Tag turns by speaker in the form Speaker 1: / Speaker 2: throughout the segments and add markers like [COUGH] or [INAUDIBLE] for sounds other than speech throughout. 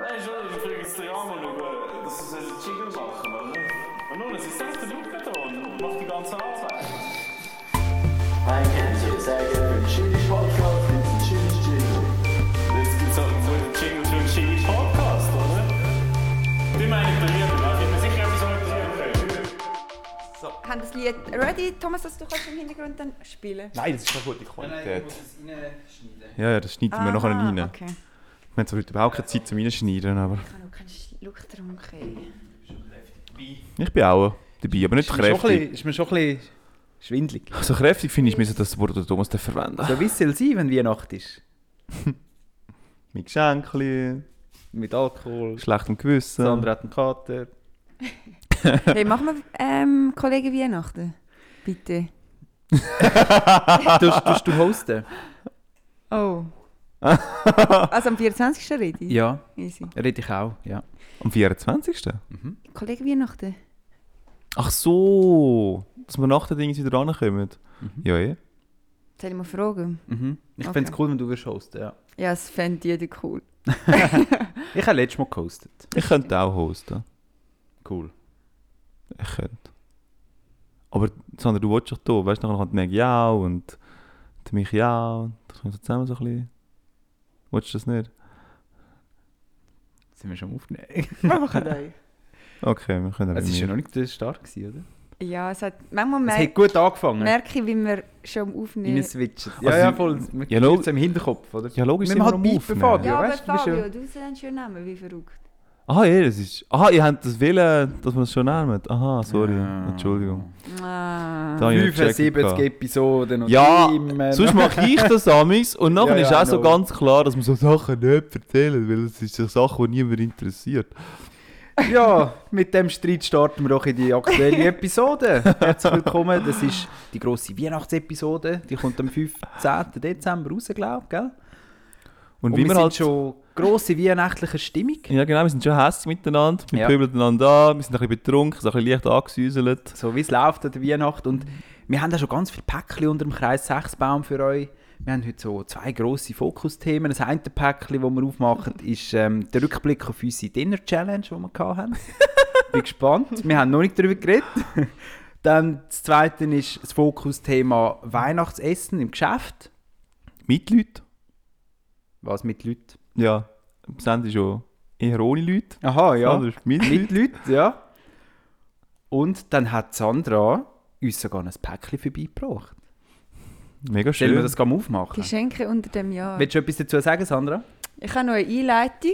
Speaker 1: Nein, schon, ich bringe es dir an und schaue, dass du so einen Jingle machen oder? Und nun, es ist selbst der Luke da und macht die ganze Arbeit.
Speaker 2: Nein, kennen Sie, sehr gerne. Schönes Podcast, ein schönes Jingle.
Speaker 1: Jetzt gibt es halt so einen Jingle für einen Jingle Podcast, oder? Die meine ich bei mir, da wird mir sicher etwas anderes einfallen.
Speaker 3: haben das Lied ready. Thomas, dass du kannst im Hintergrund dann spielen.
Speaker 4: Nein, das ist schon gute
Speaker 5: Nein, nein, ich
Speaker 4: Qualität.
Speaker 5: muss es reinschneiden.
Speaker 4: Ja, ja, das schneiden wir nachher rein.
Speaker 3: Okay.
Speaker 4: Wir haben zwar heute überhaupt keine Zeit zum Reinschneiden, aber
Speaker 3: Ich habe noch keinen Schluck getrunken.
Speaker 4: ich bin auch dabei, aber nicht
Speaker 5: Ist mir schon ein
Speaker 4: kräftig.
Speaker 5: bisschen- Ist mir schon ein bisschen schwindlig.
Speaker 4: So kräftig finde ich, müssen das Wort der Thomas darf verwenden
Speaker 5: So wie es soll sein, wenn Weihnacht ist.
Speaker 4: [LAUGHS] Mit Geschenken,
Speaker 5: Mit Alkohol.
Speaker 4: schlechtem Gewissen.
Speaker 5: Sandra hat einen
Speaker 4: [LAUGHS]
Speaker 5: Kater.
Speaker 3: Hey, machen wir ähm, Kollegen Weihnachten. Bitte.
Speaker 5: Du tust du hosten?
Speaker 4: [LAUGHS]
Speaker 3: Oh. also am 24. ready?
Speaker 5: Ja,
Speaker 3: Easy.
Speaker 5: rede ich auch. Ja.
Speaker 4: Am 24.
Speaker 3: Kollegen Weihnachten.
Speaker 4: Ach so, dass wir nach den Dingen wieder rankommen. Ja, ja.
Speaker 3: Soll ich mal fragen?
Speaker 5: Mhm. Ich
Speaker 3: Okay.
Speaker 5: fände es cool, wenn du wirst hosten. Ja.
Speaker 3: Ja, das fände jeder
Speaker 4: [LAUGHS]
Speaker 3: cool.
Speaker 5: Ich habe letztes Mal gehostet.
Speaker 4: Ich könnte auch hosten.
Speaker 5: Cool.
Speaker 4: Ich könnte. Aber Sandra, du wolltest doch da. Weißt du, nachher kommt die Maggie auch und die Michi auch. Und Dann können wir so zusammen so ein bisschen. Wolltest du das nicht?
Speaker 5: Sind wir schon [LAUGHS] aufgenommen?
Speaker 3: Wir machen das.
Speaker 4: Okay, wir können
Speaker 5: Es war ja
Speaker 4: mir-
Speaker 5: noch nicht so stark, gewesen, oder?
Speaker 3: Ja, es hat, manchmal
Speaker 5: Es
Speaker 3: mer
Speaker 5: hat gut angefangen.
Speaker 3: merke ich, wie wir schon am Aufnehmen.
Speaker 5: Reinswitchen. Ja,
Speaker 4: Also,
Speaker 5: ja, voll. Man
Speaker 4: ja, lo-
Speaker 5: spürt's im Hinterkopf, oder?
Speaker 4: Ja, logisch,
Speaker 5: Wir
Speaker 4: sind wir
Speaker 5: haben
Speaker 4: am
Speaker 5: Beat
Speaker 4: Aufnehmen.
Speaker 5: befahren.
Speaker 3: ja, aber
Speaker 5: weißt du, du bist
Speaker 3: Fabio, du hast einen schönen Namen, wie verrückt.
Speaker 4: Aha, ja, das ist. Aha, ihr habt das Willen, dass wir das schon nehmen. Aha, sorry.
Speaker 5: Ah.
Speaker 4: Entschuldigung.
Speaker 3: Ah.
Speaker 4: Da hab ich nicht gecheckt
Speaker 5: 75
Speaker 4: gehabt.
Speaker 5: Episoden und
Speaker 4: Ja,
Speaker 5: immer noch-
Speaker 4: Sonst mache ich das
Speaker 5: [LAUGHS]
Speaker 4: amigs und nachher
Speaker 5: Ja,
Speaker 4: ist
Speaker 5: ja,
Speaker 4: auch so
Speaker 5: no.
Speaker 4: ganz klar, dass man so Sachen nicht erzählen, weil es ist eine Sache, die niemand interessiert.
Speaker 5: Ja, mit dem Streit starten wir doch in die aktuelle Episode. Herzlich willkommen, das ist die grosse Weihnachtsepisode. Die kommt am 15. Dezember raus, glaube ich. Gell?
Speaker 4: Und,
Speaker 5: Und
Speaker 4: wie
Speaker 5: wir
Speaker 4: wir
Speaker 5: sind
Speaker 4: halt
Speaker 5: schon grosse weihnachtliche Stimmung.
Speaker 4: Ja, genau, wir sind schon hässlich miteinander. Wir
Speaker 5: Ja.
Speaker 4: pöbeln einander an, wir sind ein bisschen betrunken, sind ein bisschen leicht angesäuselt.
Speaker 5: So wie es läuft an der Weihnacht. Und wir haben da schon ganz viele Päckchen unter dem Kreis 6 Baum für euch. Wir haben heute so zwei grosse Fokusthemen. Das eine Päckchen, das wir [LAUGHS] aufmachen, ist ähm, der Rückblick auf unsere Dinner-Challenge, die wir hatten. Bin gespannt. Wir haben noch nicht darüber geredet. Dann das zweite ist das Fokusthema Weihnachtsessen im Geschäft.
Speaker 4: Mit Leuten?
Speaker 5: Was mit Leuten?
Speaker 4: Ja, am Ende schon eher ohne Leute.
Speaker 5: Aha, ja.
Speaker 4: Sondern mit
Speaker 5: Mit
Speaker 4: Leuten.
Speaker 5: Leuten, ja. Und dann hat Sandra uns sogar ein Päckchen vorbeigebracht.
Speaker 4: Mega
Speaker 5: Stellen
Speaker 4: schön.
Speaker 5: wir das gleich mal aufmachen?
Speaker 3: Geschenke unter dem Jahr.
Speaker 5: Ah. Willst du etwas dazu sagen, Sandra?
Speaker 3: Ich habe noch eine Einleitung.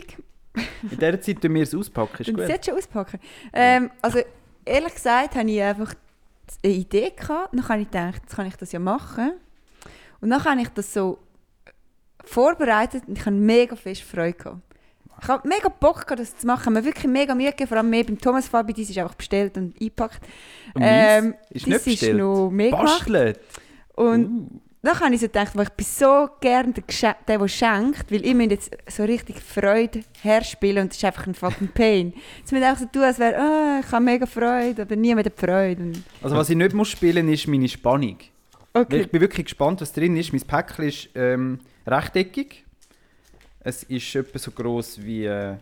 Speaker 5: In dieser Zeit tun wir es auspacken, ist
Speaker 3: Dann
Speaker 5: gut.
Speaker 3: solltest du auspacken. Ähm, also ehrlich gesagt hatte ich einfach eine Idee. Gehabt. Dann habe ich gedacht, jetzt kann ich das ja machen. Und dann habe ich das so vorbereitet und ich habe mega fest Freude gehabt. Ich habe mega Bock gehabt, das zu machen. Mir wirklich mega Mühe gegeben, vor allem mehr beim Thomas Fabi, die ist einfach bestellt und eingepackt.
Speaker 5: Und meins
Speaker 3: Ähm, das
Speaker 5: ist nicht bestellt.
Speaker 3: ist noch mehr gemacht.
Speaker 5: Bastelt!
Speaker 3: Und
Speaker 5: Uh,
Speaker 3: dann habe ich so gedacht, weil ich bin so gerne der, Gesche- der, der schenkt, weil ich müsste jetzt so richtig Freude herspielen und das ist einfach ein fucking Pain. Jetzt müsste ich einfach so tun, als wäre, ah, ich habe mega Freude, aber niemand hat Freude. Und
Speaker 5: also was ich nicht muss spielen muss, ist meine Spannung. Weil
Speaker 3: okay.
Speaker 5: ich bin wirklich gespannt, was drin ist. Mein Päckchen ist ähm, rechteckig. Es ist etwa so gross wie... Äh,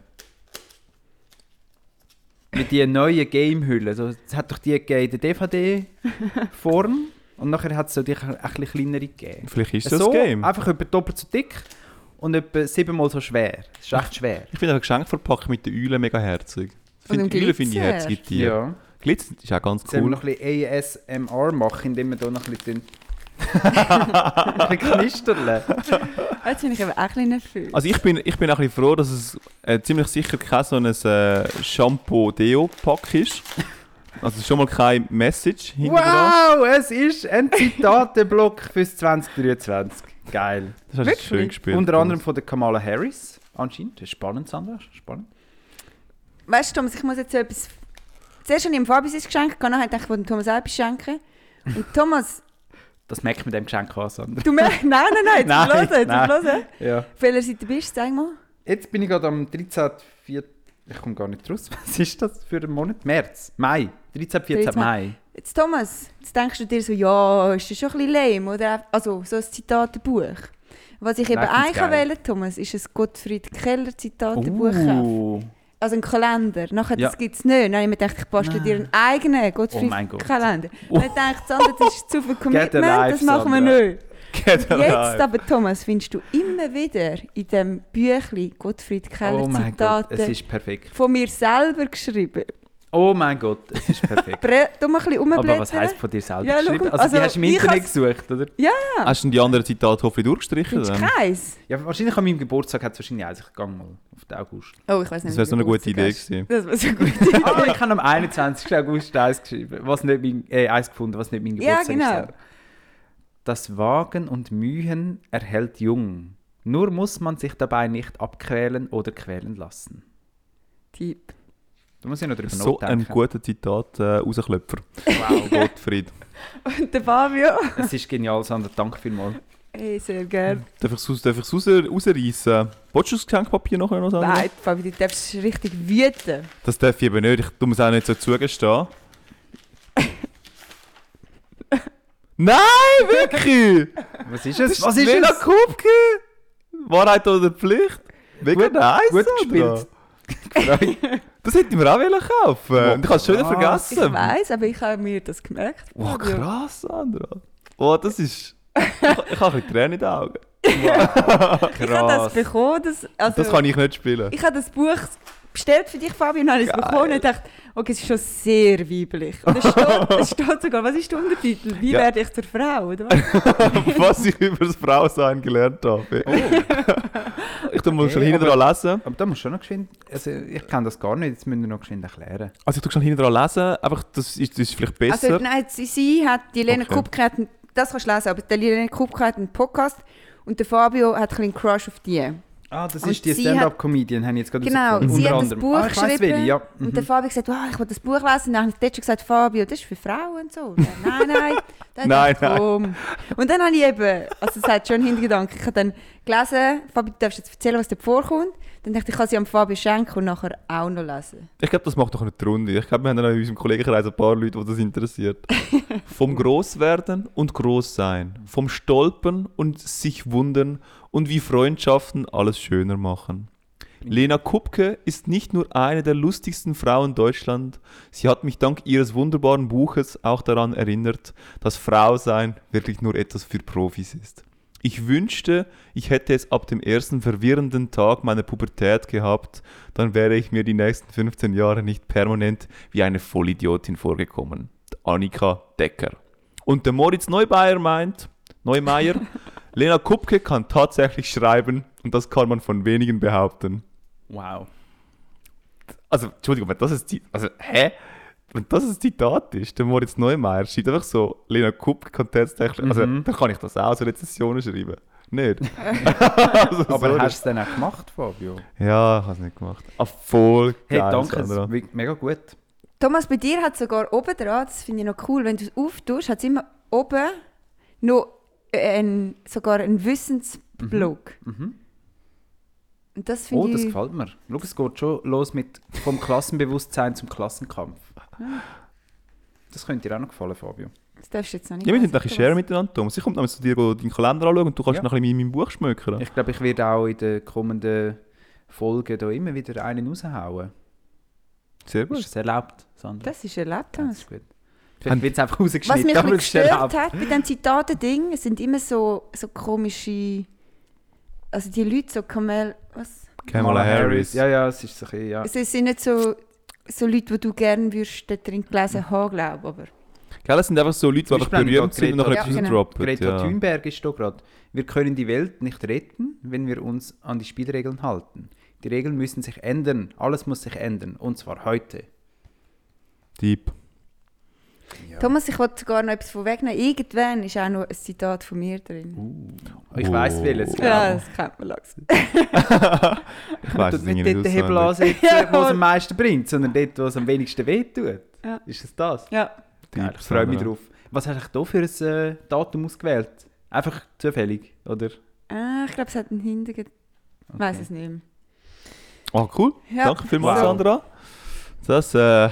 Speaker 5: wie die neue Gamehülle. Also, es hat doch die gegeben in der DVD-Form. und nachher hat es so die ein bisschen kleinere gegeben.
Speaker 4: Vielleicht ist das
Speaker 5: so,
Speaker 4: Game.
Speaker 5: einfach etwa doppelt so dick und etwa siebenmal so schwer. Das ist echt schwer.
Speaker 4: Ich finde auch Geschenkverpackung mit den Eulen mega herzig. Ich
Speaker 3: Und
Speaker 4: finde,
Speaker 3: dem
Speaker 4: Eulen finde ich
Speaker 3: Glitzer.
Speaker 4: herzige Tiere. Ja. Glitzer ist auch ganz
Speaker 5: Jetzt cool. wir
Speaker 4: cool.
Speaker 5: noch ein bisschen ASMR machen, indem wir hier noch ein bisschen, [LAUGHS] ein bisschen knisterlen.
Speaker 3: Jetzt bin ich eben auch ein bisschen nervös.
Speaker 4: Also ich bin, ich bin auch ein bisschen froh, dass es äh, ziemlich sicher kein so ein äh, Shampoo-Deo-Pack ist. Also schon mal keine Message hinten dran.
Speaker 5: Wow, es ist ein Zitatenblock fürs 2023. Geil.
Speaker 4: Das hast du
Speaker 3: Wirklich?
Speaker 4: schön gespielt.
Speaker 5: Unter anderem von der Kamala Harris anscheinend. Das ist spannend, Sandra. Spannend.
Speaker 3: Weißt du, Thomas, ich muss jetzt so etwas... Zuerst habe ich ihm Fabi sein Geschenk gegeben, dann habe ich gedacht, ich will dem Thomas auch etwas schenken. Und Thomas,
Speaker 5: Das merkt man dem Geschenk an, Sandra.
Speaker 3: du merkst... [LAUGHS] Nein, nein, nein, jetzt
Speaker 5: Nein,
Speaker 3: nein, bloß, jetzt
Speaker 5: nein.
Speaker 3: bloß. Auf
Speaker 5: [LAUGHS] Ja.
Speaker 3: welcher Seite bist du, sag mal?
Speaker 5: Jetzt bin ich gerade am 13.04. Ich komme gar nicht raus. [LAUGHS] Was ist das für ein Monat? März? Mai. 13, 14
Speaker 3: 13.
Speaker 5: Mai.
Speaker 3: Jetzt Thomas, jetzt denkst du dir so, ja, ist das schon ein bisschen lame, oder? Also, so ein Zitatenbuch. Was ich eben
Speaker 5: Nein, ich find's
Speaker 3: eigentlich
Speaker 5: geil.
Speaker 3: wollte, Thomas, ist ein Gottfried Keller Zitatenbuch kaufen.
Speaker 5: Uh,
Speaker 3: Also ein Kalender. Nachher,
Speaker 5: Ja.
Speaker 3: das gibt es nicht. Dann habe ich mir gedacht, ich bastle dir einen eigenen
Speaker 5: Oh
Speaker 3: Gottfried
Speaker 5: mein Gott. Oh.
Speaker 3: Kalender. Und ich dachte, Sandra, das ist
Speaker 5: [LAUGHS]
Speaker 3: zu viel Commitment,
Speaker 5: alive,
Speaker 3: das machen wir
Speaker 5: Sandra.
Speaker 3: nicht.
Speaker 5: [LAUGHS] get
Speaker 3: Jetzt
Speaker 5: alive.
Speaker 3: aber, Thomas, findest du immer wieder in dem Büchlein Gottfried Keller
Speaker 5: Oh mein Gott, es
Speaker 3: Zitaten
Speaker 5: ist perfekt.
Speaker 3: von mir selber geschrieben.
Speaker 5: Oh mein Gott, es ist
Speaker 3: [LAUGHS]
Speaker 5: perfekt.
Speaker 3: Bre du mal ein bisschen
Speaker 5: Aber was
Speaker 3: rumblättern.
Speaker 5: heisst von dir selber
Speaker 3: Ja, schau,
Speaker 5: geschrieben? Also,
Speaker 3: also
Speaker 5: die hast du im
Speaker 3: ich
Speaker 5: Internet
Speaker 3: has-
Speaker 5: gesucht, oder?
Speaker 4: Hast du denn die anderen Zitate hoffentlich durchgestrichen?
Speaker 3: Findest du
Speaker 4: dann?
Speaker 3: keins?
Speaker 5: Ja, wahrscheinlich an meinem Geburtstag hat es wahrscheinlich eins. Ich gehe mal auf den August.
Speaker 3: [LAUGHS] Oh, ich weiß nicht.
Speaker 4: Das
Speaker 3: wie
Speaker 4: wäre so eine
Speaker 3: Geburtstag
Speaker 4: gute Idee
Speaker 3: hast.
Speaker 4: gewesen.
Speaker 3: Das war so eine gute
Speaker 4: [LAUGHS]
Speaker 3: Idee.
Speaker 5: Aber ich habe am 21. August eins geschrieben, was nicht mein, äh, eins gefunden, was nicht mein
Speaker 3: Ja,
Speaker 5: Geburtstag
Speaker 3: genau.
Speaker 5: ist. selber. Das Wagen und Mühen erhält jung. Nur muss man sich dabei nicht abquälen oder quälen lassen.
Speaker 3: Typ.
Speaker 5: Da muss ich noch drüber
Speaker 4: So ein
Speaker 5: nachdenken.
Speaker 4: guter Zitat äh, rausklöpfer. Wow. [LAUGHS] Gottfried.
Speaker 3: Und der Fabio?
Speaker 5: [LAUGHS] Es ist genial, Sandra. Danke vielmals.
Speaker 3: Hey, sehr gerne.
Speaker 4: Darf ich es raus, darf ich's raus, rausreißen? Wolltest du das Geschenkpapier nachher noch sagen?
Speaker 3: Nein, Fabio, du darfst richtig wüten.
Speaker 4: Das darf ich eben nicht. Ich tue es auch nicht so zugestehen. Nein, wirklich!
Speaker 5: Was ist es?
Speaker 4: Das nicht
Speaker 5: es?
Speaker 4: nach Kupke? Wahrheit oder Pflicht? Mega
Speaker 5: Gut-
Speaker 4: nice,
Speaker 5: gut
Speaker 4: Sandra. [LAUGHS] Das hätte ich mir auch wollen kaufen Und ich habe es schon wieder
Speaker 5: krass.
Speaker 3: Ich
Speaker 4: vergessen.
Speaker 3: weiss, aber ich habe mir das gemerkt.
Speaker 4: Wow,
Speaker 3: Fabio.
Speaker 4: krass, Sandra. Oh, das ist... Ich, ich habe ein bisschen Tränen in den Augen.
Speaker 3: Ich habe das
Speaker 5: Krass.
Speaker 3: bekommen. Das, also,
Speaker 4: Das kann ich nicht spielen. [LAUGHS]
Speaker 3: Ich habe das Buch bestellt für dich, Fabio, und habe es
Speaker 4: Geil.
Speaker 3: bekommen und dachte, okay, es ist schon sehr weiblich. Und es steht,
Speaker 4: [LAUGHS]
Speaker 3: es steht sogar, was ist der Untertitel? Wie
Speaker 4: Ja.
Speaker 3: werde ich zur Frau? Oder was?
Speaker 4: was ich über das Frausein gelernt habe. ich tu mal
Speaker 5: Okay,
Speaker 4: schon hinten dran lesen.
Speaker 5: Aber da musst du schon noch geschwind... Also, ich kenne das gar nicht. Jetzt müssen wir noch geschwind erklären.
Speaker 4: Also ich tu schon hinten dran lesen, einfach, das ist, das ist vielleicht besser.
Speaker 3: Also nein, sie, sie hat, die Lena
Speaker 4: Okay.
Speaker 3: Kupke hat, einen- das kannst du lesen, aber die Lena Kupke hat einen Podcast und der Fabio hat ein bisschen einen Crush auf die.
Speaker 5: Ah, das
Speaker 3: Und
Speaker 5: ist die
Speaker 3: sie hat-
Speaker 5: Stand-Up-Comedian, habe ich jetzt gerade
Speaker 3: Genau,
Speaker 5: rausgefunden.
Speaker 3: sie
Speaker 5: Unter
Speaker 3: hat das
Speaker 5: anderem.
Speaker 3: Buch
Speaker 5: ah, ich weiss,
Speaker 3: geschrieben
Speaker 5: welche, ja. Mhm.
Speaker 3: und der Fabio hat gesagt, wow, ich will das Buch lesen. Und dann habe ich schon gesagt, Fabio, das ist für Frauen und so. Und er, nein,
Speaker 5: [LAUGHS]
Speaker 3: nein. Dann
Speaker 4: Nein,
Speaker 3: dachte ich, komm. Und dann habe ich eben, also es hat schon einen Hintergedanken, ich habe dann gelesen, Fabio, du darfst jetzt erzählen, was dir vorkommt. Dann dachte ich, ich kann sie am Fabio schenken und nachher auch noch lesen.
Speaker 4: Ich glaube, das macht doch nicht die Runde. Ich glaube, wir haben auch in unserem Kollegenkreis ein paar Leute, die das interessiert. Vom Großwerden und Großsein, vom Stolpern und sich wundern und wie Freundschaften alles schöner machen. Lena Kupke ist nicht nur eine der lustigsten Frauen Deutschland, sie hat mich dank ihres wunderbaren Buches auch daran erinnert, dass Frausein wirklich nur etwas für Profis ist. Ich wünschte, ich hätte es ab dem ersten verwirrenden Tag meiner Pubertät gehabt, dann wäre ich mir die nächsten 15 Jahre nicht permanent wie eine Vollidiotin vorgekommen. Annika Decker. Und der Moritz Neubauer meint, Neumeier, [LAUGHS] Lena Kupke kann tatsächlich schreiben und das kann man von wenigen behaupten.
Speaker 5: Wow.
Speaker 4: Also, Entschuldigung, wenn das ein Zitat, also, hä? Wenn das ein Zitat ist, der Moritz Neumeier schreibt einfach so, Lena Kupke kann tatsächlich, also,
Speaker 5: Mhm.
Speaker 4: dann kann ich das auch als Rezensionen schreiben. Nicht?
Speaker 5: [LAUGHS]
Speaker 4: also,
Speaker 5: Aber
Speaker 4: sorry.
Speaker 5: hast du es dann auch gemacht, Fabio?
Speaker 4: Ja, ich habe es nicht gemacht. Ah, voll
Speaker 5: Hey,
Speaker 4: geil,
Speaker 5: danke, es
Speaker 4: Sandra.
Speaker 5: ist wirklich mega gut.
Speaker 3: Thomas, bei dir hat es sogar oben dran, das finde ich noch cool, wenn du es auftust, hat es immer oben noch äh, ein, sogar einen Wissensblock. Und das finde
Speaker 5: Mhm, Oh, das
Speaker 3: ich...
Speaker 5: gefällt mir. Schau, es geht schon los mit vom Klassenbewusstsein zum Klassenkampf. Das könnte dir auch noch gefallen, Fabio.
Speaker 3: Das darfst du jetzt noch nicht
Speaker 4: Ja, wir
Speaker 3: lesen,
Speaker 4: sind ein bisschen
Speaker 3: Thomas.
Speaker 4: share miteinander, Thomas. Ich komme dann zu dir go deinen Kalender anschauen und du kannst
Speaker 5: Ja.
Speaker 4: noch ein bisschen in meinem Buch schmökern.
Speaker 5: Ich glaube, ich werde auch in den kommenden Folgen da immer wieder einen raushauen.
Speaker 4: Sehr gut.
Speaker 5: Ist das erlaubt, Sandra?
Speaker 3: Das ist erlebt,
Speaker 5: Ja,
Speaker 3: Thomas.
Speaker 5: ist gut. Vielleicht wird es einfach
Speaker 3: Was
Speaker 5: rausgeschnitten,
Speaker 3: mich ein
Speaker 5: aber es ist
Speaker 3: bisschen gestört
Speaker 5: erlaubt.
Speaker 3: hat bei diesem Zitaten-Ding, es sind immer so, so komische. Also die Leute, so Kamel. Was?
Speaker 4: Kamala Harris.
Speaker 5: Ja, ja, es ist so ein bisschen, ja.
Speaker 3: Also es sind nicht so, so Leute, die du gerne würdest da drin gelesen haben, glaube ich. Aber.
Speaker 4: Gell, das sind einfach so Leute, die
Speaker 5: Zum
Speaker 4: einfach
Speaker 5: Beispiel haben
Speaker 4: berühmt
Speaker 5: wir da
Speaker 4: sind und nachher
Speaker 3: Greta-
Speaker 4: etwas
Speaker 3: Ja, genau.
Speaker 4: droppen.
Speaker 5: Greta
Speaker 4: ja.
Speaker 5: Thunberg ist hier gerade. Wir können die Welt nicht retten, wenn wir uns an die Spielregeln halten. Die Regeln müssen sich ändern. Alles muss sich ändern. Und zwar heute.
Speaker 4: Deep.
Speaker 3: Thomas, ich wollte sogar noch etwas von wegnehmen. Irgendwann ist auch noch ein Zitat von mir drin.
Speaker 5: Ich weiss welches.
Speaker 3: ja, [LAUGHS]
Speaker 5: genau.
Speaker 3: das kennt man langsam.
Speaker 5: [LAUGHS]
Speaker 4: Ich weiß es
Speaker 5: Tut nicht
Speaker 4: irgendwie
Speaker 5: dort den
Speaker 4: nicht
Speaker 5: Hebel
Speaker 4: auswendig.
Speaker 5: ansetzen,
Speaker 3: [LAUGHS] Ja,
Speaker 5: wo es
Speaker 3: voll.
Speaker 5: am meisten bringt, sondern dort, wo es am wenigsten wehtut.
Speaker 3: Ja.
Speaker 5: Ist es das?
Speaker 3: Ja.
Speaker 5: Geil, ich
Speaker 4: Deep,
Speaker 5: freue mich
Speaker 4: Sandra.
Speaker 5: drauf. Was hast du da für ein äh, Datum ausgewählt? Einfach zufällig, oder?
Speaker 3: Ah, ich glaube, es hat einen Hintergrund. Ich weiß es nicht mehr.
Speaker 4: Ah, cool.
Speaker 3: Ja.
Speaker 4: Danke vielmals,
Speaker 5: Wow.
Speaker 4: Sandra. Das äh,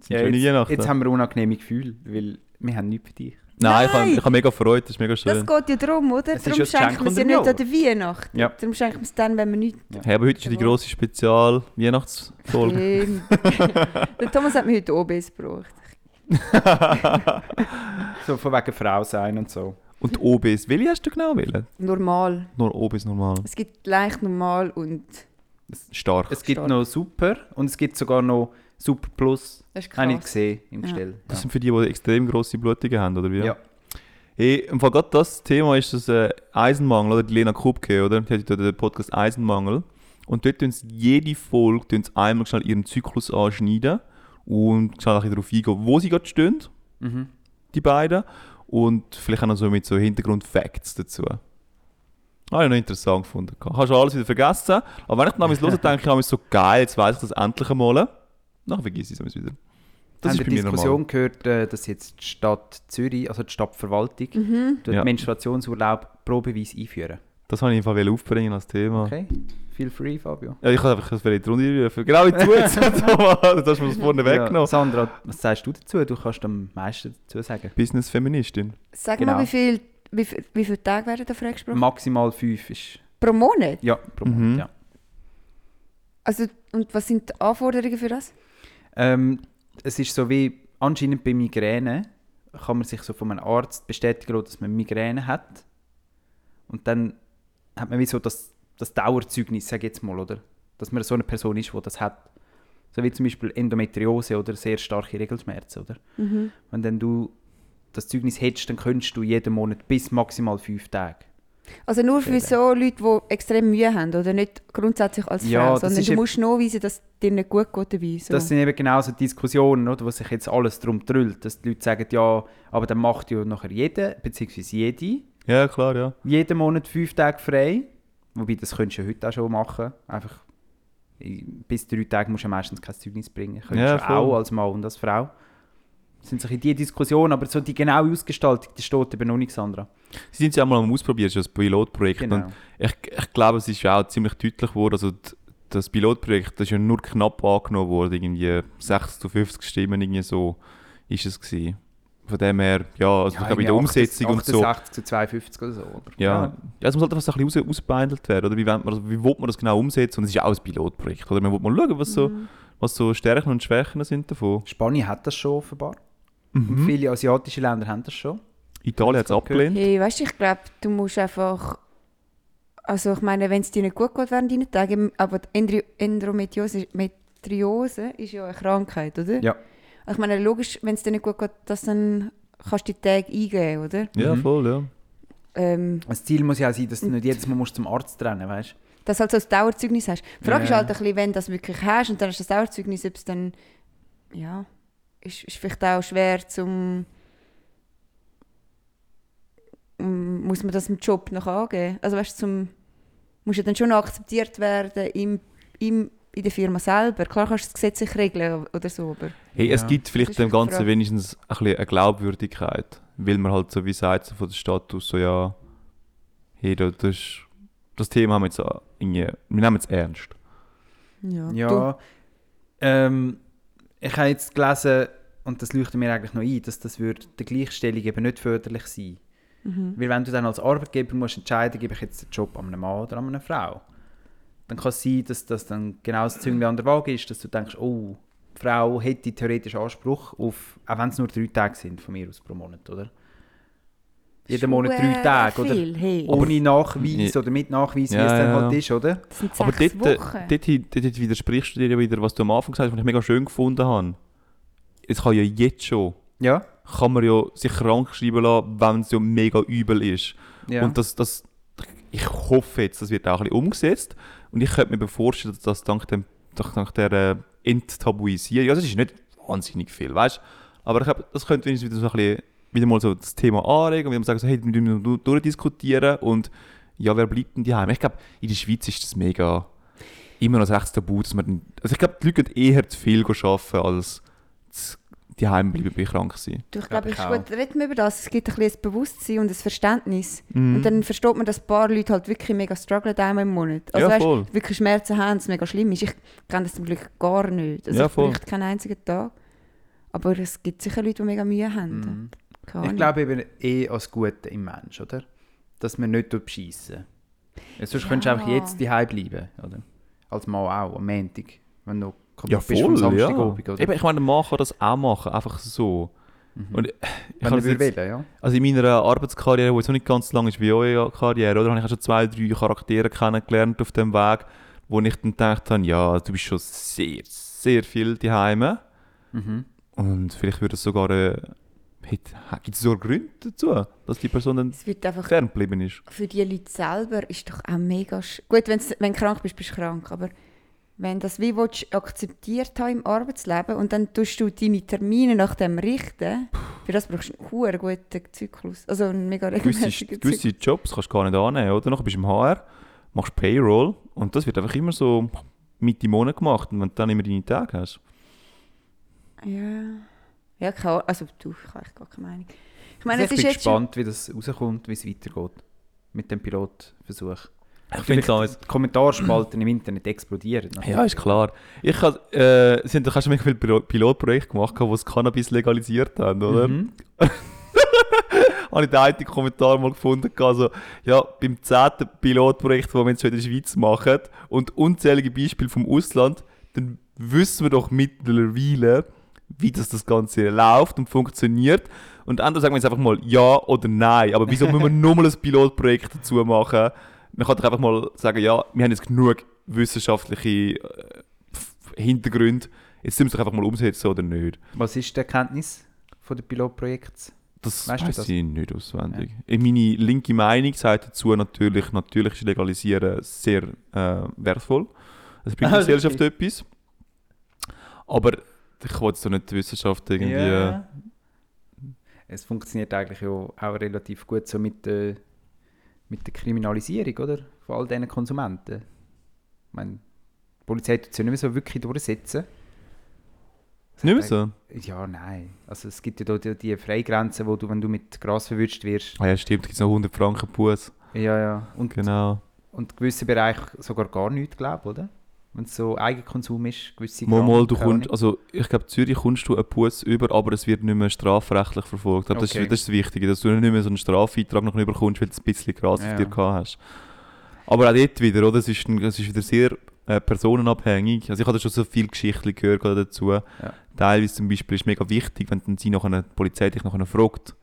Speaker 4: sind schöne
Speaker 5: jetzt,
Speaker 4: Weihnachten.
Speaker 5: jetzt haben wir unangenehme Gefühle, weil wir haben nichts für dich.
Speaker 4: Nein, ich habe
Speaker 3: Nein.
Speaker 4: ich hab mega Freude, das ist mega
Speaker 3: Das
Speaker 4: schön.
Speaker 3: geht ja darum, oder?
Speaker 5: Es ist ja
Speaker 3: darum
Speaker 5: das
Speaker 3: schenken wir es ja
Speaker 5: Geschenk
Speaker 3: nicht an
Speaker 5: unter
Speaker 3: der Weihnacht.
Speaker 5: Ja.
Speaker 3: Darum schenken wir es dann, wenn wir nichts
Speaker 4: Hey, aber heute ist ja die
Speaker 3: Genau.
Speaker 4: grosse
Speaker 3: [LAUGHS]
Speaker 4: Spezial-Weihnachtsfolge.
Speaker 3: Stimmt. der Thomas hat mir heute OBs gebraucht.
Speaker 5: So von wegen Frau sein und so.
Speaker 4: Und die OBs, welche hast du genau wählen?
Speaker 3: Normal.
Speaker 4: Nur OBs normal.
Speaker 3: Es gibt leicht normal und
Speaker 4: Stark.
Speaker 5: Es gibt
Speaker 3: Stark.
Speaker 5: noch Super und es gibt sogar noch Super Plus.
Speaker 3: das ist krass.
Speaker 5: Habe ich gesehen im
Speaker 3: Ja.
Speaker 5: Gestell.
Speaker 4: das sind für die, die extrem grosse Blutungen haben, oder wie?
Speaker 5: Ja.
Speaker 4: Hey, im Fall gerade das Thema ist das äh, Eisenmangel, oder die Lena Kubke, oder? Die hat ja den Podcast Eisenmangel. Und dort tun sie jede Folge tun sie einmal schnell ihren Zyklus anschneiden und schnell ein bisschen darauf eingehen, wo sie gerade stehen,
Speaker 5: Mhm.
Speaker 4: die beiden. Und vielleicht auch noch so mit so Hintergrund-Facts dazu. Ah, ich noch interessant gefunden. Hast du alles wieder vergessen? Aber wenn ich dann
Speaker 5: [LAUGHS]
Speaker 4: damals höre, denke ich, damals so geil, jetzt weiß ich das endlich einmal. Dann vergesse ich es wieder.
Speaker 5: Das
Speaker 4: Das ist
Speaker 5: haben
Speaker 4: bei
Speaker 5: die
Speaker 4: mir
Speaker 5: Diskussion
Speaker 4: normal.
Speaker 5: gehört, äh, dass jetzt die Stadt Zürich, also die Stadtverwaltung,
Speaker 3: Mhm.
Speaker 5: den
Speaker 4: Ja.
Speaker 5: Menstruationsurlaub probeweise einführen.
Speaker 4: Das wollte ich einfach aufbringen als Thema.
Speaker 5: Okay? Feel free, Fabio.
Speaker 4: Ja, ich habe einfach das Feld runter rufen. Genau, ich tue [LAUGHS] jetzt, Thomas. Das hast du mir das vorne
Speaker 5: Ja,
Speaker 4: weggenommen.
Speaker 5: Sandra, was sagst du dazu? Du kannst am meisten dazu sagen.
Speaker 4: Business-Feministin.
Speaker 3: Sag
Speaker 5: Genau.
Speaker 3: mal, wie, viel, wie, viel, wie viele Tage werden da freigesprochen?
Speaker 5: Maximal fünf ist
Speaker 3: Pro Monat?
Speaker 5: ja, pro
Speaker 4: Mhm.
Speaker 5: Monat. Ja.
Speaker 3: Also, und was sind die Anforderungen für das?
Speaker 5: Ähm, es ist so wie anscheinend bei Migräne kann man sich so von einem Arzt bestätigen lassen, dass man Migräne hat. Und dann hat man wie so das, das Dauerzeugnis, sag ich jetzt mal, oder? Dass man so eine Person ist, die das hat. So wie zum Beispiel Endometriose oder sehr starke Regelschmerzen, oder?
Speaker 3: Mhm.
Speaker 5: Wenn dann du das Zeugnis hättest, dann könntest du jeden Monat bis maximal fünf Tage.
Speaker 3: Also nur für
Speaker 5: Viele.
Speaker 3: so Leute, die extrem Mühe haben oder nicht grundsätzlich als Frau,
Speaker 5: Ja, das
Speaker 3: sondern
Speaker 5: ist
Speaker 3: du
Speaker 5: eben-
Speaker 3: musst nachweisen, dass es dir nicht gut geht dabei. So.
Speaker 5: Das sind eben genauso Diskussionen, oder, wo sich jetzt alles drum drüllt, dass die Leute sagen, ja, aber dann macht ja nachher jeder, beziehungsweise jede,
Speaker 4: Ja, klar, ja.
Speaker 5: jeden Monat fünf Tage frei. Wobei, das könntest du ja heute auch schon machen. Einfach äh, bis drei Tage musst du ja meistens kein Zeugnis bringen. Könntest
Speaker 4: Ja,
Speaker 5: du
Speaker 4: voll.
Speaker 5: auch als Mann und als Frau. Das sind so ein bisschen die Diskussionen, aber so die genaue Ausgestaltung, die steht eben noch nicht, Sandra.
Speaker 4: Sie sind ja auch mal am Ausprobieren, das ist ja ein Pilotprojekt.
Speaker 5: Genau.
Speaker 4: Und ich, ich glaube, es ist ja auch ziemlich deutlich geworden. Also, d- das Pilotprojekt das ist ja nur knapp angenommen worden. Irgendwie 60 zu 50 Stimmen, irgendwie so ist es. Gewesen. Von dem her, ja, also ich glaube, in der Umsetzung und so.
Speaker 5: 68 zu 52 oder so. Oder?
Speaker 4: Ja. ja. es muss halt einfach so ein bisschen aus, ausbehandelt werden, oder? Wie, wollt man, das- wie will man das genau umsetzen? Und es ist ja auch ein Pilotprojekt, oder? Man will mal schauen, was, so, was so Stärken und Schwächen sind davon.
Speaker 5: Spanien hat das schon offenbar.
Speaker 4: Mhm.
Speaker 5: Und viele asiatische Länder haben das schon.
Speaker 4: Italien hat es
Speaker 5: Das hat gehört.
Speaker 4: abgelehnt.
Speaker 3: hey, weißt du, ich glaube, du musst einfach. Also, ich meine, wenn es dir nicht gut geht während deinen Tagen, aber die Endri- Endometriose Metriose ist ja eine Krankheit, oder?
Speaker 5: Ja.
Speaker 3: Ich meine, logisch, wenn es dir nicht gut geht, dass dann kannst du die Tage eingeben, oder?
Speaker 4: Ja, voll, ja.
Speaker 3: Ähm,
Speaker 5: Das Ziel muss ja auch sein, dass du nicht jedes Mal musst zum Arzt rennen weißt du?
Speaker 3: dass du halt so ein Dauerzeugnis hast. Die Frage ist
Speaker 5: Ja.
Speaker 3: halt ein bisschen, wenn du das wirklich hast und dann hast du das Dauerzeugnis, ob es dann, ja, ist, ist vielleicht auch schwer zum, Mm, muss man das im Job noch angeben? Also weißt du, zum, muss ja dann schon noch akzeptiert werden im, im, in der Firma selber. Klar kannst du das gesetzlich regeln oder so, aber
Speaker 4: Hey, es
Speaker 5: Ja.
Speaker 4: gibt
Speaker 3: Das
Speaker 4: vielleicht
Speaker 3: ist
Speaker 4: dem
Speaker 3: die Frage.
Speaker 4: Ganzen wenigstens ein bisschen eine Glaubwürdigkeit, weil man halt so wie sagt, so von der Status so, ja, hey, da- das, ist, das Thema haben wir jetzt auch irgendwie, wir nehmen es ernst.
Speaker 3: ja. Du,
Speaker 5: Ja. Ähm, ich habe jetzt gelesen, und das leuchtet mir eigentlich noch ein, dass das würde der Gleichstellung eben nicht förderlich sein
Speaker 3: Mhm.
Speaker 5: Weil wenn du dann als Arbeitgeber musst entscheiden, gebe ich jetzt den Job an einem Mann oder an einer Frau, dann kann es sein, dass das dann genau das Zünglein an der Waage ist, dass du denkst, oh, die Frau hätte theoretisch Anspruch auf, auch wenn es nur drei Tage sind von mir aus pro Monat, oder? Jeden Monat drei
Speaker 3: Schuhe,
Speaker 5: Tage,
Speaker 3: viel,
Speaker 5: oder?
Speaker 3: hey.
Speaker 5: Ohne Nachweis
Speaker 4: Ja.
Speaker 5: oder mit Nachweis, wie
Speaker 4: Ja,
Speaker 5: es dann
Speaker 4: ja,
Speaker 5: halt
Speaker 4: ja.
Speaker 5: ist, oder?
Speaker 3: Das sind
Speaker 4: Aber
Speaker 3: sechs
Speaker 4: dort, äh,
Speaker 3: Wochen.
Speaker 4: dort, hi- dort, dort widersprichst du dir ja wieder, was du am Anfang gesagt hast, was ich mega schön gefunden habe. Es kann ja jetzt schon,
Speaker 5: Ja.
Speaker 4: kann man ja sich krank schreiben lassen, wenn es ja mega übel ist.
Speaker 5: ja.
Speaker 4: Und das, das, ich hoffe jetzt, das wird auch ein bisschen umgesetzt. Und ich könnte mir aber vorstellen, dass das dank, dem, dank, dank der äh, Enttabuisierung, also es ist nicht wahnsinnig viel, weißt Aber ich glaube, das könnte wenigstens wieder, so ein bisschen, wieder mal so das Thema anregen und wieder mal sagen, so, hey, wir müssen du- durchdiskutieren und ja, wer bleibt denn daheim? Ich glaube, in der Schweiz ist das mega immer noch echt tabu, dass man, dann- also ich glaube, die Leute gehen eher zu viel arbeiten, als zu daheim bleiben bei krank sein.
Speaker 3: Du, ich glaube,
Speaker 5: ich
Speaker 3: es ist
Speaker 5: auch.
Speaker 3: gut, reden wir über das. Es gibt ein bisschen ein Bewusstsein und ein Verständnis.
Speaker 4: Mhm.
Speaker 3: Und dann versteht man, dass ein paar Leute halt wirklich mega strugglen einmal im Monat. Also
Speaker 4: Ja,
Speaker 3: weißt,
Speaker 4: voll.
Speaker 3: wirklich Schmerzen haben, es mega schlimm ist. Ich kenne das zum Glück gar nicht. Also
Speaker 4: Ja,
Speaker 3: ich
Speaker 4: voll. Mhm.
Speaker 3: bräuchte keinen einzigen Tag. Aber es gibt sicher Leute, die mega Mühe haben. Keine
Speaker 5: Ich
Speaker 3: Ahnung.
Speaker 5: glaube eben eh als Gute im Mensch, oder? Dass man nicht beschissen ja, Sonst könntest du
Speaker 3: Ja.
Speaker 5: einfach jetzt daheim bleiben, oder? Als Mann auch, am Montag, wenn du kaputt
Speaker 4: Ja,
Speaker 5: bist vom
Speaker 4: voll, ja.
Speaker 5: Samstagabend, oder? Mhm.
Speaker 4: Eben, ich meine, der Mann kann das auch machen, einfach so. Und ich, ich
Speaker 5: wenn
Speaker 4: habe
Speaker 5: du
Speaker 4: das jetzt-
Speaker 5: willst, ja.
Speaker 4: Also in meiner Arbeitskarriere, die jetzt noch nicht ganz lang ist wie eure Karriere, oder, habe ich auch schon zwei, drei Charaktere kennengelernt auf dem Weg, wo ich dann gedacht habe, ja, du bist schon sehr, sehr viel daheim.
Speaker 5: Mhm.
Speaker 4: Und vielleicht würde es sogar, äh, gibt es sogar Gründe dazu, dass die Person dann
Speaker 3: Es wird einfach
Speaker 4: ferngeblieben ist.
Speaker 3: für die Leute selber ist doch auch mega sch Gut, wenn's, wenn du krank bist, bist du krank, aber wenn das wie willst, akzeptiert haben im Arbeitsleben und dann tust du deine Termine nach dem richten, für das brauchst du einen huere guten Zyklus, also einen mega
Speaker 4: Gewisse,
Speaker 3: regelmäßigen Zyklus.
Speaker 4: gewisse Jobs kannst du gar nicht annehmen, oder? Nachher bist du im HR, machst Payroll und das wird einfach immer so Mitte Monat gemacht. Und wenn du dann immer deine Tage hast.
Speaker 3: Ja, ja keine Ahnung. also du, ich habe echt gar keine Meinung. Ich meine,
Speaker 5: Also
Speaker 3: es ist
Speaker 5: ich bin
Speaker 3: jetzt schon...
Speaker 5: gespannt, wie das rauskommt, wie es weitergeht mit dem Pilotversuch.
Speaker 4: Ich
Speaker 5: Vielleicht die Kommentarspalten im Internet explodieren.
Speaker 4: Ja, ist klar. Ich hab, äh, sie haben doch auch schon mega viele Pilo- Pilotprojekte gemacht, die das Cannabis legalisiert haben, oder? [LAUGHS] Habe ich den einen Kommentar mal gefunden, also, ja, beim zehnten Pilotprojekt, das wir jetzt schon in der Schweiz machen, und unzählige Beispiele vom Ausland, dann wissen wir doch mittlerweile, wie das, das Ganze läuft und funktioniert. Und andere sagen wir jetzt einfach mal ja oder nein. Aber wieso müssen wir nur mal ein Pilotprojekt dazu machen? Man kann doch einfach mal sagen, ja, wir haben jetzt genug wissenschaftliche äh, Pf- Hintergründe. Jetzt müssen wir es doch einfach mal umsetzen oder nicht.
Speaker 5: Was ist die Erkenntnis von dem Pilotprojekt?
Speaker 4: Das
Speaker 5: Weißt
Speaker 4: weißt
Speaker 5: du
Speaker 4: weiß
Speaker 5: das?
Speaker 4: ich nicht auswendig. Äh, Meine linke Meinung sagt dazu natürlich, natürlich ist Legalisieren sehr äh, wertvoll. Es
Speaker 5: [LAUGHS]
Speaker 4: bringt
Speaker 5: Ah,
Speaker 4: der Gesellschaft etwas. Aber ich wollte es doch nicht die Wissenschaft irgendwie... äh,
Speaker 5: Es funktioniert eigentlich ja auch relativ gut so mit, der- mit der Kriminalisierung, oder? Von all diesen Konsumenten. Ich meine, die Polizei tut es ja nicht mehr so wirklich durchsetzen.
Speaker 4: Nicht mehr so?
Speaker 5: Ja, nein. Also es gibt ja da die, die Freigrenzen, wo du, wenn du mit Gras verwünscht wirst.
Speaker 4: Ah ja, stimmt, gibt es noch 100 Franken Buß.
Speaker 5: Ja, ja. Und
Speaker 4: Genau.
Speaker 5: Und gewisse Bereiche sogar gar nichts, glaube ich, oder? Wenn es so Eigenkonsum ist, gewisse
Speaker 4: Mal, mal, du
Speaker 5: Gramm, keine
Speaker 4: kommst, also ich glaube, Zürich kommst du einen Buß über, aber es wird nicht mehr strafrechtlich verfolgt. Aber das,
Speaker 5: Okay.
Speaker 4: ist, das ist das Wichtige, dass du nicht mehr so einen Strafeintrag noch überkommst, weil du ein bisschen Gras
Speaker 5: Ja.
Speaker 4: auf dir gehabt hast. Aber auch dort wieder, oder? Es ist, ein- es ist wieder sehr äh, personenabhängig. Also ich habe da schon so viele Geschichten gehört gerade dazu. Teilweise zum Beispiel ist mega wichtig, wenn dann sie nachher, die Polizei dich nachher fragt,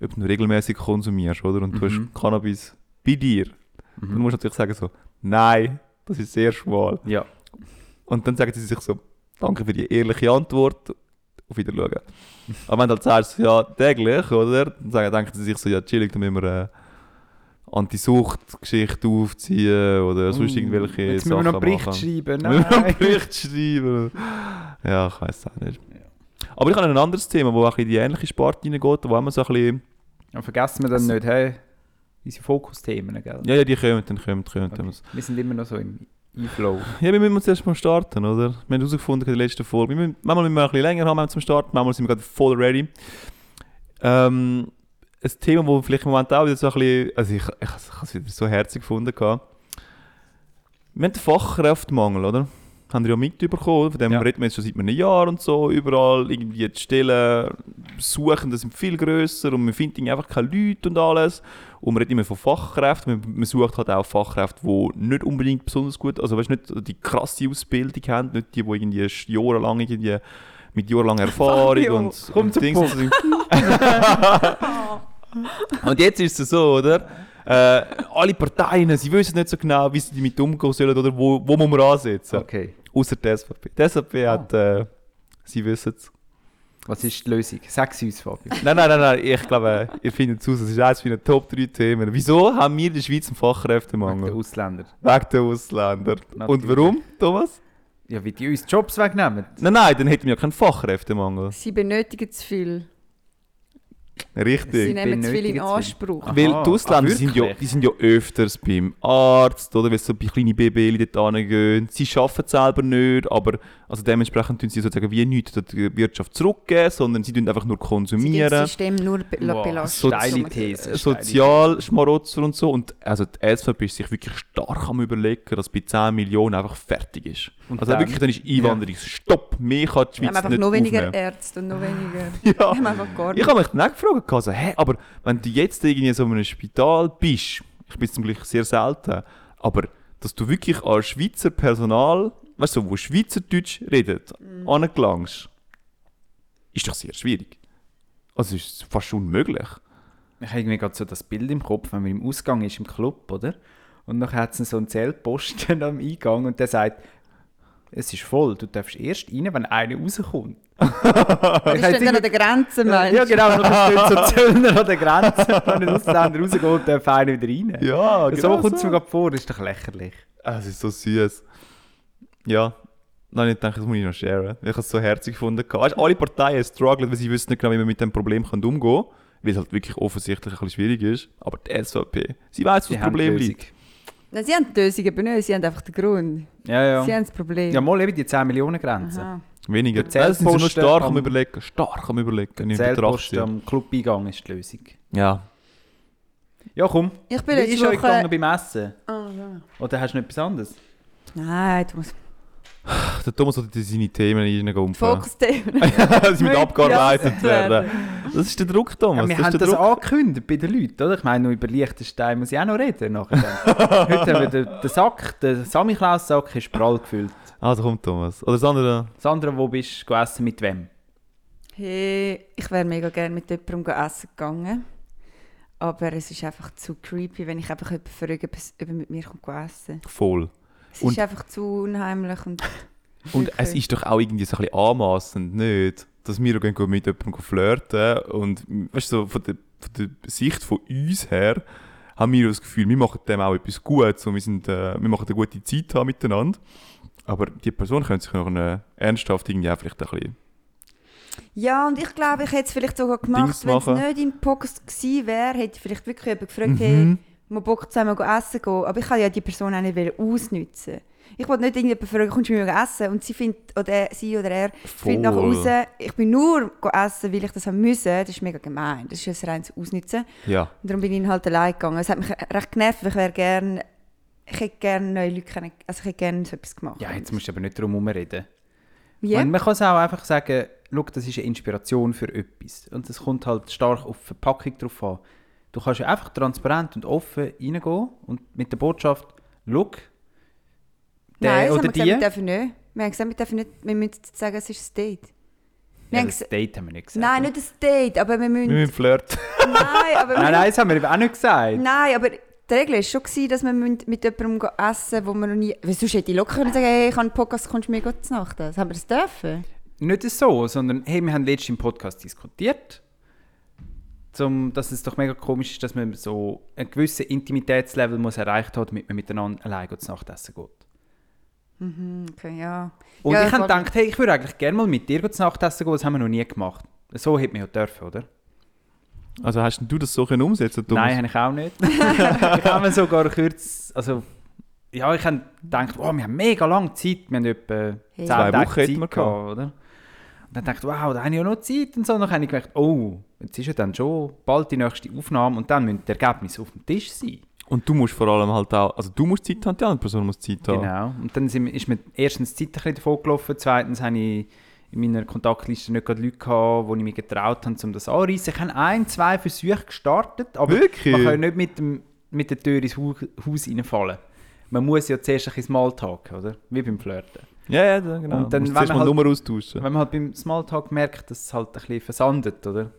Speaker 4: ob du regelmäßig konsumierst, oder? Und du hast
Speaker 5: Mhm.
Speaker 4: Cannabis bei dir. Dann musst du natürlich sagen so, nein, das ist sehr schmal.
Speaker 5: Ahnung. Ja.
Speaker 4: Und dann sagen sie sich so, danke für die ehrliche Antwort, auf Wiedersehen. Aber wenn du halt sagst, ja, täglich, oder? Dann sagen, denken sie sich so, ja, chillig, dann müssen wir äh, eine Anti-Sucht-Geschichte aufziehen oder sonst irgendwelche
Speaker 5: Mm. Jetzt müssen
Speaker 4: Sachen
Speaker 5: wir noch einen Bericht
Speaker 4: machen.
Speaker 5: schreiben.
Speaker 4: [LAUGHS] Müssen wir noch einen
Speaker 5: Nein.
Speaker 4: Bericht schreiben. Ja, ich weiß auch nicht. Aber ich habe ein anderes Thema, wo auch in die ähnliche Sparte reingeht, wo immer so ein bisschen,
Speaker 5: Und vergessen wir dann nicht, hey, unsere Fokusthemen, gell?
Speaker 4: Also- ja, ja, die kommen, dann kommen, kommen. Okay.
Speaker 5: Wir sind immer noch so im
Speaker 4: [LAUGHS]
Speaker 5: E-Flow.
Speaker 4: Ja, wir müssen zuerst mal starten, oder? Wir haben herausgefunden in der letzten Folge. Wir müssen, manchmal müssen wir ein bisschen länger haben zum Start, manchmal sind wir gerade voll ready. Ähm, ein Thema, wo vielleicht im Moment auch wieder so ein bisschen. Also, ich, ich, [LAUGHS] ich habe es wieder so herzig gefunden. gehabt. Wir haben den Fachkräftemangel, oder? Haben wir ja mitbekommen. Von dem
Speaker 5: Ja.
Speaker 4: reden wir jetzt schon seit einem Jahr und so. Überall irgendwie die Stellen suchen, das sind viel grösser und man findet irgendwie einfach keine Leute und alles. Und man redet immer von Fachkräften. Man, man sucht halt auch Fachkräfte, die nicht unbedingt besonders gut, also weißt, nicht die krasse Ausbildung haben, nicht die, die irgendwie jahrelang irgendwie mit jahrelanger Erfahrung
Speaker 5: Fabio,
Speaker 4: und,
Speaker 5: komm
Speaker 4: und
Speaker 5: zum Punkt.
Speaker 4: sind.
Speaker 5: [LAUGHS]
Speaker 4: [LAUGHS] und jetzt ist es so, oder? Äh, alle Parteien, sie wissen nicht so genau, wie sie damit umgehen sollen oder wo, wo muss man ansetzen.
Speaker 5: Okay.
Speaker 4: Außer die SVP. Die SVP hat, äh, sie wissen es.
Speaker 5: Was ist die Lösung? Sag uns, Fabio.
Speaker 4: Nein, nein, nein, nein, ich glaube, ihr findet es aus, es ist eines meiner Top 3 Themen. Wieso haben wir in der Schweiz einen
Speaker 5: Wegen der
Speaker 4: Fachkräftemangel?
Speaker 5: Ausländer.
Speaker 4: Wegen der Ausländer.
Speaker 5: Natürlich.
Speaker 4: Und warum, Thomas?
Speaker 5: Ja, wie die uns die Jobs wegnehmen.
Speaker 4: Nein, nein, dann hätten wir ja keinen Fachkräftemangel.
Speaker 3: Sie benötigen zu viel. Sie
Speaker 4: Richtig.
Speaker 3: nehmen zu viel in
Speaker 5: benötigen zu viel.
Speaker 3: Anspruch.
Speaker 5: Aha.
Speaker 4: Weil die Ausländer
Speaker 5: ah,
Speaker 4: sind, ja,
Speaker 5: wirklich?
Speaker 4: die sind ja öfters beim Arzt, oder? Weil so bei kleine Babys dort hingehen. Sie arbeiten selber nicht, aber also dementsprechend tun sie sozusagen wie nichts an die Wirtschaft zurückgeben, sondern sie tun einfach nur
Speaker 3: Sie tun
Speaker 4: konsumieren.
Speaker 3: das System nur be
Speaker 5: Wow,
Speaker 3: belasten.
Speaker 5: steile These.
Speaker 4: Sozialschmarotzer und so. Und also die SVP ist sich wirklich stark am überlegen, dass bei 10 Millionen einfach fertig ist.
Speaker 5: Und
Speaker 4: also
Speaker 5: dann?
Speaker 4: wirklich, dann ist Einwanderung stopp. Mehr kann die
Speaker 3: Wir haben
Speaker 4: Schweiz
Speaker 3: einfach
Speaker 4: nicht
Speaker 3: noch weniger
Speaker 4: aufnehmen.
Speaker 5: Ah. [LAUGHS]
Speaker 3: Ärzte und noch weniger.
Speaker 4: Ja.
Speaker 3: Wir haben einfach gar
Speaker 4: Ich
Speaker 3: nicht.
Speaker 4: habe mich dann auch Fragen gehabt. So, hä, aber wenn du jetzt irgendwie so in einem Spital bist, ich bin zum Glück sehr selten, aber dass du wirklich als Schweizer Personal, weißt du, wo Schweizerdeutsch redet, angelangst, ist doch sehr schwierig. Also es ist fast unmöglich.
Speaker 5: Ich habe irgendwie gerade so das Bild im Kopf, wenn man im Ausgang ist, im Club, oder? Und dann hat es so einen Zeltposten [LAUGHS] am Eingang und der sagt, es ist voll, du darfst erst rein, wenn einer
Speaker 4: [LAUGHS]
Speaker 5: rauskommt.
Speaker 3: Wir stehen dann an der Grenze, meinst
Speaker 5: Ja, genau, und dann steht so
Speaker 4: [LAUGHS]
Speaker 5: ein Zöllner an der Grenze, wenn ein Ausländer rausgeht, darf einer wieder rein.
Speaker 4: Ja,
Speaker 5: genau so kommt es mir gerade vor, ist doch lächerlich.
Speaker 4: Ah, Es ist so süß. Ja, dann habe ich gedacht, das muss ich noch sharen. weil Ich habe es so herzig gefunden. Weißt, alle Parteien strugglen, weil sie wissen nicht genau, wie man mit dem Problem können umgehen kann. Weil es halt wirklich offensichtlich ein bisschen schwierig ist. Aber die SVP, sie weiß,
Speaker 5: Die
Speaker 4: wo das
Speaker 5: haben die
Speaker 4: Problem
Speaker 5: Lösung.
Speaker 4: liegt.
Speaker 3: Nein, sie haben die Lösung bei uns, sie haben einfach den Grund.
Speaker 5: Ja,
Speaker 3: Sie
Speaker 5: ja.
Speaker 3: haben das Problem.
Speaker 5: Ja, mal eben die 10 Millionen Grenze.
Speaker 3: Aha.
Speaker 4: Weniger.
Speaker 5: Der
Speaker 4: Das sind sie noch
Speaker 5: Zeltposten
Speaker 4: stark am
Speaker 5: am-
Speaker 4: Überlegen. Stark am Überlegen. in Betracht
Speaker 5: Zeltposten
Speaker 4: ziehen.
Speaker 5: am Club-Eingang ist die Lösung.
Speaker 4: Ja.
Speaker 5: Ja, komm.
Speaker 3: Ich bin
Speaker 5: Wie ist
Speaker 3: letzte
Speaker 5: euch gegangen
Speaker 3: Woche...
Speaker 5: beim Essen?
Speaker 3: Ah, ja.
Speaker 5: Oder hast du noch etwas anderes?
Speaker 3: Nein, du musst...
Speaker 4: Ach, Der Thomas sollte seine Themen reingehen. umfangen.
Speaker 3: Fokusthemen.
Speaker 4: [LAUGHS] sie müssen
Speaker 3: Müssen
Speaker 4: abgearbeitet
Speaker 3: gearbeitet
Speaker 4: werden. Das ist der Druck, Thomas.
Speaker 5: Ja, wir
Speaker 4: das
Speaker 5: haben
Speaker 4: ist der
Speaker 5: das
Speaker 4: Druck.
Speaker 5: angekündigt bei den Leuten, oder? Ich meine, nur über Liechtenstein muss ich auch noch reden. [LAUGHS] Nachher. Heute haben wir den, den Sack, den Samichlaus-Sack ist prall gefüllt.
Speaker 4: Also komm, Thomas. Oder das andere.
Speaker 5: Sandra, wo bist du gegessen mit wem?
Speaker 3: Hey, ich wäre mega gerne mit jemandem go essen gegangen. Aber es ist einfach zu creepy, wenn ich einfach jemanden frage, ob es- ob er mit mir kommt go essen
Speaker 4: Voll.
Speaker 3: Es
Speaker 4: Und-
Speaker 3: ist einfach zu unheimlich und...
Speaker 4: [LAUGHS] Und
Speaker 3: Wirklich.
Speaker 4: es ist doch auch irgendwie so ein bisschen anmassend, nicht? Dass wir gehen mit jemandem flirten und weißt du, so von, der, von der Sicht von uns her haben wir das Gefühl, wir machen dem auch etwas Gutes und wir, sind, äh, wir machen eine gute Zeit haben miteinander. Aber die Person könnte sich noch eine ernsthaft irgendwie auch vielleicht ein bisschen...
Speaker 3: Ja, und ich glaube, ich hätte es vielleicht sogar
Speaker 4: Dings
Speaker 3: gemacht, wenn es
Speaker 4: machen.
Speaker 3: nicht im Podcast gewesen wäre, hätte ich vielleicht wirklich jemanden gefragt,
Speaker 4: Mhm.
Speaker 3: hey, wir Bock zusammen go essen gehen. Aber ich kann ja die Person auch nicht wollen ausnützen. Ich wollte nicht irgendjemanden fragen, kommst du mit mir essen? Und sie findet, oder er- sie oder er findet nachher
Speaker 4: Voll.
Speaker 3: raus, ich bin nur go essen, weil ich das haben müssen. Das ist mega gemein. Das ist ein reines Ausnützen.
Speaker 4: Ja.
Speaker 3: Und darum bin ich halt allein gegangen. Es hat mich recht genervt, weil ich wäre gerne, ich hätte gerne neue Leute kennen, also ich hätte gerne so etwas gemacht.
Speaker 5: Ja, jetzt musst du aber nicht drum herum reden.
Speaker 3: Ja.
Speaker 5: Und man kann es auch einfach sagen, schau, das ist eine Inspiration für etwas. Und es kommt halt stark auf die Verpackung drauf an. Du kannst ja einfach transparent und offen reingehen und mit der Botschaft, schau, der
Speaker 3: Nein, das
Speaker 5: oder
Speaker 3: haben wir gesagt, wir
Speaker 5: die...
Speaker 3: dürfen nicht. Wir haben gesagt, wir dürfen nicht, wir müssen sagen, es ist ein Date. Wir
Speaker 5: Ja,
Speaker 3: haben
Speaker 5: das
Speaker 3: gesagt-
Speaker 5: Date haben wir nicht gesagt.
Speaker 3: Nein, nicht ein Date, aber wir
Speaker 4: Wir
Speaker 3: müssen...
Speaker 4: müssen flirten.
Speaker 3: nein, aber wir,
Speaker 5: Nein, nein, das haben wir eben auch nicht gesagt.
Speaker 3: nein, aber die Regel war schon, gewesen, dass wir müssen mit jemandem gehen essen wo wir noch nie... Weil sonst hätte ich locker können sagen hey, ich habe einen Podcast, kommst du mir gut zu Nacht? Das haben wir das dürfen.
Speaker 5: Nicht so, sondern hey, wir haben letztens im Podcast diskutiert, zum, dass es doch mega komisch ist, dass man so ein gewisses Intimitätslevel muss erreicht hat, damit man miteinander allein zu Nacht essen geht.
Speaker 3: Okay, ja.
Speaker 5: Und
Speaker 3: ja,
Speaker 5: ich habe
Speaker 3: voll.
Speaker 5: gedacht, hey, ich würde eigentlich gerne mal mit dir zu Nacht essen gehen, das haben wir noch nie gemacht. So hätte man ja dürfen, oder?
Speaker 4: Also hast denn du das so können umsetzen Thomas?
Speaker 5: Nein, habe ich auch nicht. [LAUGHS] ich habe mir sogar kurz, also ja, ich habe gedacht, wow, wir haben mega lange Zeit, wir haben etwa
Speaker 3: Hey.
Speaker 5: 10
Speaker 4: Zwei
Speaker 5: Tage
Speaker 4: Wochen
Speaker 5: Zeit
Speaker 4: hätten wir
Speaker 5: gehabt, oder? Und dann dachte ich, wow, da habe ich ja noch Zeit und so. Und dann habe ich gedacht, oh, jetzt ist ja dann schon bald die nächste Aufnahme und dann müssen die Ergebnisse auf dem Tisch sein.
Speaker 4: Und du musst vor allem halt auch... Also du musst Zeit haben, die andere Person muss Zeit haben.
Speaker 5: Genau. Und dann sind, ist mir erstens die Zeit ein bisschen davon gelaufen, zweitens habe ich in meiner Kontaktliste nicht gerade Leute gehabt, wo ich mich getraut habe, um das anzureissen. Ich habe ein, zwei Versuche gestartet, aber
Speaker 4: Wirklich?
Speaker 5: man kann ja nicht mit, dem, mit der Tür ins Haus, Haus reinfallen. Man muss ja zuerst ein bisschen Smalltalk, oder? Wie beim Flirten.
Speaker 4: Ja, ja, genau.
Speaker 5: Und dann,
Speaker 4: musst
Speaker 5: wenn
Speaker 4: zuerst
Speaker 5: man
Speaker 4: mal
Speaker 5: halt-
Speaker 4: Nummer austauschen.
Speaker 5: Wenn man halt beim Smalltalk merkt, dass es halt ein bisschen versandet, oder?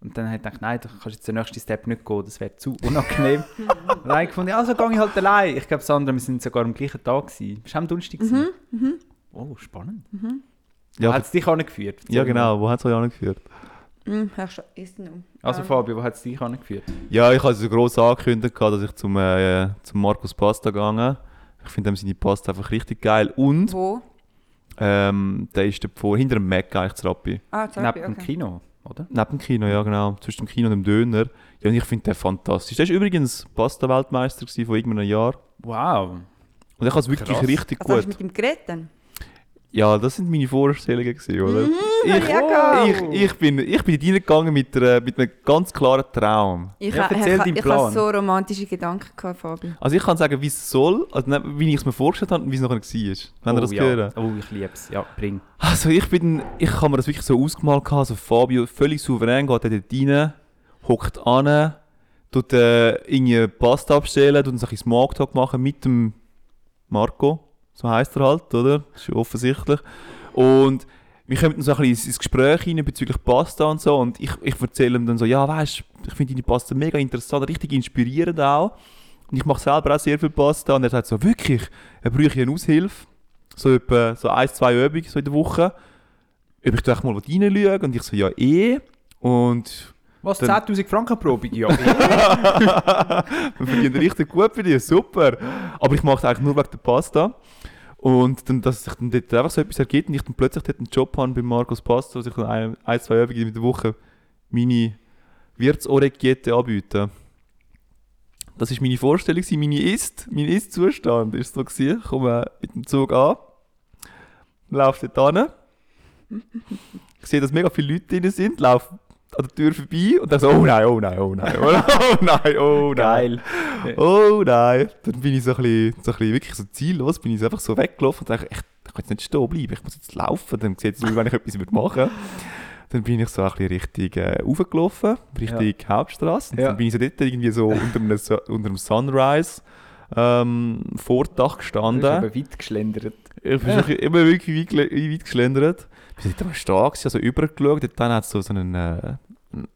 Speaker 5: Und dann habe ich gedacht, nein, da kannst du jetzt den nächsten Step nicht gehen, das wäre zu
Speaker 3: [LAUGHS]
Speaker 5: unangenehm. und dann habe ich gefunden, ja, also gehe ich halt allein. Ich glaube, Sandra, wir sind sogar am gleichen Tag gewesen. Bist du auch am Donnerstag gewesen?
Speaker 3: Mhm,
Speaker 5: Oh, spannend.
Speaker 4: Ja,
Speaker 5: Hat es dich angeführt?
Speaker 4: ja, genau. Wo hat es euch angeführt?
Speaker 3: Hm, hast du ist noch.
Speaker 5: Also Fabio, wo hat es dich angeführt?
Speaker 4: Ja, ich habe es gross angekündigt, gehabt, dass ich zum, äh, zum Markus Pasta gegangen Ich finde dem seine Pasta einfach richtig geil. Und
Speaker 3: Wo?
Speaker 4: ähm, der ist davor, hinter dem Mac eigentlich zu Rappi.
Speaker 3: Ah,
Speaker 5: Neben
Speaker 3: sorry,
Speaker 5: dem
Speaker 3: okay.
Speaker 5: Kino, oder?
Speaker 4: Neben dem Kino, ja genau. Zwischen dem Kino und dem Döner. Ja, und ich finde den fantastisch. Der war übrigens Pasta-Weltmeister gewesen von irgendeinem Jahr.
Speaker 5: Wow.
Speaker 4: Und ich habe es wirklich
Speaker 5: Krass.
Speaker 4: richtig
Speaker 3: Also hast du
Speaker 4: gut.
Speaker 3: mit ihm geredet? dann?
Speaker 4: Ja, das sind meine Vorstellungen gewesen, oder?
Speaker 3: Mhm, hab ich auch gehabt.
Speaker 4: ich, ich, bin, ich bin reingegangen mit, einer, mit einem ganz klaren Traum.
Speaker 3: Ich,
Speaker 5: Ja,
Speaker 3: ha-
Speaker 5: erzähl
Speaker 3: ich, ha-
Speaker 5: deinen
Speaker 3: ich habe
Speaker 5: Plan.
Speaker 3: so romantische Gedanken gehabt, Fabi.
Speaker 4: Also ich kann sagen, wie es soll, also nicht, wie ich es mir vorgestellt habe und wie es nachher war. Wenn ihr das
Speaker 5: ja.
Speaker 4: hören?
Speaker 5: Oh, ich liebe es. Ja, bring.
Speaker 4: Also ich bin, ich habe mir das wirklich so ausgemalt, gehabt, also Fabio völlig souverän geht er dort rein, hockt an, tut äh, irgendwie Pasta abstellen, tut uns ein bisschen Smalltalk machen mit dem Marco, so heisst er halt, oder? Das ist ja offensichtlich. Und wir kommen dann so ein bisschen ins Gespräch rein bezüglich Pasta und so und ich, ich erzähle ihm dann so, ja weißt, ich finde deine Pasta mega interessant, richtig inspirierend auch. Und ich mache selber auch sehr viel Pasta und er sagt so, wirklich, er bräuchte eine Aushilfe so etwa so ein, zwei Übungen so in der Woche. Ob ich da echt mal reinschaue und ich so, ja eh. Und
Speaker 5: Was,
Speaker 4: Dann-
Speaker 5: 10'000 Franken pro Bier?
Speaker 4: [LAUGHS]
Speaker 5: Ja,
Speaker 4: wir verdienen richtig gut für dich, super. Aber ich mache es eigentlich nur wegen der Pasta. Und dann, dass sich dann dort einfach so etwas ergibt und ich dann plötzlich dort einen Job habe bei Marcos Pasta, dass ich dann ein, ein zwei Übungen in der Woche meine Wirtsoregiette anbiete. Das war meine Vorstellung, gewesen, meine Ist, mein Ist-Zustand ist so gewesen. Ich komme mit dem Zug an, laufe dort hin, ich sehe, dass mega viele Leute drin sind, laufe an der Tür vorbei und dann so, oh nein, oh nein, oh nein, oh nein, oh nein, oh nein.
Speaker 5: geil.
Speaker 4: Oh nein, dann bin ich so ein bisschen, so ein bisschen wirklich so ziellos, bin ich so einfach so weggelaufen und dachte, ich, ich kann jetzt nicht stehen bleiben, ich muss jetzt laufen, dann sieht es aus, wenn ich etwas würde
Speaker 5: [LAUGHS]
Speaker 4: machen würde. Dann bin ich so ein bisschen richtig äh, raufgelaufen, Richtung Hauptstraße. Und
Speaker 5: Ja.
Speaker 4: Dann bin ich so dort irgendwie so unter einem, Su- unter einem Sunrise ähm, Vordach
Speaker 5: Du bist
Speaker 4: gestanden.
Speaker 5: aber weit geschlendert.
Speaker 4: Ich bin wirklich immer wirklich weit, gele- weit geschlendert. Ich bin dort am Stag, gewesen, also übergeschaut. Dort dann hat es so, so einen, äh, einen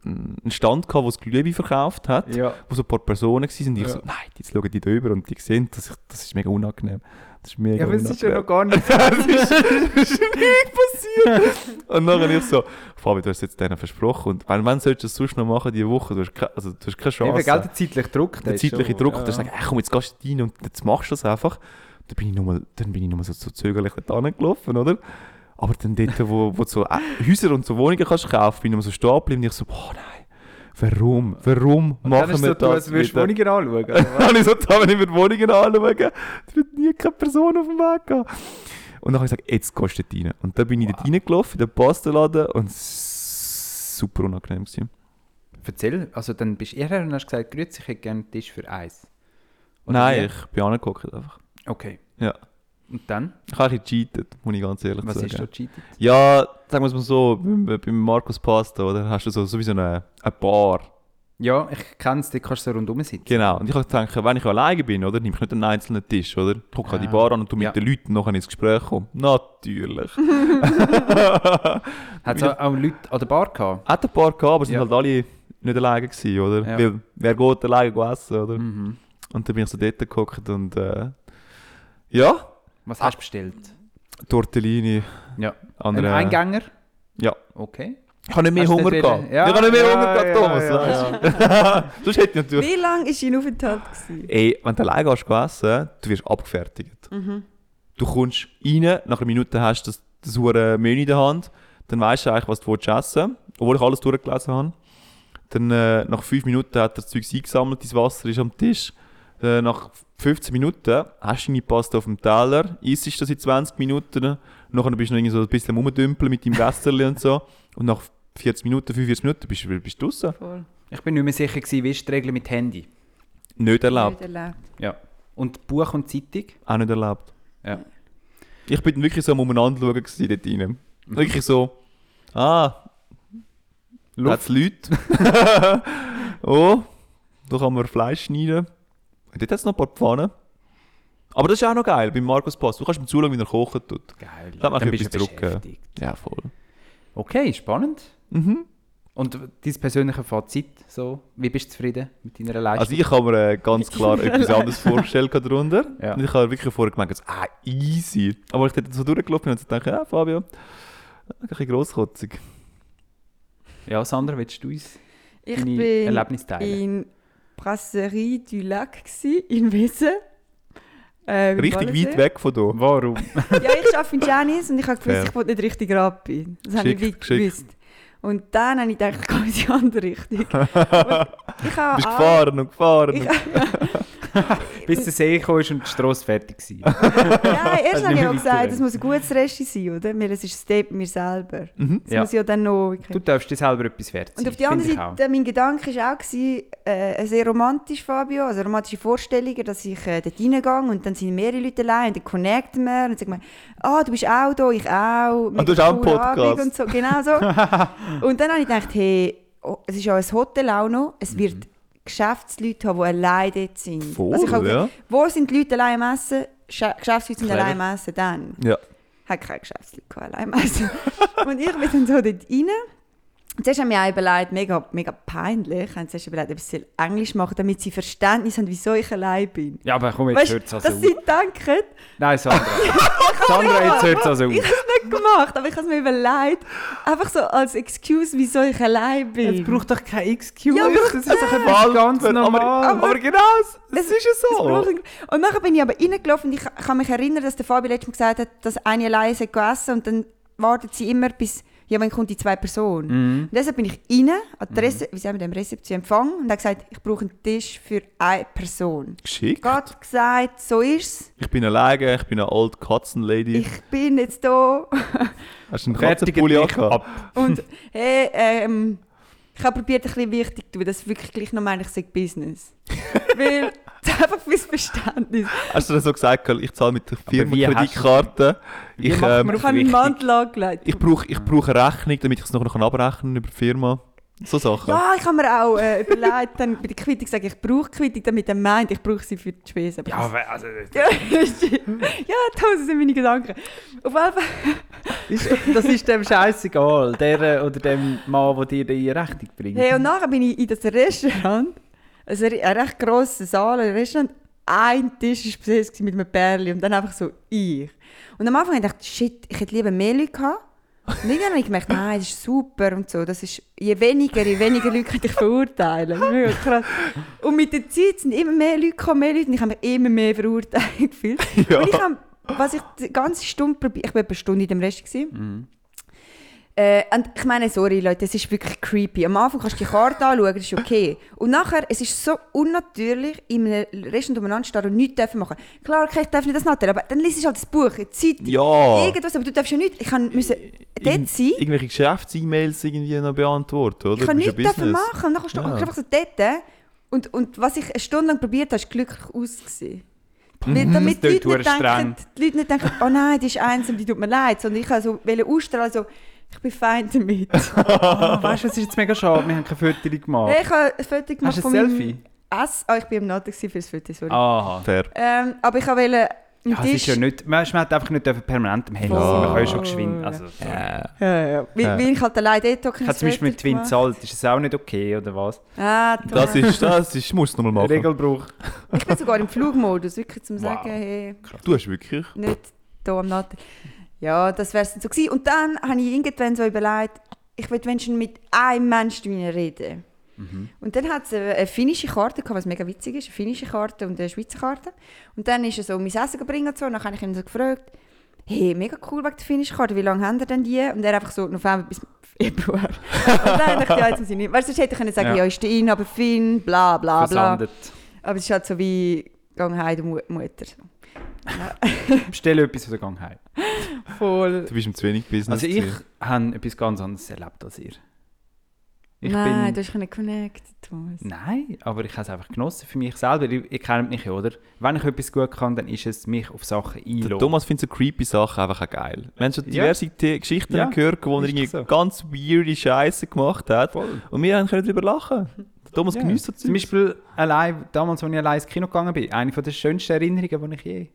Speaker 4: einen Stand gehabt, wo es Glühwein verkauft hat
Speaker 5: Ja.
Speaker 4: wo so ein paar Personen waren. Und ich
Speaker 5: Ja.
Speaker 4: so, nein, jetzt schauen die da über und die sehen, dass ich, das ist mega unangenehm. Das ist mega
Speaker 5: Ja, aber es
Speaker 4: unangenehm.
Speaker 5: ist ja noch gar nicht.
Speaker 4: das ist, das ist [LAUGHS] nie passiert. Und dann ich so, Fabi, du hast jetzt denen versprochen. Und wenn, wenn solltest du das sonst noch machen diese Woche, du hast, keine- also, du hast keine
Speaker 5: Eben,
Speaker 4: Chance.
Speaker 5: gell, der zeitliche Druck.
Speaker 4: der
Speaker 5: ist
Speaker 4: zeitliche
Speaker 5: schon-
Speaker 4: Druck.
Speaker 5: ja,
Speaker 4: Und du hast
Speaker 5: ja.
Speaker 4: gesagt, ey, komm, jetzt gehst du rein und jetzt machst du das einfach. Dann bin ich nochmal, dann bin ich nochmal so, so zögerlich da gelaufen, oder? Aber dann dort, wo, wo du so äh, Häuser und so Wohnungen kannst kaufen, bin ich nochmal so stehen geblieben und ich so, boah, nein, warum, warum
Speaker 5: Und dann
Speaker 4: machen
Speaker 5: ist
Speaker 4: wir
Speaker 5: so, du,
Speaker 4: das
Speaker 5: als würdest du
Speaker 4: wieder?
Speaker 5: weniger anschauen.
Speaker 4: [LAUGHS]
Speaker 5: oder was?
Speaker 4: Dann habe ich so da, wenn ich mir die Wohnungen anschaue, da wird nie keine Person auf dem Weg gehen. Und dann habe ich gesagt, jetzt gehst du dort rein. Und dann bin ich dort reingelaufen, in den Pastenladen und s- super unangenehm gewesen.
Speaker 5: Erzähl, also dann bist du eher und hast gesagt, grüezi, ich hätte gerne einen Tisch für eins. Oder
Speaker 4: Nein,
Speaker 5: wie?
Speaker 4: ich bin angeguckt einfach.
Speaker 5: Okay.
Speaker 4: Ja.
Speaker 5: Und dann?
Speaker 4: Ich habe ein bisschen gecheatet, muss ich ganz ehrlich
Speaker 5: Was
Speaker 4: sagen.
Speaker 5: ist so cheated?
Speaker 4: Ja, sagen wir es mal so, beim, beim Markus Pasta, oder? Hast du so, so wie so eine, eine Bar.
Speaker 5: Ja, ich kenne es, da kannst du so rundum sitzen.
Speaker 4: Genau. Und ich habe gedacht, wenn ich alleine bin, oder? Nimm ich nicht einen einzelnen Tisch, oder? Ich gucke an die
Speaker 5: Ah.
Speaker 4: Bar an und tu mit
Speaker 5: Ja.
Speaker 4: den Leuten nachher ins Gespräch kommen. Natürlich.
Speaker 5: Hat es auch, auch Leute an der Bar gehabt?
Speaker 4: Hat ein paar gehabt, aber es sind
Speaker 5: Ja.
Speaker 4: halt alle nicht alleine gewesen, oder?
Speaker 5: Ja.
Speaker 4: Weil, wer geht alleine go essen, oder?
Speaker 5: Mhm.
Speaker 4: Und dann bin ich so dort geguckt und äh, ja,
Speaker 5: Was hast du bestellt?
Speaker 4: Tortellini,
Speaker 5: Ja. Ein
Speaker 4: andere.
Speaker 5: Eingänger?
Speaker 4: Ja.
Speaker 5: Okay.
Speaker 4: Ich habe nicht mehr
Speaker 5: Hast du
Speaker 4: Hunger
Speaker 5: nicht
Speaker 4: gehabt.
Speaker 5: wollen? Ja,
Speaker 4: ich habe nicht mehr
Speaker 5: ja,
Speaker 4: Hunger gehabt,
Speaker 5: ja,
Speaker 4: Thomas.
Speaker 5: ja,
Speaker 4: weißt du? [LAUGHS] Sonst hätte ich natürlich.
Speaker 3: Wie lange war dein Aufenthalt? gewesen?
Speaker 4: Ey, wenn du alleine gehst go essen, du wirst abgefertigt. Du kommst rein, nach einer Minute hast du das, das hure Menü in der Hand, dann weißt du eigentlich, was du willst essen obwohl ich alles durchgelesen habe. Dann äh, nach 5 Minuten hat er das Zeug eingesammelt, das Wasser ist am Tisch. Äh, nach 15 Minuten hast du deine Pasta auf dem Teller, isst das in 20 Minuten, nachher bist du noch irgendwie so ein bisschen rumdümpeln mit deinem Wässerchen und so. Und nach 40 Minuten, 45 Minuten bist du, bist du draußen.
Speaker 3: Voll.
Speaker 5: Ich bin nicht mehr sicher, gewesen, wie ist die Regel mit Handy?
Speaker 4: Nicht erlaubt.
Speaker 3: Nicht erlebt.
Speaker 5: Ja. Und Buch und Zeitung?
Speaker 4: auch nicht erlebt.
Speaker 5: Ja.
Speaker 4: Ich bin wirklich so am Umeinander schauen gewesen dort rein. Wirklich so, ah,
Speaker 5: Luft.
Speaker 4: hat's Leute. [LAUGHS] oh, da kann man Fleisch schneiden. Und dort hat es noch ein paar Pfannen. Aber das ist auch noch geil beim Markus Pass. Du kannst ihm zuschauen, wie er kochen tut.
Speaker 5: Geil.
Speaker 4: Das hat mir
Speaker 5: Dann
Speaker 4: ein bisschen
Speaker 5: du
Speaker 4: Druck gegeben.
Speaker 5: beschäftigt.
Speaker 4: Ja, voll.
Speaker 5: Okay, spannend.
Speaker 4: Mhm.
Speaker 5: Und dein persönliche Fazit, so, wie bist du zufrieden mit deiner
Speaker 4: Also
Speaker 5: Leistung?
Speaker 4: ich habe mir äh,
Speaker 3: [LAUGHS]
Speaker 4: ganz klar etwas anderes vorgestellt gerade darunter.
Speaker 5: Ja.
Speaker 4: Und ich habe wirklich vorher gemerkt, dass, ah, easy. Aber ich dort so durchgelaufen bin und dachte, ja, Fabio, ein bisschen grosskotzig.
Speaker 5: ja, Sandra, willst du uns
Speaker 3: Ich
Speaker 5: deine
Speaker 3: bin
Speaker 5: Erlebnisse teilen?
Speaker 3: in Brasserie du Lac gewesen, in Wesen. Äh, im
Speaker 4: Richtig
Speaker 3: Wallensee.
Speaker 4: weit weg von
Speaker 3: Ah,
Speaker 4: da.
Speaker 3: [LAUGHS]
Speaker 5: Warum?
Speaker 3: Ja, ich arbeite in Janis und ich habe gewusst,
Speaker 4: Fair.
Speaker 3: ich wollte nicht richtig Rappi. Das habe ich
Speaker 4: Geschickt,
Speaker 3: wie
Speaker 4: geschickt.
Speaker 3: gewusst. Und dann habe ich gedacht, [LAUGHS] ich gehe in die andere Richtung. Und ich habe
Speaker 4: Du bist
Speaker 3: alle-
Speaker 4: gefahren und gefahren.
Speaker 3: Ich, also
Speaker 4: und-
Speaker 5: Bis der See gekommen ist und die Strasse fertig war.
Speaker 4: [LAUGHS]
Speaker 3: Nein, erst
Speaker 5: Also
Speaker 3: habe ich
Speaker 5: nicht
Speaker 3: auch
Speaker 5: mehr
Speaker 3: gesagt,
Speaker 5: weiterreden.
Speaker 3: das muss ein gutes Resti sein, oder? Mir, es ist ein Step mir selber.
Speaker 4: Hm?
Speaker 3: Das
Speaker 5: Ja.
Speaker 3: muss ich ja dann noch...
Speaker 5: Du darfst dir selber etwas wert sein.
Speaker 3: Und auf der anderen
Speaker 5: finde ich auch.
Speaker 3: Seite, äh, mein Gedanke war auch, gewesen, äh, sehr romantisch, Fabio, also romantische Vorstellungen, dass ich äh, dort reingehe und dann sind mehrere Leute allein und dann connecten wir und sagen mir, ah, du bist auch da, ich auch. mega
Speaker 4: Ah, du hast auch einen
Speaker 3: cooler
Speaker 4: Podcast.
Speaker 3: Abend Und so, genau so.
Speaker 4: [LAUGHS]
Speaker 3: und dann habe ich gedacht, hey, oh, es ist ja ein Hotel auch noch, es wird Geschäftsleute haben, die allein dort sind.
Speaker 4: Mhm.
Speaker 3: Also
Speaker 4: Voll,
Speaker 3: ich habe
Speaker 4: ja.
Speaker 3: gedacht, wo sind die Leute allein am Essen? Scha- Geschäftsleute sind
Speaker 5: Clever.
Speaker 3: allein am Essen, dann
Speaker 4: Ja.
Speaker 3: hat keine Geschäftsleute gehabt, allein also. [LAUGHS] Und ich bin dann so dort rein. Und Zuerst haben wir auch überlegt, mega, mega peinlich, haben zuerst überlegt, ob sie Englisch machen, damit sie Verständnis haben, wieso ich allein bin.
Speaker 5: Ja, aber komm, jetzt
Speaker 3: Weißt du,
Speaker 5: hört es also
Speaker 3: dass
Speaker 5: auf.
Speaker 3: sie denken, [LAUGHS]
Speaker 5: Nein, Sandra. Sandra, jetzt hört es also
Speaker 3: ich
Speaker 5: auf.
Speaker 3: habe es nicht gemacht, aber ich habe es mir überlegt, einfach so als Excuse, wieso ich allein bin.
Speaker 5: Es braucht doch keine Excuse.
Speaker 3: Ja, aber
Speaker 5: das ist doch
Speaker 4: Wald-
Speaker 5: etwas ganz
Speaker 4: aber-
Speaker 5: normal.
Speaker 4: Aber genau, es- es ist ja
Speaker 3: Es braucht
Speaker 4: so.
Speaker 3: einen Grund. Und nachher bin ich aber reingelaufen und ich kann mich erinnern, dass der Fabi letztes Mal gesagt hat, dass eine alleine sei gegessen und dann wartet sie immer bis, ja, wenn kommt die zwei
Speaker 5: Mhm.
Speaker 3: Personen. Und deshalb bin ich rein, an die Reze wie sagen wir dem Rezeption empfangen und hat gesagt, ich brauche einen Tisch für eine Person.
Speaker 4: Schick.
Speaker 3: Gott gesagt, so ist's.
Speaker 4: Ich bin alleine, ich bin eine old Katzenlady.
Speaker 3: Ich bin jetzt da
Speaker 4: Hast du einen
Speaker 5: Fertig
Speaker 4: Katzenpulli
Speaker 5: dich
Speaker 4: angehabt?
Speaker 5: ab.
Speaker 3: und hey, ähm, ich habe probiert, ein bisschen wichtig zu tun, dass wirklich gleich noch meine, ich sage Business. Weil, [LAUGHS] einfach fürs Verständnis.
Speaker 4: Hast du dir so gesagt, Karl, ich zahle mit der
Speaker 5: wie hast
Speaker 4: Firmenkreditkarte.
Speaker 5: Wie macht
Speaker 4: Ich,
Speaker 5: man
Speaker 4: ähm,
Speaker 5: das?
Speaker 3: Ich habe einen
Speaker 5: wichtig.
Speaker 3: Mantel angelegt.
Speaker 4: ich brauche ich brauch eine Rechnung, damit ich es nachher noch abrechnen kann über die Firma. So Sachen.
Speaker 3: Ja, ich habe mir auch äh, überlegt, dann bei der Quittung sage ich, ich brauche Quittung, damit er meint, ich brauche sie für die Spesen. Aber
Speaker 5: Ja,
Speaker 3: das-
Speaker 5: aber also,
Speaker 3: ja, [LAUGHS] ja, das sind meine Gedanken. Auf jeden Fall,
Speaker 5: ist, das ist dem scheißegal, der äh, oder dem Mann, der dir die Rechnung bringt.
Speaker 3: hey, und nachher bin ich in das Restaurant, also ein ein recht grosser Saal, ein Restaurant, ein Tisch war besetzt gewesen mit einem Pärchen und dann einfach so ich. Und am Anfang habe ich gedacht, shit, ich hätte lieber mehr Leute gehabt. Und irgendwann habe ich gemerkt, nein, das ist super und so. Das ist, je weniger, je weniger Leute kann ich verurteilen. Das ist mega krass. Und mit der Zeit sind immer mehr Leute gekommen, mehr Leute und ich habe mich immer mehr verurteilt gefühlt.
Speaker 4: Ja.
Speaker 3: Und ich habe, was ich die ganze Stunde probiert, ich war etwa eine Stunde in dem Rest. Gewesen. Äh, und ich meine, sorry Leute, es ist wirklich creepy. Am Anfang kannst du die Karte anschauen, das ist okay. Und nachher, es ist so unnatürlich, in einem Restaurant umeinander zu stehen und nichts dürfen machen. Klar, okay, ich darf nicht das nachdenken, aber dann liest du halt das Buch, die Zeitung,
Speaker 5: Ah.
Speaker 4: Ja.
Speaker 3: irgendwas, aber du darfst ja nicht. Ich kann müssen dort
Speaker 4: Irgend-
Speaker 3: sein,
Speaker 4: Irgendwelche Geschäfts-E-Mails irgendwie noch beantworten, oder?
Speaker 3: ich kann
Speaker 4: Du bist
Speaker 3: nichts
Speaker 4: ja
Speaker 3: dafür
Speaker 4: Business.
Speaker 3: machen. Und dann kannst du
Speaker 4: Ja.
Speaker 3: einfach so dort. äh, Und, und was ich eine Stunde lang probiert habe, ist glücklich ausgesehen. Weil, damit die
Speaker 5: Das klingt
Speaker 3: Leute, nicht
Speaker 5: verdammt
Speaker 3: denken, die Leute nicht denken, oh nein, die ist einsam, die tut mir leid. Sondern ich wollte so wollte ausstrahlen, so, ich bin fein damit.
Speaker 5: [LAUGHS]
Speaker 3: oh.
Speaker 5: Ah, weißt du, es ist jetzt mega schade, wir haben keine Fötterung gemacht.
Speaker 3: Ich habe ein Foto gemacht
Speaker 5: Hast du
Speaker 3: von
Speaker 5: ein Selfie?
Speaker 3: meinem Essen. Ah, ich war im Natten für das Foto, sorry.
Speaker 5: Ah.
Speaker 4: Fair.
Speaker 3: Ähm, aber ich wollte einen
Speaker 5: Ja, es ist
Speaker 3: Tisch... Oh.
Speaker 5: ja nicht, weißt, man hat einfach nicht dürfen permanent am Handy
Speaker 3: Voll.
Speaker 5: sein. Man kann ja schon geschwind. Also, sorry.
Speaker 3: ja, ja. Weil,
Speaker 4: Ja.
Speaker 3: weil ich halt allein dort hocke,
Speaker 5: Ich
Speaker 3: ein
Speaker 5: habe zum Beispiel mit
Speaker 3: Foto
Speaker 5: Twin
Speaker 3: gemacht.
Speaker 5: gezahlt, ist das auch nicht okay oder was?
Speaker 3: Ah, toll.
Speaker 4: Das ist, das ist, musst
Speaker 3: [LAUGHS]
Speaker 4: du nochmal machen.
Speaker 5: Regelbruch.
Speaker 3: Ich bin sogar im Flugmodus, wirklich, um zu
Speaker 5: Wow.
Speaker 3: sagen, hey...
Speaker 4: Du hast wirklich.
Speaker 3: nicht hier am Natter. Ja, das wäre es so gewesen. Und dann habe ich irgendwann so überlegt, ich will Menschen mit einem Menschen reden.
Speaker 5: Mhm.
Speaker 3: Und dann hat es eine, eine finnische Karte, gehabt, was mega witzig ist, eine finnische Karte und eine Schweizer Karte. Und dann ist er so mein Essen gebracht und so, und dann habe ich ihn so gefragt, hey, mega cool wegen der finnischen Karte, wie lange haben ihr denn die? Und er einfach so, November bis
Speaker 5: [LAUGHS]
Speaker 3: Februar. und dann dachte ich, ja, jetzt muss ich nicht. Weißt du, sonst hätte ich können sagen,
Speaker 5: Ja.
Speaker 3: ja, ist der Inhaber aber Finn, bla bla bla.
Speaker 5: Versandet.
Speaker 3: Aber es ist halt so wie, gang heim, du Mu- Mutter.
Speaker 5: Bestell etwas oder gang heim.
Speaker 3: Voll.
Speaker 4: Du bist im zu wenig Business.
Speaker 5: Also ich
Speaker 4: gewesen.
Speaker 5: habe etwas ganz anderes erlebt als ihr. Ich
Speaker 3: Nein,
Speaker 5: bin,
Speaker 3: du hast nicht connected, Thomas.
Speaker 5: Nein, aber ich habe es einfach genossen für mich selber. Ihr, ihr kennt mich ja, oder? Wenn ich etwas gut kann, dann ist es mich auf Sachen
Speaker 4: Der
Speaker 5: einlassen.
Speaker 4: Thomas findet so creepy Sachen einfach auch geil. Wir haben schon
Speaker 5: Ja.
Speaker 4: diverse Te- Geschichten
Speaker 5: Ja,
Speaker 4: gehört, wo er
Speaker 5: ist
Speaker 4: irgendwie
Speaker 5: doch so.
Speaker 4: ganz weirde Scheiße gemacht hat.
Speaker 5: Voll.
Speaker 4: Und wir haben können darüber lachen. Der Thomas
Speaker 5: Ja.
Speaker 4: genießt so
Speaker 5: Zum
Speaker 4: Zeug.
Speaker 5: Beispiel allein, damals, als ich allein ins Kino gegangen bin, eine von der schönsten Erinnerungen, die ich je.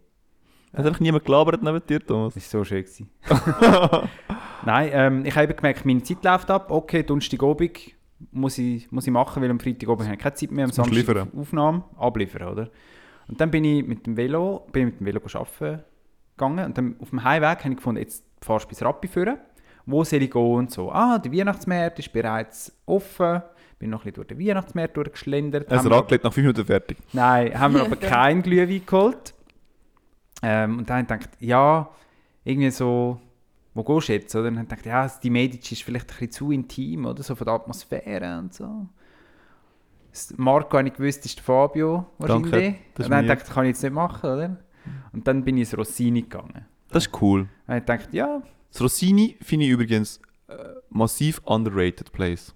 Speaker 4: Hat einfach niemand gelabert neben dir, Thomas.
Speaker 5: Das war so schön.
Speaker 4: [LAUGHS]
Speaker 5: gewesen. Nein, ähm, ich habe eben gemerkt, meine Zeit läuft ab. Okay, Donnerstagabend muss ich, muss ich machen, weil am Freitagabend habe ich keine Zeit mehr. Am
Speaker 4: Jetzt musst du
Speaker 5: Samstag
Speaker 4: liefern.
Speaker 5: Aufnahme, abliefern, oder? Und dann bin ich mit dem Velo, bin ich mit dem Velo arbeiten gegangen und dann auf dem Heimweg habe ich gefunden, jetzt fahrst du bis Rappi führen. Wo soll ich gehen und so? Ah, der Weihnachtsmarkt ist bereits offen. Bin noch ein bisschen durch den Weihnachtsmarkt durchgeschlendert.
Speaker 4: Ein
Speaker 5: Haben wir-
Speaker 4: Raclette nach 5 Minuten fertig.
Speaker 5: Nein, haben wir aber
Speaker 3: Ja.
Speaker 5: keinen Glühwein geholt. Ähm, und dann habe ich gedacht, ja, irgendwie so, wo gehst du jetzt? Oder? Und dann habe ich gedacht, also ja, die Medici ist vielleicht ein bisschen zu intim, oder? So von der Atmosphäre und so. S- Marco, habe ich gewusst, ist der Fabio wahrscheinlich.
Speaker 4: Danke, das ist
Speaker 5: und dann
Speaker 4: mir.
Speaker 5: dachte ich, kann ich jetzt nicht machen, oder? Und dann bin ich ins Rossini gegangen.
Speaker 4: Das ist cool.
Speaker 5: Und ich dachte, ja,
Speaker 4: Das Rossini finde ich übrigens äh, massiv underrated Place.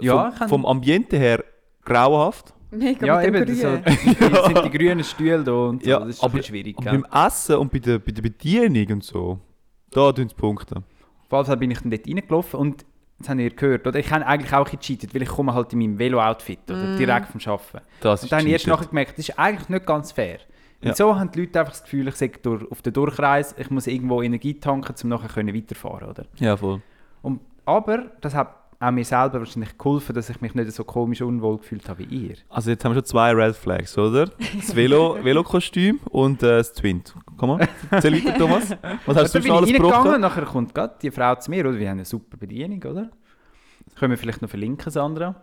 Speaker 5: ja,
Speaker 4: vom,
Speaker 5: ich kann,
Speaker 4: vom Ambiente her grauenhaft.
Speaker 3: Mega
Speaker 5: ja
Speaker 3: mit dem
Speaker 5: eben, das so, [LAUGHS]
Speaker 3: Grünen.
Speaker 5: das sind die grünen Stühle da und so,
Speaker 4: Ja,
Speaker 5: das ist
Speaker 4: aber-
Speaker 5: aber, schwierig.
Speaker 4: Und
Speaker 5: gell?
Speaker 4: beim Essen und bei der, bei der Bedienung und so, da tun sie Punkte.
Speaker 5: Auf jeden Fall bin ich dann dort reingelaufen und das habt ihr gehört, oder? Ich habe eigentlich auch gecheatet, weil ich komme halt in meinem Velo-Outfit, oder? Direkt vom Arbeiten.
Speaker 4: Das
Speaker 5: Und dann habe ich erst
Speaker 4: cheated.
Speaker 5: nachher gemerkt, das ist eigentlich nicht ganz fair.
Speaker 4: Ja.
Speaker 5: Und so haben die Leute einfach das Gefühl, ich sei durch, auf der Durchreise, ich muss irgendwo Energie tanken, um nachher können weiterfahren oder?
Speaker 4: Ja, voll.
Speaker 5: Und, aber das hat auch mir selber wahrscheinlich geholfen, dass ich mich nicht so komisch unwohl gefühlt habe wie ihr.
Speaker 4: Also jetzt haben wir schon zwei Red Flags, oder?
Speaker 5: [LAUGHS]
Speaker 4: Das Velo, Velokostüm und äh, das Twint. Komm mal, erzähl weiter, Thomas. Was hast du
Speaker 5: dann
Speaker 4: sonst
Speaker 5: bin
Speaker 4: alles
Speaker 5: ich reingegangen,
Speaker 4: gebrochen?
Speaker 5: nachher kommt gerade die Frau zu mir, oder? Wir haben eine super Bedienung, oder? Das können wir vielleicht noch verlinken, Sandra.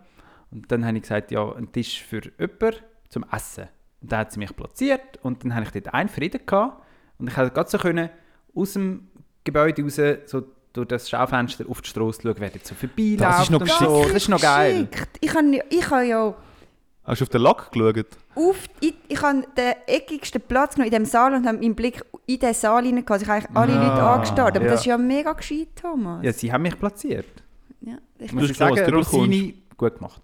Speaker 5: Und dann habe ich gesagt, ja, ein Tisch für jemanden zum Essen. Und dann hat sie mich platziert und dann habe ich dort einen Frieden gehabt. Und ich hätte gerade so können, aus dem Gebäude raus, so durch das Schaufenster auf die Straße schauen, wer dort so vorbeiläuft.
Speaker 4: Das ist noch
Speaker 5: und
Speaker 4: geschickt.
Speaker 5: so. Das ist noch geil.
Speaker 3: Geschickt. Ich habe ich hab ja
Speaker 4: Hast du auf den Lack geschaut?
Speaker 3: auf, ich, ich habe den eckigsten Platz genommen in diesem Saal und habe meinen Blick in diesen Saal hinein gehabt. Also Ich habe eigentlich alle Leute angestarrt. Aber
Speaker 5: Ah, ja.
Speaker 3: das ist ja mega gescheit, Thomas.
Speaker 5: Ja, sie haben mich platziert.
Speaker 3: Ja, ich
Speaker 4: Du
Speaker 5: Muss
Speaker 4: hast
Speaker 5: ich
Speaker 4: schon was
Speaker 5: sagen,
Speaker 4: drüber
Speaker 5: Rossini, gut gemacht.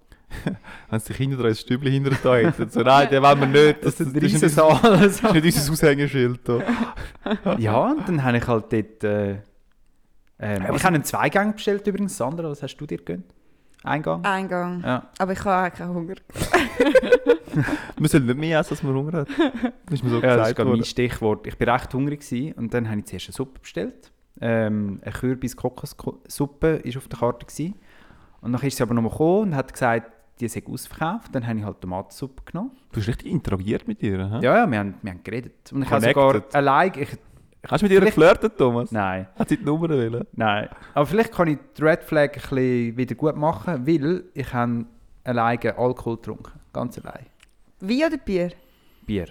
Speaker 4: Haben sie dich hinter dran, ein Stübli hinter dir da jetzt? So, nein, den wollen wir nicht. Das, das, ist, nicht, das
Speaker 5: Saal.
Speaker 4: [LAUGHS]
Speaker 5: Ähm,
Speaker 4: ist nicht unser Aushängeschild. Da.
Speaker 5: Ja, und dann habe ich halt dort. Äh, ähm, ich habe einen Zweigang bestellt übrigens. Sandra, was hast du dir gegönnt?
Speaker 3: Ah.
Speaker 5: Eingang?
Speaker 3: Eingang.
Speaker 5: Ja.
Speaker 3: Aber ich habe auch keinen Hunger.
Speaker 4: Wir sollen nicht mehr essen, als wir Hunger haben. Das ist mir so
Speaker 5: ja, das ist
Speaker 4: gesagt
Speaker 5: gerade mein
Speaker 4: worden.
Speaker 5: Stichwort. Ich war recht hungrig gewesen, und dann habe ich zuerst eine Suppe bestellt. Ähm, eine Kürbis-Kokossuppe war auf der Karte. Gewesen. Und dann ist sie aber nochmal gekommen und hat gesagt, die sei ausverkauft. Dann habe ich halt Tomatensuppe genommen.
Speaker 4: Du hast richtig interagiert mit ihr. hä?
Speaker 5: Ja, ja, wir haben, wir haben geredet. Und ich habe sogar
Speaker 4: Connected.
Speaker 5: allein. Ich,
Speaker 4: Hast du mit ihr
Speaker 5: Vielleicht-
Speaker 4: geflirtet, Thomas?
Speaker 5: nein.
Speaker 4: Hat sie die Nummer wollen?
Speaker 5: Nein. Aber vielleicht kann ich die Red Flag ein bisschen wieder gut machen, weil ich habe alleine Alkohol getrunken. Ganz allein.
Speaker 3: Wein oder Bier?
Speaker 5: Bier.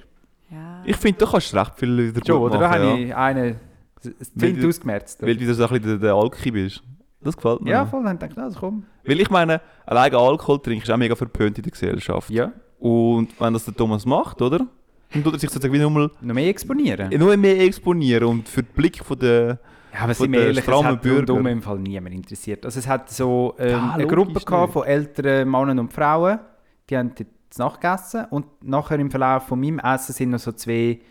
Speaker 3: Ja.
Speaker 4: Ich finde, da kannst du recht viel wieder
Speaker 5: Schon,
Speaker 4: gut
Speaker 5: oder? Da
Speaker 4: machen, ja.
Speaker 5: habe ich einen das
Speaker 4: Weil
Speaker 5: Wind
Speaker 4: du-
Speaker 5: ausgemerzt.
Speaker 4: Weil du wieder so ein bisschen der, der Alki bist. Das gefällt mir.
Speaker 5: Ja, voll. Dann dachte ich, also komm.
Speaker 4: Weil ich meine, alleine Alkohol trinken ist auch mega verpönt in der Gesellschaft.
Speaker 5: Ja.
Speaker 4: Und wenn das der Thomas macht, oder? Dann tut er sich sozusagen wieder nochmal
Speaker 5: Noch mehr exponieren.
Speaker 4: nur mehr exponieren und für den Blick von der...
Speaker 5: Ja, aber
Speaker 4: Von
Speaker 5: sind wir
Speaker 4: den
Speaker 5: ehrlich, es
Speaker 4: strammen
Speaker 5: hat rundum
Speaker 4: Bürger.
Speaker 5: im Fall niemand interessiert. Also es hat so ähm,
Speaker 4: Ja,
Speaker 5: eine
Speaker 4: logisch
Speaker 5: Gruppe gehabt
Speaker 4: nicht.
Speaker 5: von älteren Männern und Frauen, die haben dort zu Nacht gegessen und nachher im Verlauf von meinem Essen sind noch so zwei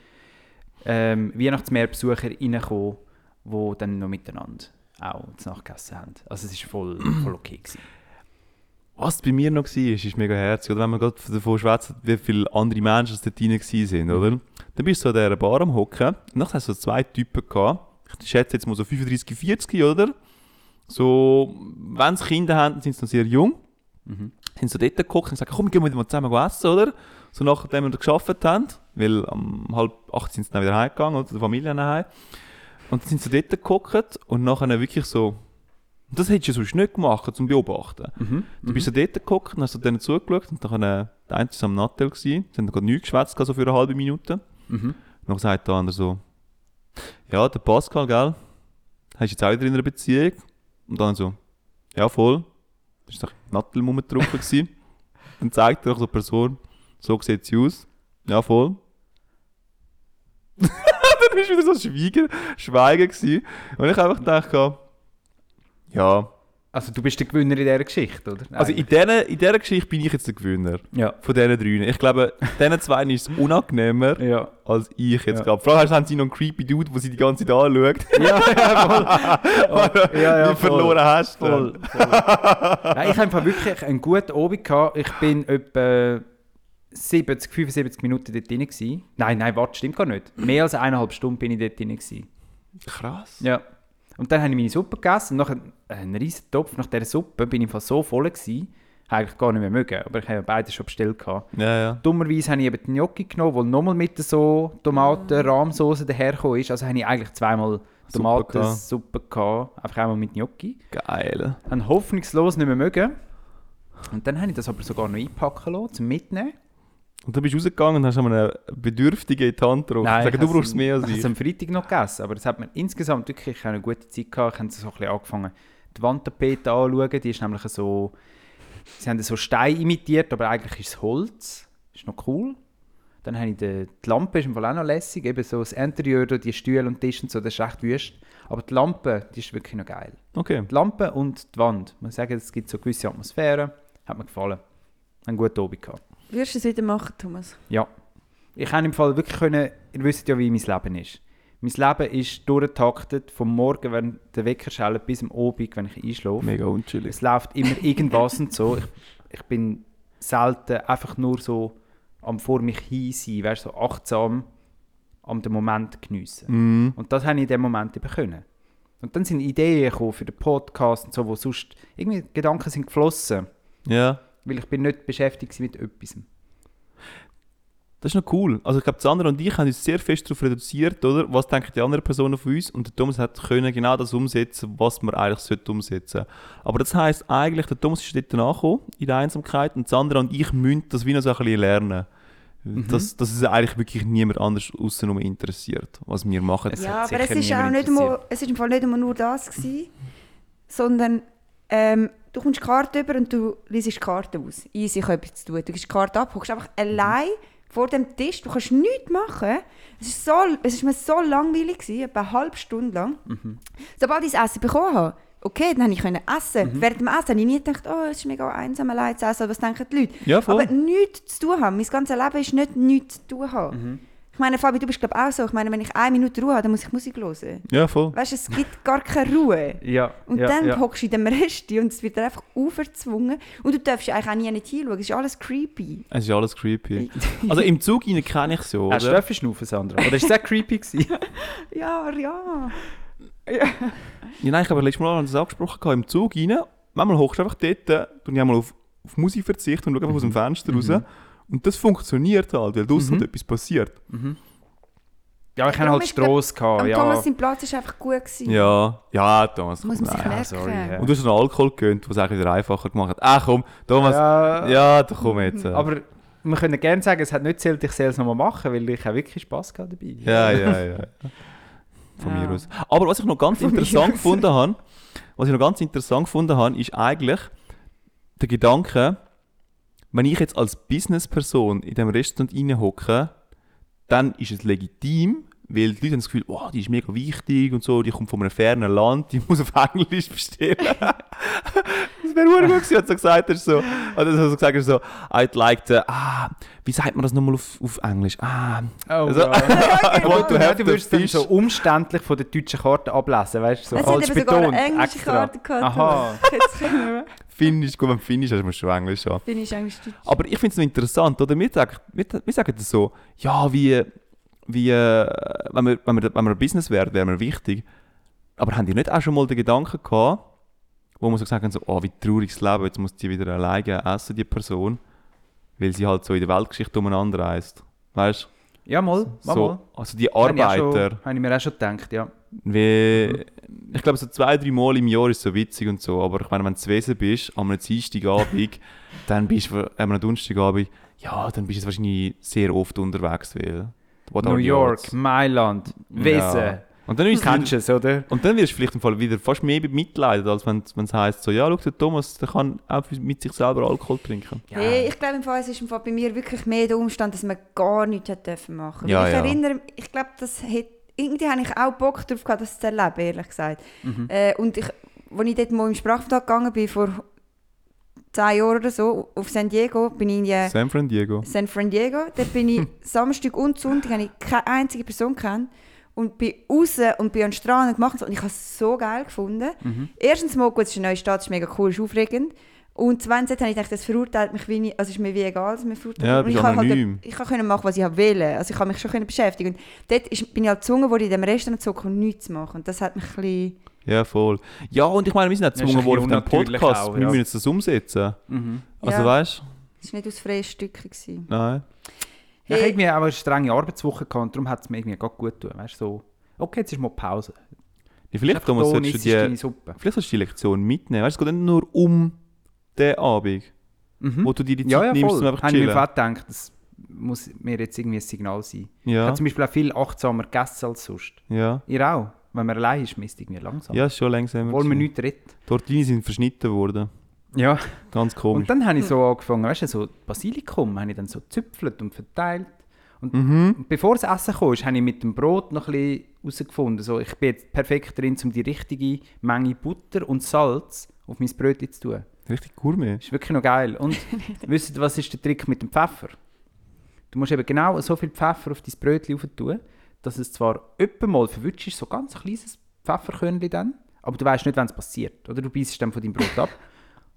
Speaker 5: ähm, Weihnachtsmeerbesucher reingekommen, die dann noch miteinander auch zu Nacht gegessen haben. Also es war voll, voll okay. Gewesen.
Speaker 4: Was bei mir noch war, ist mega herzig. Oder wenn man gerade davon schwätzt, wie viele andere Menschen es dort rein waren, oder? Dann bist du so an dieser Bar am Hocken. Und dann hast du so zwei Typen gehabt. Ich schätze jetzt mal so 35, 40, oder? So, wenn sie Kinder haben, sind sie noch sehr jung. Sind so dort geguckt und gesagt, komm, gehen wir mal zusammen essen, oder? So nachdem wir gearbeitet haben, weil am halb acht sind sie dann wieder heimgegangen, oder? Die Familie nach Und dann sind sie dort geguckt und nachher wirklich so, das hättest du sonst nicht gemacht, zum Beobachten.
Speaker 5: Mhm.
Speaker 4: Du bist so dort geguckt und hast so denen zugeschaut und dann äh, der eine war am Nattel, gewesen. sie haben gerade nichts geschwätzt, gehabt, so für eine halbe Minute. Und dann sagt der andere so, ja, der Pascal, gell, hast jetzt auch wieder in einer Beziehung? Und dann so, ja, voll. Das war doch Nattel rumgetrunken. gewesen. dann zeigt er auch so eine Person, so sieht sie aus. Ja, voll. [LAUGHS] dann war wieder so Schweigen, Schweigen gewesen. Und ich einfach gedacht, ja,
Speaker 5: Also du bist der Gewinner in dieser Geschichte, oder?
Speaker 4: also in dieser, in dieser Geschichte bin ich jetzt der Gewinner
Speaker 5: ja.
Speaker 4: von diesen dreien. Ich glaube, diesen zwei ist es unangenehmer
Speaker 5: Ja. [LAUGHS]
Speaker 4: als ich jetzt
Speaker 5: Ja.
Speaker 4: gerade. Vor allem haben sie noch einen creepy Dude, der sie die ganze Zeit anschaut. [LAUGHS]
Speaker 5: ja, ja, voll. Oh, ja, ja,
Speaker 4: Wie verloren hast du.
Speaker 5: Voll,
Speaker 4: dann.
Speaker 5: voll. Nein, ich habe im Fall wirklich einen guten Abend gehabt. Ich bin etwa 70, 75 Minuten dort drin. Gewesen. Nein, nein, warte, stimmt gar nicht. Mehr als eineinhalb Stunden bin ich dort drin. Gewesen.
Speaker 4: Krass.
Speaker 5: Ja. Und dann habe ich meine Suppe gegessen. Nach einem riesen Topf nach dieser Suppe bin ich im Fall so voll gewesen. Habe eigentlich gar nicht mehr mögen, aber ich habe ja beide schon bestellt gehabt.
Speaker 4: Ja, ja.
Speaker 5: Dummerweise habe ich eben die Gnocchi genommen, die nochmal mit der so Tomaten-Rahmsoße dahergekommen ist. Also habe ich eigentlich zweimal
Speaker 4: Suppe gehabt.
Speaker 5: Tomatensuppe gehabt, einfach einmal mit Gnocchi.
Speaker 4: Geil.
Speaker 5: Habe hoffnungslos nicht mehr mögen. Und dann habe ich das aber sogar noch einpacken lassen, zum Mitnehmen.
Speaker 4: Und dann bist du rausgegangen und hast einem Bedürftigen in die Hand gedrückt. Sagen,
Speaker 5: ich
Speaker 4: du
Speaker 5: habe
Speaker 4: brauchst
Speaker 5: es-
Speaker 4: mehr als
Speaker 5: Ich habe
Speaker 4: ich.
Speaker 5: es am Freitag noch gegessen, aber es hat mir insgesamt wirklich ich habe eine gute Zeit gehabt. Ich habe so ein bisschen angefangen, die Wandtapete anzuschauen. Die ist nämlich so Sie haben so Stein imitiert, aber eigentlich ist es Holz. Ist noch cool. Dann habe ich die, die Lampe, ist im Fall auch noch lässig. Eben so das Interieur, die Stühle und Tische und so, das ist echt wüst. Aber die Lampe, die ist wirklich noch geil.
Speaker 4: Okay.
Speaker 5: Die Lampe und die Wand. Man sagen, es gibt so gewisse Atmosphäre. Hat mir gefallen. Einen guten Abend gehabt.
Speaker 3: Würdest du es wieder machen, Thomas?
Speaker 5: Ja. Ich kann im Fall wirklich können, ihr wisst ja, wie mein Leben ist. Mein Leben ist durchgetaktet, vom Morgen, wenn der Wecker schellt, bis am Abend, wenn ich einschlafe.
Speaker 4: Mega unchillig.
Speaker 5: Es läuft immer irgendwas und so. Ich, ich bin selten einfach nur so am vor mich hin sein, weißt, so achtsam am den Moment geniessen.
Speaker 4: Mhm.
Speaker 5: Und das habe ich in dem Moment eben können. Und dann sind Ideen gekommen für den Podcast und so, wo sonst irgendwie Gedanken sind geflossen,
Speaker 4: Ja.
Speaker 5: weil ich bin nicht beschäftigt gewesen mit etwas.
Speaker 4: Das ist noch cool. Also ich glaube, Sandra und ich haben uns sehr fest darauf reduziert, oder? Was denken die anderen Personen von uns? Und der Thomas hat können genau das umsetzen, was man eigentlich sollte umsetzen. Aber das heißt eigentlich, der Thomas ist dort nachgekommen, in der Einsamkeit, und Sandra und ich müssen das wie noch so ein bisschen lernen.
Speaker 5: Mhm.
Speaker 4: Dass, dass es eigentlich wirklich niemand anders außenrum interessiert, was wir machen.
Speaker 5: Es
Speaker 3: ja,
Speaker 5: hat
Speaker 3: aber es
Speaker 5: sicher
Speaker 3: ist auch nicht
Speaker 5: niemand
Speaker 3: mal, es ist im Fall nicht immer nur das gewesen, sondern ähm, du kommst die Karte über und du liest die Karte aus. Easy, ich habe etwas zu tun. Du gibst die Karte ab, hockst einfach
Speaker 4: Mhm.
Speaker 3: allein vor dem Tisch, du kannst nichts machen. Es ist, so, es ist mir so langweilig gewesen, etwa eine halbe Stunde lang.
Speaker 4: Mhm.
Speaker 3: Sobald ich das Essen bekommen habe, okay, dann konnte ich essen.
Speaker 4: Mhm.
Speaker 3: Während dem Essen habe ich nie gedacht, oh, es ist mega einsam, allein zu essen, oder was denken die Leute?
Speaker 4: Ja, voll.
Speaker 3: Aber nichts zu tun haben, mein ganzes Leben ist nicht nichts zu tun haben.
Speaker 4: Mhm.
Speaker 3: Ich meine, Fabi, du bist glaube auch so, ich meine, wenn ich eine Minute Ruhe habe, dann muss ich Musik hören.
Speaker 4: Ja, voll.
Speaker 3: Weißt du, es gibt gar keine Ruhe.
Speaker 5: Ja,
Speaker 3: Und
Speaker 5: ja,
Speaker 3: dann
Speaker 5: ja.
Speaker 3: hockst du in dem Rest und es wird dir einfach auferzwungen. Und du darfst eigentlich auch nie nicht hinschauen, es ist alles creepy.
Speaker 4: Es ist alles creepy. Also im Zug hinein kenne ich es ja,
Speaker 5: Hast du
Speaker 4: oder?
Speaker 5: Löffel schnaufen, Sandra? Oder ist das auch
Speaker 3: [LAUGHS]
Speaker 5: creepy gewesen?
Speaker 3: Ja, ja.
Speaker 4: Ja, nein, ich habe letztes Mal auch das angesprochen, gehabt, im Zug rein, manchmal hochst du einfach dort, äh, tue ich einmal auf, auf Musik verzichten und schaue einfach aus dem Fenster raus. Und das funktioniert halt, weil draussen halt etwas passiert.
Speaker 5: Ja, ich hatte
Speaker 3: Darum
Speaker 5: halt
Speaker 3: ist, glaub-
Speaker 5: Stross.
Speaker 3: Und
Speaker 5: Gehabt, ja.
Speaker 3: Thomas, sein Platz war einfach gut. Gewesen.
Speaker 4: Oh, Ja, ja, Thomas.
Speaker 3: Muss
Speaker 4: komm,
Speaker 3: man sich
Speaker 4: nein.
Speaker 3: merken.
Speaker 5: sorry, ja.
Speaker 4: Und du hast noch Alkohol gegönnt, was es eigentlich wieder einfacher gemacht hat. Ach komm, Thomas,
Speaker 5: Ja.
Speaker 4: ja, da komm jetzt. äh.
Speaker 5: Aber wir können gerne sagen, es hat nicht zählt, ich soll es nochmal machen, weil ich auch wirklich Spass gehabt dabei.
Speaker 4: Ja, ja, ja. Von
Speaker 3: Ja.
Speaker 4: mir aus. Aber was ich noch ganz
Speaker 3: mir
Speaker 4: interessant
Speaker 3: aus.
Speaker 4: gefunden habe, was ich noch ganz interessant gefunden habe, ist eigentlich der Gedanke, wenn ich jetzt als Businessperson in dem Restaurant reinhocke, dann ist es legitim, weil die Leute haben das Gefühl, wow, die ist mega wichtig und so, die kommt von einem fernen Land, die [LAUGHS] muss auf Englisch bestellen. [LAUGHS] das wäre hure gut gewesen, hat so gesagt, hast so. Oder so gesagt, hast so, I'd like to, ah, wie sagt man das nochmal auf, auf Englisch? Ah,
Speaker 5: Oh,
Speaker 4: Also-
Speaker 5: ja.
Speaker 4: I [LAUGHS] want
Speaker 3: genau.
Speaker 4: to
Speaker 5: ja,
Speaker 4: have
Speaker 5: du
Speaker 4: the
Speaker 5: würdest dann
Speaker 4: fish.
Speaker 5: so umständlich von der deutschen Karte ablesen, weißt du, so
Speaker 3: Es hat
Speaker 5: falsch
Speaker 3: eben sogar
Speaker 5: betont,
Speaker 3: eine englische
Speaker 5: extra.
Speaker 3: Karte gehabt.
Speaker 5: Aha.
Speaker 3: [LAUGHS] Jetzt können wir.
Speaker 4: Finnisch, gut, wenn du Finnisch hast, musst du schon Englisch haben.
Speaker 3: Bin ich eigentlich deutsch.
Speaker 4: Aber ich finde es noch interessant, oder? Wir sagen, wir, wir sagen das so, ja, wie, wie äh, wenn, wir, wenn, wir, wenn wir ein Business wären, wären wir wichtig. Aber haben die nicht auch schon mal den Gedanken gehabt, wo man so gesagt haben, so, oh, wie trauriges Leben, jetzt muss die wieder alleine essen, die Person, weil sie halt so in der Weltgeschichte umeinander reist. Weißt
Speaker 5: Ja, mal,
Speaker 4: du?
Speaker 5: mal,
Speaker 4: So,
Speaker 5: mal.
Speaker 4: also die
Speaker 5: Habe ich auch schon-
Speaker 4: Arbeiter.
Speaker 5: Habe ich mir auch schon gedacht, ja.
Speaker 4: Wie, Mhm. ich glaube, so zwei, drei Mal im Jahr ist es so witzig und so, aber ich meine, wenn du zu Wesen bist, an
Speaker 5: [LAUGHS]
Speaker 4: einem Dienstagabend, dann bist du, an einem Donnerstagabend, ja, dann bist du wahrscheinlich sehr oft unterwegs, weil... what are
Speaker 5: New
Speaker 4: the
Speaker 5: York,
Speaker 4: odds?
Speaker 5: Mailand, Wesen.
Speaker 4: Ja. Und dann, ist
Speaker 5: Kennst du es, oder?
Speaker 4: und dann wirst du vielleicht im Fall wieder fast mehr bemitleidet, als wenn es heisst, so, ja, schau, der Thomas, der kann auch für- mit sich selber Alkohol trinken.
Speaker 3: Hey, ich glaube, im Fall, es ist im Fall bei mir wirklich mehr der Umstand, dass man gar nichts hat dürfen machen
Speaker 4: Ja,
Speaker 3: Weil Ich
Speaker 4: ja.
Speaker 3: erinnere mich, ich glaube, das hat, irgendwie habe ich auch Bock darauf gehabt, das zu erleben, ehrlich gesagt.
Speaker 4: Mhm.
Speaker 3: Äh, und ich, als ich dort mal im Sprachvertrag gegangen bin, vor zehn Jahren oder so, auf San Diego, bin ich in
Speaker 5: Äh.
Speaker 3: die
Speaker 4: San Fran Diego.
Speaker 3: San Fran Diego. Dort bin
Speaker 4: [LAUGHS]
Speaker 3: ich Samstag und Sonntag, habe ich keine einzige Person kennt und bin raus und bin an den Strand und gemacht und ich habe es so geil gefunden.
Speaker 4: Mhm.
Speaker 3: Erstens mal, gut, es ist eine neue Stadt, es ist mega cool, es ist aufregend. Und zweitens habe ich gedacht, das verurteilt mich wie nie, also es ist mir wie egal, dass mir verurteilt
Speaker 4: Ja,
Speaker 3: wird. und
Speaker 4: bist
Speaker 3: ich habe halt,
Speaker 4: anonym.
Speaker 3: ich habe können machen, was ich wollte. Also ich habe mich schon können beschäftigen. Und dort ist, bin ich halt gezwungen worden, in dem Restaurant zu sitzen und nichts zu machen. Und das hat mich ein bisschen...
Speaker 4: Ja, voll. Ja, und ich meine, wir sind auch
Speaker 5: Das ist ein
Speaker 4: gezwungen worden auf
Speaker 5: bisschen
Speaker 4: dem
Speaker 5: unnatürlich
Speaker 4: Podcast,
Speaker 5: auch,
Speaker 4: wir
Speaker 5: ja. Mhm.
Speaker 4: müssen jetzt das umsetzen. Also
Speaker 3: Ja.
Speaker 4: weißt du,
Speaker 3: Es war nicht aus freien Stücken. gewesen.
Speaker 4: nein.
Speaker 5: Ich habe irgendwie auch eine strenge Arbeitswoche gehabt und darum hat es mir irgendwie gerade gut getan. Weißt du, so, okay, jetzt ist mal Pause.
Speaker 4: Ja, Vielleicht, Thomas,
Speaker 5: Ton
Speaker 4: solltest du
Speaker 5: isst, isst
Speaker 4: dir...
Speaker 5: deine Suppe.
Speaker 4: Vielleicht sollst du die Lektion mitnehmen. Weißt, du, es geht nicht nur um den Abend,
Speaker 5: Mhm.
Speaker 4: wo du dir die Zeit
Speaker 5: Ja, ja,
Speaker 4: nimmst,
Speaker 5: voll.
Speaker 4: um
Speaker 5: Habe
Speaker 4: einfach
Speaker 5: ich
Speaker 4: zu
Speaker 5: mir
Speaker 4: chillen.
Speaker 5: fast gedacht, das muss mir jetzt irgendwie ein Signal sein. Ich
Speaker 4: Ja,
Speaker 5: habe zum Beispiel auch viel achtsamer gegessen als sonst.
Speaker 4: ja.
Speaker 5: Ihr auch? Wenn man allein ist, misst irgendwie langsam.
Speaker 4: Ja, ist schon langsam.
Speaker 5: Obwohl man nichts redet.
Speaker 4: Tortellini sind verschnitten worden.
Speaker 5: Ja,
Speaker 4: Ganz komisch.
Speaker 5: und dann habe ich so angefangen, weißt du, so Basilikum habe ich dann so gezüpfelt und verteilt. Und und bevor das Essen kam, ist, habe ich mit dem Brot noch ein bisschen herausgefunden. So, ich bin jetzt perfekt drin, um die richtige Menge Butter und Salz auf mein Brötchen zu tun.
Speaker 4: Richtig Gourmet.
Speaker 5: Ist wirklich noch geil. Und wisst ihr, was ist der Trick mit dem Pfeffer? Du musst eben genau so viel Pfeffer auf dein Brötchen rauf tun, dass es zwar öppenmal verwünscht ist, so ganz kleines Pfefferkörnchen dann, aber du weißt nicht, wann es passiert. Oder du beißt dann von deinem Brot ab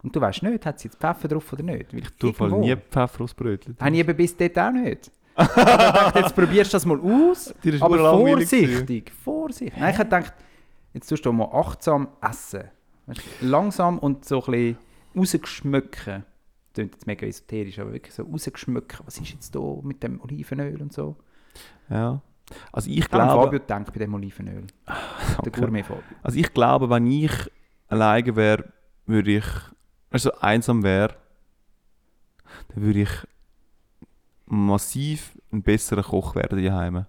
Speaker 5: und du weißt nicht, hat es jetzt Pfeffer drauf oder nicht. Weil
Speaker 4: Du fall
Speaker 5: irgendwo-
Speaker 4: nie Pfeffer aufs Brötchen.
Speaker 5: Habe ich eben bis dort auch
Speaker 4: [LAUGHS]
Speaker 5: nicht. ich dachte, jetzt probierst du das mal aus,
Speaker 4: Dir ist
Speaker 5: aber
Speaker 4: urlangweilig
Speaker 5: vorsichtig, vorsichtig. Nein, ich habe gedacht, jetzt tust du mal achtsam essen. Weißt, du, langsam und so ein bisschen rausgeschmücken. Klingt jetzt mega esoterisch, aber wirklich so rausgeschmücken. Was ist jetzt da mit dem Olivenöl und so?
Speaker 4: Ja. Also ich
Speaker 5: Ich habe Fabio
Speaker 4: glaube, Oh
Speaker 5: denkt bei dem Olivenöl. Der
Speaker 4: Danke.
Speaker 5: Gourmet Fabio.
Speaker 4: also ich glaube, wenn ich alleine wäre, würde ich, also einsam wäre, dann würde ich massiv ein besserer Koch werden daheim.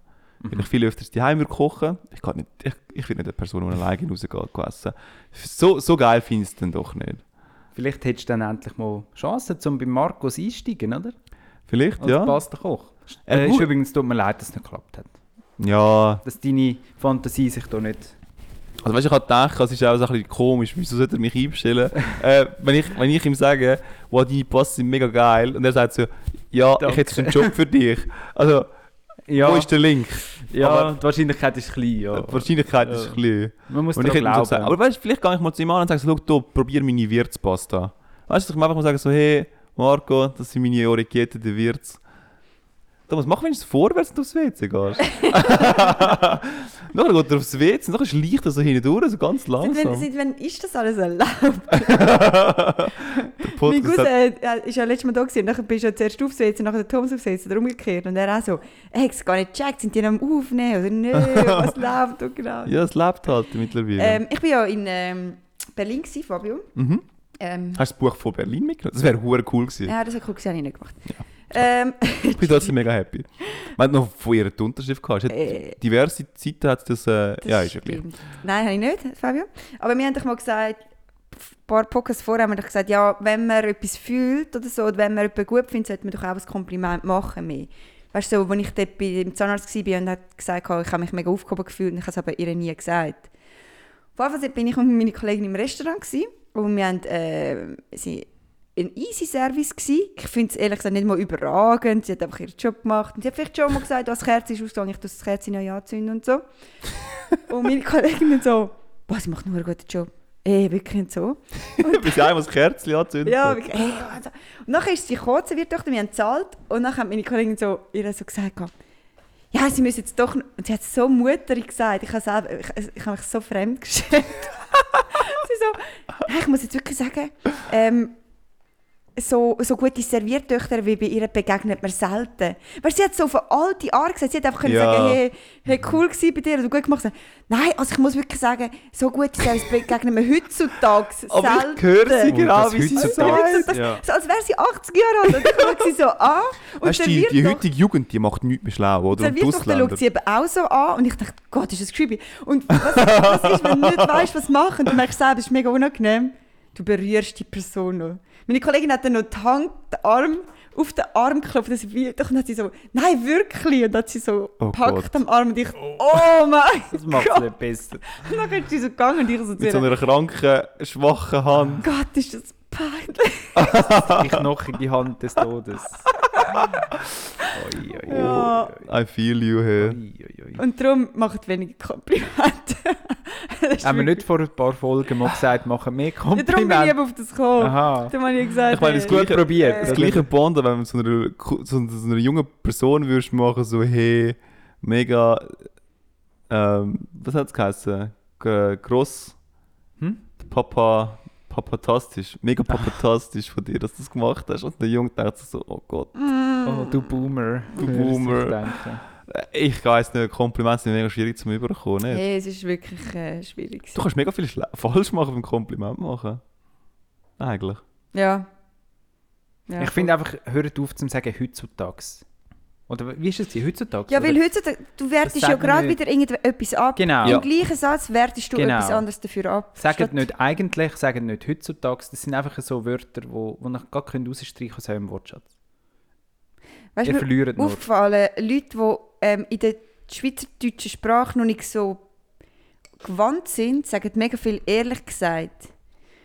Speaker 4: Weil ich viel öfters daheim würde kochen. Ich kann nicht, ich, ich bin nicht eine Person, die alleine rausgeht go essen. So, so geil finde ich es dann doch nicht.
Speaker 5: Vielleicht hättest du dann endlich mal Chancen, um bei Markus einsteigen, oder?
Speaker 4: Vielleicht,
Speaker 5: Als
Speaker 4: ja.
Speaker 5: Pasta Koch.
Speaker 4: Er
Speaker 5: Äh, ist
Speaker 4: hu-
Speaker 5: übrigens tut mir leid, dass es nicht geklappt hat.
Speaker 4: Ja,
Speaker 5: Dass deine Fantasie sich da nicht
Speaker 4: Also weißt, du, ich habe gedacht, es ist auch so ein bisschen komisch, wieso sollte er mich einbestellen? äh, wenn, ich, wenn ich ihm sage, wow, deine Pass sind mega geil, und er sagt so, ja, ich
Speaker 5: Danke.
Speaker 4: hätte so einen Job für dich. Also,
Speaker 5: Ja,
Speaker 4: wo ist der Link?
Speaker 5: ja
Speaker 4: aber-
Speaker 5: die Wahrscheinlichkeit ist klein, ja.
Speaker 4: Die Wahrscheinlichkeit ist
Speaker 5: Ja.
Speaker 4: klein.
Speaker 5: Man muss
Speaker 4: Und
Speaker 5: daran
Speaker 4: ich hätte ihm so
Speaker 5: glauben.
Speaker 4: gesagt, aber weißt, du, vielleicht gehe ich mal zu ihm an und sage, so, schau, du, probier meine Wirtspasta. Weißt du, ich kann einfach mal sagen, so, hey, Marco, das sind meine Orikette der Wirts. Da muss machen, wenn du vorwärts und aufs WC gehst. Nachher geht er aufs WC, nachher schleicht er so hinten durch, so ganz
Speaker 3: Seit
Speaker 4: langsam.
Speaker 3: wann, seit wann ist das alles erlaubt?
Speaker 4: [LAUGHS] Der
Speaker 3: mein
Speaker 4: Podcast
Speaker 3: Cousin
Speaker 4: hat,
Speaker 3: äh, ist ja letztes Mal da gewesen, und dann bist du ja zuerst aufsetzen, nachher der Thomas aufsetzen, oder umgekehrt. Und er auch so, hey, ich hab's gar nicht gecheckt, sind die noch am Aufnehmen oder
Speaker 4: [LAUGHS]
Speaker 3: nicht? Was läuft da genau?
Speaker 4: ja, es lebt halt mittlerweile.
Speaker 3: Ähm, ich war ja in ähm, Berlin, gewesen, Fabio.
Speaker 4: mhm.
Speaker 3: Ähm,
Speaker 4: Hast du das Buch von Berlin mitgenommen? Das wäre hure cool gewesen.
Speaker 3: ja, das hat cool gesehen, habe ich nicht gemacht.
Speaker 4: Ja.
Speaker 3: Ähm,
Speaker 4: Ich bin trotzdem mega happy. Man hat noch von ihrer die Unterschrift gehabt. Es hat
Speaker 3: Äh.
Speaker 4: diverse Zeiten hat es das. Äh, ja, ist ja gleich.
Speaker 3: stimmt. Nein, habe ich nicht, Fabio. Aber wir haben doch mal gesagt, ein paar Podcasts vorher haben wir doch gesagt, ja, wenn man etwas fühlt oder so, oder wenn man jemanden gut findet, sollte man doch auch ein Kompliment machen mehr. Weißt du, so, als ich dort beim Zahnarzt war und hat gesagt, oh, ich habe mich mega aufgehoben gefühlt und ich habe es aber ihr nie gesagt. Vor allem bin ich mit meiner Kollegin im Restaurant gewesen, und wir haben äh, sie ein easy Service gewesen. Ich finde es ehrlich gesagt nicht mal überragend. Sie hat einfach ihren Job gemacht und sie hat vielleicht schon mal gesagt, was Kerze ist ausgegangen, ich tue das Kerze neu anzünden und so. Und meine Kollegin dann so, boah, sie macht nur einen guten Job. Eh, wirklich und so.
Speaker 4: [LAUGHS] Bis einmal das Kerzchen anzündet.
Speaker 3: Ja,
Speaker 4: hat.
Speaker 3: wirklich. Hey, also. Und nachher ist sie gekommen zur Wirtschaftstochter, wir haben gezahlt. Und nachher hat meine Kollegin so, ihr so gesagt, gehabt, ja, sie müssen jetzt doch... noch- Und sie hat es so mutterig gesagt, ich habe, selber, ich, ich habe mich so fremd gestellt. [LAUGHS] sie so, hey, ich muss jetzt wirklich sagen, ähm, so, so gute Serviertöchter wie bei ihr begegnet man selten. Weißt, du, sie hat so von all die Art gesagt, sie hat einfach können
Speaker 4: Ja.
Speaker 3: sagen, hey, hey, cool gewesen bei dir, du gut gemacht. Nein, also ich muss wirklich sagen, so gute Service begegnet man heutzutage selten.
Speaker 4: [LAUGHS] Aber ich höre
Speaker 3: äh,
Speaker 4: sie
Speaker 5: Und
Speaker 4: genau,
Speaker 5: das
Speaker 4: wie sie
Speaker 5: heutzutage.
Speaker 4: sagt.
Speaker 3: Das, so, als wäre sie 80 Jahre alt. Und ich schaue sie so an. Und
Speaker 4: Weißt du,
Speaker 3: der
Speaker 4: die,
Speaker 3: Wirt
Speaker 4: die
Speaker 3: doch-
Speaker 4: heutige Jugend die macht nichts mehr schlau, oder?
Speaker 3: der
Speaker 4: Und die
Speaker 3: Wirt doch, der
Speaker 4: Ausländer.
Speaker 3: schaut sie eben auch so an. Und ich dachte, Gott, ist das creepy. Und was, was ist, wenn du nicht weißt, was machen? Du merkst selber, es ist mega unangenehm. Du berührst die Person noch. Meine Kollegin hat dann noch die Hand, den Arm auf den Arm geklopft. Das Wirt doch. Und hat sie so, nein, wirklich. Und hat sie so
Speaker 4: Oh
Speaker 3: gepackt
Speaker 4: Gott.
Speaker 3: am Arm. Und ich, oh mein [LAUGHS]
Speaker 5: Das macht es
Speaker 3: Gott.
Speaker 5: nicht besser.
Speaker 3: Und dann ist sie so gegangen. Und ich so, zu
Speaker 4: Mit so
Speaker 3: ihr,
Speaker 4: einer kranken, schwachen Hand.
Speaker 3: Gott, ist das peinlich.
Speaker 5: Die knochige Hand
Speaker 3: [LAUGHS]
Speaker 5: des Todes. Oi, oi,
Speaker 3: Ja.
Speaker 4: Oh, I feel you here.
Speaker 5: oi, oi, oi.
Speaker 3: Und darum macht wenige Komplimente. [LAUGHS] Das ist
Speaker 5: Haben wir
Speaker 3: wirklich-
Speaker 5: nicht vor ein paar Folgen mal gesagt, machen mehr
Speaker 3: Ja, darum bin ich eben
Speaker 5: Komplimente?
Speaker 3: auf das gekommen.
Speaker 5: Aha.
Speaker 3: Darum habe ich gesagt,
Speaker 4: Ich meine,
Speaker 3: äh,
Speaker 4: es
Speaker 5: Gut probiert.
Speaker 4: Das
Speaker 5: oder?
Speaker 4: gleiche Bond, wenn du so einer, Ku- so, so einer jungen Person würdest machen, so hey, mega, ähm, was hat es geheißen? G gross,
Speaker 5: Hm?
Speaker 4: Papa, papatastisch, mega papatastisch von dir, dass du das gemacht hast. Und der Junge denkt sich so, oh Gott,
Speaker 5: Oh, du Boomer.
Speaker 4: Du
Speaker 5: würde sich
Speaker 4: Boomer.
Speaker 5: denken.
Speaker 4: Äh, ich weiß nicht, Komplimente sind mega schwierig zum Überkommen. nicht?
Speaker 3: hey, es ist wirklich äh, schwierig.
Speaker 4: Du kannst mega viel schla- falsch machen beim Kompliment machen. Eigentlich.
Speaker 3: Ja. ja.
Speaker 5: Ich finde einfach, hört auf zu sagen heutzutage. Oder wie ist es heutzutage?
Speaker 3: Ja, weil
Speaker 5: Oder-
Speaker 3: heutzutage, du wertest ja
Speaker 5: sagen
Speaker 3: gerade
Speaker 5: wir-
Speaker 3: wieder irgendetwas ab.
Speaker 5: Genau.
Speaker 3: Im
Speaker 5: Ja.
Speaker 3: gleichen Satz wertest du
Speaker 5: Genau.
Speaker 3: etwas anderes dafür ab.
Speaker 5: Sagen
Speaker 3: Statt-
Speaker 5: nicht eigentlich, sagen nicht heutzutage. Das sind einfach so Wörter, die wo, wo ich gar nicht rausstreichen aus eurem Wortschatz.
Speaker 3: Weißt
Speaker 5: Ihr
Speaker 3: du, mir
Speaker 5: verliert nur.
Speaker 3: aufgefallen, Leute, die ähm, in der schweizerdeutschen Sprache noch nicht so gewandt sind, sagen mega viel ehrlich
Speaker 5: [LAUGHS]
Speaker 3: gesagt.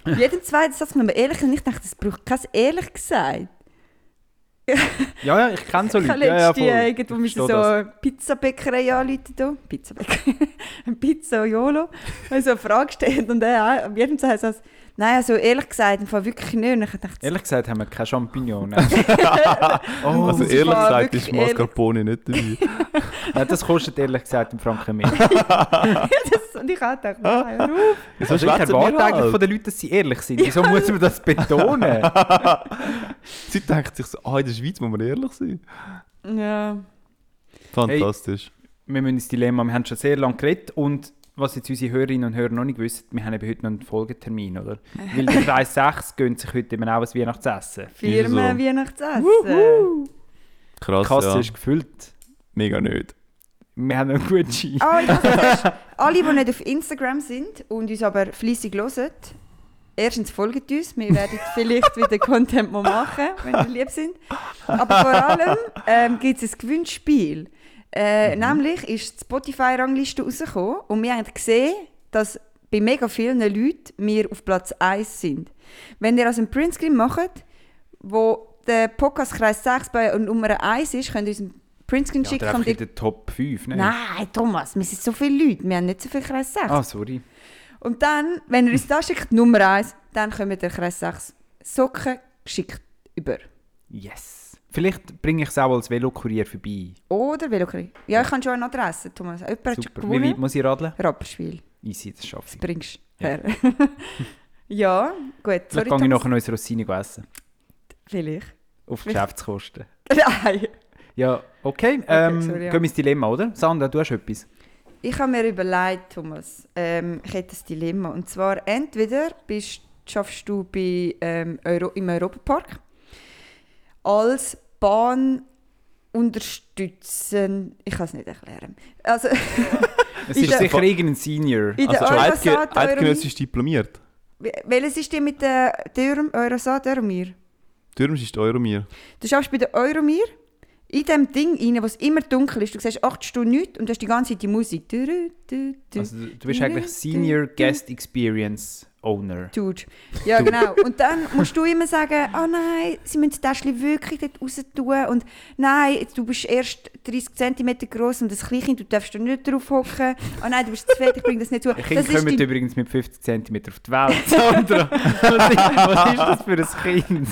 Speaker 3: Bei jedem zweiten Satz muss man ehrlich sein. Ich denke, das braucht kein ehrlich gesagt.
Speaker 5: Ja, ja, ich kenne so
Speaker 3: ich habe
Speaker 5: Leute. ja, ja,
Speaker 3: letztens
Speaker 5: voll.
Speaker 3: ja, irgendwo
Speaker 5: Ich
Speaker 3: müssen so
Speaker 5: verstehe das.
Speaker 3: eine Pizzabäckerei anrufen. hier. Pizzabäckerei. [LAUGHS] Ein Pizzaiolo. Und so eine Frage gestellt. Und er auch. Auf jeden Fall sagt nein, also ehrlich gesagt, im Fall wirklich nicht. Und ich dachte, [LAUGHS]
Speaker 5: Ehrlich gesagt haben wir keine Champignon. oh,
Speaker 4: Also
Speaker 3: das
Speaker 4: ehrlich
Speaker 3: war
Speaker 4: gesagt
Speaker 3: wirklich
Speaker 4: ist Mascarpone
Speaker 3: [LAUGHS]
Speaker 4: nicht dabei.
Speaker 5: nein, das kostet ehrlich gesagt im Franken mehr.
Speaker 3: das, und ich habe
Speaker 5: [LAUGHS]
Speaker 3: gedacht, nein, hör auf.
Speaker 4: Wieso
Speaker 5: Also ich
Speaker 4: schwätzen
Speaker 5: erwarte
Speaker 4: wir
Speaker 5: eigentlich von
Speaker 4: halt?
Speaker 5: den Leuten, dass sie ehrlich
Speaker 3: [LAUGHS]
Speaker 5: sind. Wieso muss man das betonen? [LAUGHS]
Speaker 4: Sie denkt sich so, ah, in der Schweiz muss man ehrlich sein.
Speaker 3: Ja.
Speaker 4: Fantastisch.
Speaker 5: wir müssen ins Dilemma, wir haben schon sehr lange geredet und was jetzt unsere Hörerinnen und Hörer noch nicht wissen, wir haben eben heute noch einen Folgetermin, oder?
Speaker 3: [LAUGHS]
Speaker 5: Weil der Kreis 6 gönnt sich heute eben auch ein Weihnachtsessen.
Speaker 3: Firmen
Speaker 4: so.
Speaker 3: Weihnachtsessen.
Speaker 5: Die
Speaker 4: Krass,
Speaker 5: Kasse
Speaker 4: ja.
Speaker 5: ist gefüllt.
Speaker 4: Mega nicht.
Speaker 5: Wir haben einen guten Schein.
Speaker 3: Ah, ich
Speaker 5: [LAUGHS]
Speaker 3: hasse es. alle, die nicht auf Instagram sind und uns aber fleissig hören, erstens folgt uns. Wir werden vielleicht wieder Content mal machen, wenn wir lieb sind. Aber vor allem ähm, gibt es ein Gewinnspiel. Äh,
Speaker 5: Mhm.
Speaker 3: Nämlich ist die Spotify-Rangliste rausgekommen und wir haben gesehen, dass bei mega vielen Leuten wir auf Platz 1 sind. Wenn ihr also einen Printscreen macht, wo der Podcast Kreis 6 bei Nummer 1 ist, könnt ihr uns einen Printscreen
Speaker 5: Ja,
Speaker 3: schicken
Speaker 5: oder einfach
Speaker 3: und ihr
Speaker 5: in der Top 5, ne?
Speaker 3: Nein, Thomas, wir sind so viele Leute, wir haben nicht so viel Kreis 6.
Speaker 5: Ah, sorry.
Speaker 3: Und dann, wenn ihr uns das schickt, Nummer 1, dann kommen der Kreis 6 Socken geschickt über.
Speaker 5: Yes. Vielleicht bringe ich es auch als Velokurier vorbei.
Speaker 3: Oder Velokrieg. Ja, ich habe schon eine Adresse, Thomas. Jemand hat schon
Speaker 5: Super. Wie weit
Speaker 3: gewonnen.
Speaker 5: muss ich radeln?
Speaker 3: Rapperspiel,
Speaker 5: Easy, das schaffe ich.
Speaker 3: bringst du her. [LAUGHS] ja, gut, sorry,
Speaker 5: Vielleicht gehe ich
Speaker 3: Thomas.
Speaker 5: nachher noch ins Rossini essen.
Speaker 3: Vielleicht. [LAUGHS]
Speaker 5: Auf
Speaker 3: Vielleicht-
Speaker 5: Geschäftskosten.
Speaker 3: Nein.
Speaker 5: Ja, okay. Ähm,
Speaker 3: sorry, ja.
Speaker 5: Gehen wir ins Dilemma, oder? Sandra, du hast etwas.
Speaker 3: Ich habe mir überlegt, Thomas, ähm, ich hätte ein Dilemma. Und zwar entweder bist, schaffst du bei, ähm, Euro, im Europapark als Bahn unterstützen. Ich kann es nicht erklären. Also [LAUGHS]
Speaker 5: Es
Speaker 3: In
Speaker 5: ist
Speaker 3: der-
Speaker 5: sicher irgendein Senior.
Speaker 3: in der
Speaker 4: Also eidge
Speaker 3: Eurosat, Euromir.
Speaker 4: eidgenössisch diplomiert.
Speaker 3: Wel- Welches ist denn mit der Dürm, Eurosat, Euromir?
Speaker 4: Türmisch ist Euromir.
Speaker 3: Du schaffst bei der Euromir in dem Ding rein, wo es immer dunkel ist. Du siehst acht Stunden nichts und du hast die ganze Zeit die Musik. Du, du, du.
Speaker 5: Also, du bist eigentlich Senior Guest Experience Owner.
Speaker 3: Dude. Ja, genau. Und dann musst du immer sagen, ah nein, sie müssen das Täschchen wirklich dort raus tun und nein, du bist erst 30 cm groß und das Kleinkind, du darfst da nicht drauf hocken. Ah nein, du bist zu fett, ich bringe das nicht zu.
Speaker 5: Kinder
Speaker 3: Das ist
Speaker 5: kommen
Speaker 3: die-
Speaker 5: übrigens mit 50 cm auf die Welt,
Speaker 3: [LAUGHS]
Speaker 5: Sandra. was, ist, was ist das für ein
Speaker 3: [LAUGHS]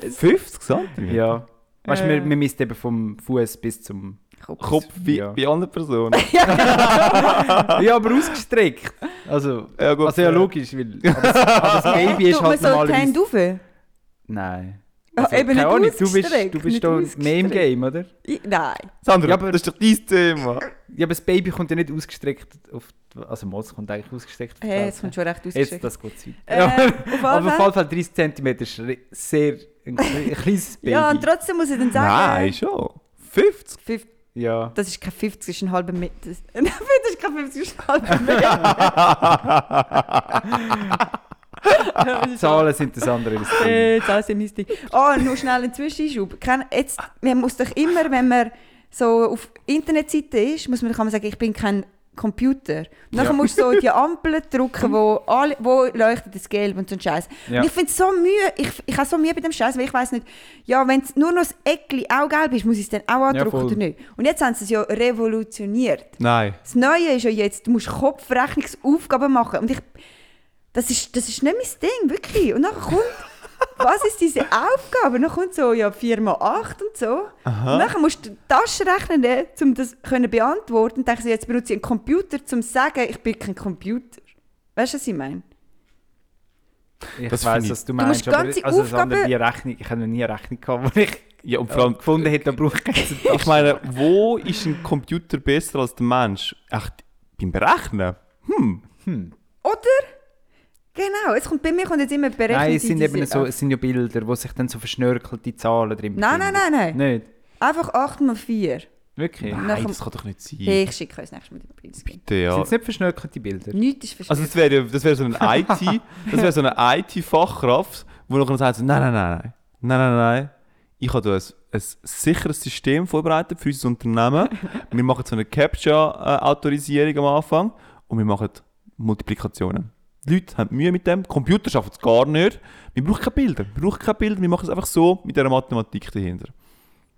Speaker 5: Kind?
Speaker 4: 50 cm?
Speaker 5: Ja. Weißt du,
Speaker 3: Äh.
Speaker 5: wir, wir misst eben vom Fuß bis zum.
Speaker 4: Kopf wie
Speaker 5: Ja.
Speaker 4: bei
Speaker 3: [LAUGHS]
Speaker 4: anderen Personen.
Speaker 5: Ja, aber ausgestreckt. Also,
Speaker 4: Ja, gut. äh.
Speaker 5: also ja, logisch, weil. Aber das, aber das Baby ist
Speaker 3: Du, man
Speaker 5: halt
Speaker 3: soll die Hände
Speaker 5: normalerweise.
Speaker 3: rauf.
Speaker 5: Nein.
Speaker 3: Ja, eben nicht
Speaker 5: keine Ahnung, du bist,
Speaker 3: ausgestreckt,
Speaker 5: du
Speaker 3: nicht
Speaker 5: bist da mehr im
Speaker 3: ausgestreckt.
Speaker 5: Game, oder?
Speaker 3: Ich- Nein.
Speaker 4: Sandra,
Speaker 5: Ja, aber-
Speaker 4: das ist doch dein Thema.
Speaker 3: Äh,
Speaker 5: Ja, aber das Baby kommt ja nicht ausgestreckt auf die, Also, Mods kommt eigentlich ausgestreckt auf die
Speaker 3: Hey,
Speaker 5: Welt.
Speaker 3: es kommt schon recht
Speaker 5: Jetzt,
Speaker 3: ausgeschickt.
Speaker 5: das geht zu weit.
Speaker 3: Äh,
Speaker 5: Ja.
Speaker 3: auf
Speaker 5: [LAUGHS] Aber
Speaker 3: alle
Speaker 5: auf
Speaker 3: Fälle.
Speaker 5: jeden Fall 30 cm ist re- sehr ein, kle- ein kleines
Speaker 3: [LAUGHS]
Speaker 5: Baby.
Speaker 3: Ja, und trotzdem muss ich dann sagen, äh,
Speaker 4: Nein, schon. 50?
Speaker 3: [LAUGHS] fünf-
Speaker 5: ja.
Speaker 3: das ist kein 50, das ist ein halber Meter. [LAUGHS] Das das ist kein 50, das ist ein halber
Speaker 5: [LAUGHS]
Speaker 3: Meter.
Speaker 5: Zahlen sind das andere. als das Baby.
Speaker 3: Äh, das ist mein Ding. Oh, nur schnell ein Zwischenschub. Kenn- Jetzt, man muss doch immer, wenn man so auf Internetseite ist, muss man, kann man sagen, ich bin kein Computer. Und nachher
Speaker 5: Ja.
Speaker 3: musst du so die Ampeln drücken, wo, alle, wo leuchtet das Gelb und so ein Scheiß.
Speaker 5: Ja.
Speaker 3: Und ich finde es so Mühe, ich, ich habe so Mühe bei dem Scheiß, weil ich weiß nicht, ja, wenn es nur noch das Eckli auch gelb ist, muss ich es dann auch andrücken
Speaker 5: voll.
Speaker 3: oder nicht. Und jetzt haben sie es ja revolutioniert.
Speaker 4: Nein.
Speaker 3: Das Neue ist ja jetzt, du musst Kopfrechnungsaufgaben machen. Und ich. Das ist, das ist nicht mein Ding, wirklich. Und dann kommt. was ist diese Aufgabe? Und dann kommt so ja 4 mal 8 und so. Und dann musst du das rechnen, um das können beantworten. Und denkst du, jetzt benutze ich einen Computer, um zu sagen, ich bin kein Computer. Weißt du, was ich meine?
Speaker 5: Ich
Speaker 4: Das finde
Speaker 5: weiss,
Speaker 4: ich-
Speaker 5: was du
Speaker 3: Du
Speaker 5: meinst,
Speaker 3: musst
Speaker 5: aber
Speaker 3: ganze
Speaker 5: also das andere,
Speaker 3: Aufgaben-
Speaker 5: die Rechnung, ich habe noch nie eine Rechnung gehabt, wo ich
Speaker 4: Ja, und vor
Speaker 5: äh,
Speaker 4: allem,
Speaker 5: gefunden hätte, da brauche ich jetzt einen
Speaker 4: ich meine, wo ist ein Computer besser als der Mensch? Echt, beim Berechnen? Hm.
Speaker 3: Oder? Genau, es kommt bei mir kommt jetzt immer berechnet.
Speaker 5: Nein, es sind eben so, es sind ja Bilder, wo sich dann so verschnörkelte Zahlen drin Ne-
Speaker 3: Nein, nein, nein, nein.
Speaker 5: Nicht?
Speaker 3: Einfach 8 mal 4.
Speaker 5: Wirklich?
Speaker 3: Nein,
Speaker 4: Nein,
Speaker 3: komm.
Speaker 4: das kann doch nicht sein.
Speaker 3: Hey, ich schicke euch das nächste Mal den Preis.
Speaker 4: Bitte, ja.
Speaker 5: Sind es nicht verschnörkelte Bilder?
Speaker 3: Nichts ist
Speaker 4: Also
Speaker 3: verschwunden.
Speaker 4: das wäre ja- das wäre
Speaker 5: [LAUGHS]
Speaker 4: so ein IT, das wäre so eine IT-Fachkraft, wo noch sagt, so, nein, nein, nein, nein, nein, nein, nein. Ich habe da ein, ein sicheres System vorbereitet für unser Unternehmen. Wir machen so eine Capture-Autorisierung am Anfang und wir machen Multiplikationen. Die Leute haben Mühe mit dem, Computer schaffen es gar nicht. Wir brauchen keine Bilder, wir brauchen keine Bilder, wir machen es einfach so mit dieser Mathematik dahinter.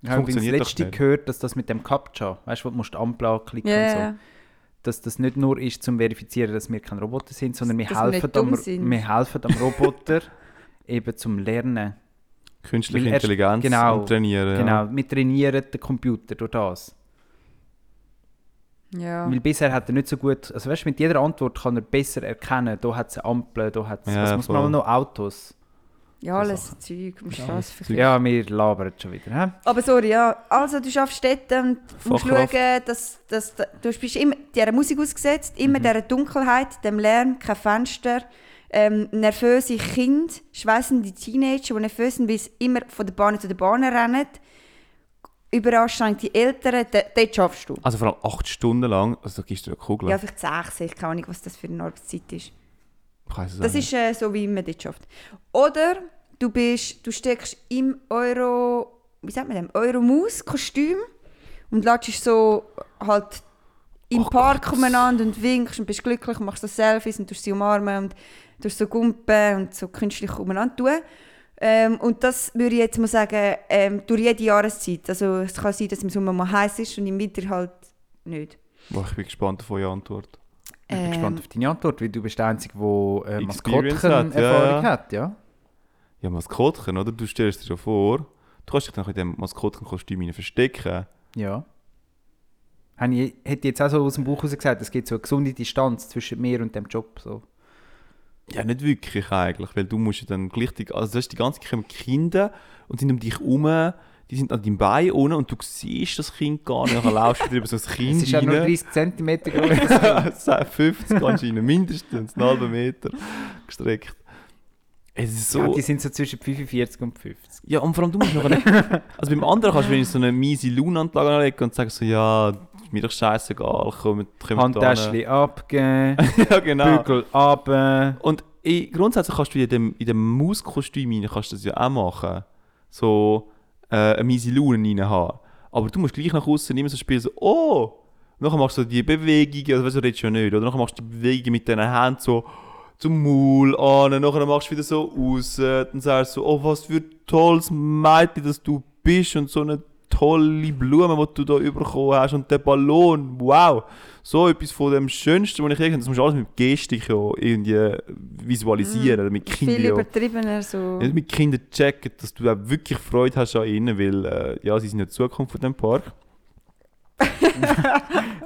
Speaker 5: Ich habe übrigens
Speaker 4: funktioniert doch
Speaker 5: letzte
Speaker 4: nicht.
Speaker 5: gehört, dass das mit dem CAPTCHA, weißt du, wo du musst Ampla klicken
Speaker 3: ja,
Speaker 5: und so,
Speaker 3: ja.
Speaker 5: dass das nicht nur ist, zum verifizieren, dass wir kein Roboter sind, sondern wir
Speaker 3: Dass wir
Speaker 5: helfen,
Speaker 3: nicht dumm
Speaker 5: am,
Speaker 3: sind.
Speaker 5: wir helfen am Roboter
Speaker 3: [LAUGHS]
Speaker 5: eben zum Lernen.
Speaker 4: Künstliche
Speaker 5: Weil erst-
Speaker 4: Intelligenz
Speaker 5: genau,
Speaker 4: und trainieren. Ja.
Speaker 5: Genau, wir trainieren den Computer durch das.
Speaker 3: ja.
Speaker 5: Weil bisher hat er nicht so gut, also weißt du, mit jeder Antwort kann er besser erkennen, da hat es Ampeln, da hat es,
Speaker 4: Ja,
Speaker 5: was muss
Speaker 4: voll.
Speaker 5: man noch, Autos.
Speaker 3: Ja, also alles Zeug. Musst du das verkaufen.
Speaker 5: Ja, wir labern schon wieder, hä?
Speaker 3: Aber sorry, ja. Also, du schaffst Städte und musst
Speaker 4: Fachkraft.
Speaker 3: schauen, dass, dass du bist immer dieser Musik ausgesetzt, immer dieser Dunkelheit, dem Lärm, kein Fenster. Ähm, nervöse Kinder, schweißende Teenager, die nervös sind, weil sie immer von der Bahn zu der Bahn rennen. Überanstrengende Eltern, d- dort schaffst du.
Speaker 4: Also vor allem acht Stunden lang, also da gibst du dir eine Kugel.
Speaker 3: Ja, vielleicht 6, ich keine Ahnung, was das für eine Arbeitszeit ist.
Speaker 4: ich weiss es auch
Speaker 3: Das ist
Speaker 4: nicht.
Speaker 3: äh, so, wie man das schafft. Oder du, bist, du steckst im Euro, wie sagt man dem, Euro-Maus-Kostüm und latschst so halt im
Speaker 4: Oh
Speaker 3: Park
Speaker 4: Gott.
Speaker 3: umeinander und winkst und bist glücklich und machst so Selfies und tust sie umarmen und tust so Gumpen und so künstlich umeinander tun. Ähm, und das würde ich jetzt mal sagen, ähm, durch jede Jahreszeit. Also es kann sein, dass im Sommer mal heiß ist und im Winter halt nicht.
Speaker 4: Boah, ich bin gespannt auf eure Antwort.
Speaker 5: Ich bin
Speaker 3: Ähm.
Speaker 5: gespannt auf deine Antwort, weil du bist der Einzige, der äh,
Speaker 4: Experience
Speaker 5: Maskottchen-Erfahrung
Speaker 4: hat, ja, ja.
Speaker 5: hat, ja?
Speaker 4: Ja, Maskottchen, oder? Du stellst dir ja vor, du kannst dich dann in diesem Maskottchenkostüm hinein verstecken.
Speaker 5: Ja. Habe ich, hätte ich jetzt auch so aus dem Buch heraus gesagt, es gibt so eine gesunde Distanz zwischen mir und dem Job. So.
Speaker 4: Ja, nicht wirklich eigentlich, weil du musst ja dann gleich, die, also du hast die ganze Zeit kommen Kinder und sind um dich herum, die sind an deinem Bein unten und du siehst das Kind gar nicht, dann laufst du wieder
Speaker 5: [LAUGHS]
Speaker 4: über so ein Kind
Speaker 5: Es ist ja nur
Speaker 4: [LAUGHS] rein.
Speaker 5: 30 cm groß.
Speaker 4: 50 anscheinend, mindestens, einen halben Meter gestreckt. Es ist so...
Speaker 5: ja, die sind so zwischen 45 und 50.
Speaker 4: Ja, und vor allem du musst
Speaker 5: [LAUGHS]
Speaker 4: noch nicht. Also beim anderen kannst du wenigstens so eine miese Launenanlage anlegen und sagen so, ja, ist mir doch scheißegal, komm, komm
Speaker 5: Handtäschchen abgeben,
Speaker 4: [LAUGHS] Ja, genau.
Speaker 5: Bügel äh, runter.
Speaker 4: Und eh, grundsätzlich kannst du in dem, in dem Mauskostüm rein, kannst du das ja auch machen. So äh, eine miese Laune rein haben. Aber du musst gleich nach außen immer so spielen, so, oh! Und dann machst du so die Bewegungen, also weißt du, du redest ja nicht, oder? Dann machst du die Bewegungen mit deinen Händen so zum Maul an, nachher machst du wieder so raus, dann sagst du so, oh, was für ein tolles Mädchen, dass du bist und so eine tolle Blume, die du da bekommen hast und der Ballon, wow. So etwas von dem Schönsten, was ich irgendwie, das musst du alles mit Gestik ja irgendwie visualisieren, oder mit
Speaker 3: Viel
Speaker 4: Kindern. ja.
Speaker 3: übertriebener so.
Speaker 4: Ja, mit Kindern checken, dass du auch wirklich Freude hast an ihnen, weil äh, ja, sie sind ja die Zukunft von dem Park. [LAUGHS]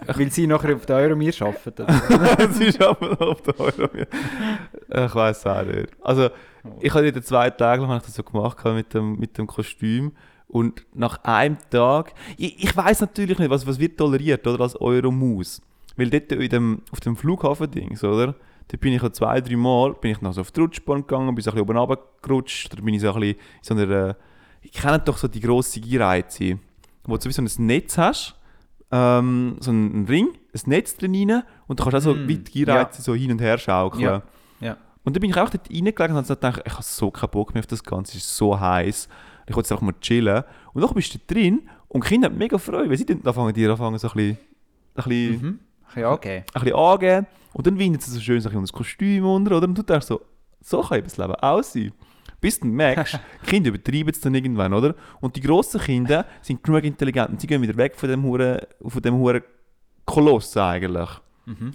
Speaker 5: Weil sie nachher auf der Euromir arbeiten.
Speaker 4: [LAUGHS]
Speaker 5: oder?
Speaker 4: das ist aber auf der Euro. Ich weiß auch nicht. Also, ich habe den zwei Tage lang habe ich das so gemacht gehabt mit dem, mit dem Kostüm. Und nach einem Tag, ich, ich weiß natürlich nicht, was, was wird toleriert, oder, als Euromaus. Weil dort in dem, auf dem Flughafen-Dings, oder? Da bin ich ja zwei, drei Mal, bin ich noch so auf die Rutschbahn gegangen, bin so ein bisschen oben runtergerutscht, da bin ich so ein bisschen in so einer, ich kenne doch so die grosse Gereize, wo du so wie so ein Netz hast, ähm, so einen Ring, ein Netz drin rein, und du kannst auch so
Speaker 5: Mm,
Speaker 4: wie die Gereize so hin und her schaukeln.
Speaker 5: Ja, ja.
Speaker 4: Und dann bin ich auch dort reingelegt und habe gedacht, ich habe so keinen Bock mehr auf das Ganze, es ist so heiß. Ich wollte jetzt einfach mal chillen. Und dann bist du drin und die Kinder haben mega Freude, weil sie dann anfangen, die anfangen so ein bisschen, ein bisschen
Speaker 5: Mhm. Ja, okay.
Speaker 4: ein bisschen angeben und dann windet sie so schön so ein bisschen unter das Kostüm unter, oder? Und du denkst so, so kann eben das Leben auch sein. Bis du merkst, die Kinder übertreiben es dann irgendwann, oder? Und die grossen Kinder sind genug intelligent und sie gehen wieder weg von dem Huren, von dem Huren Koloss eigentlich.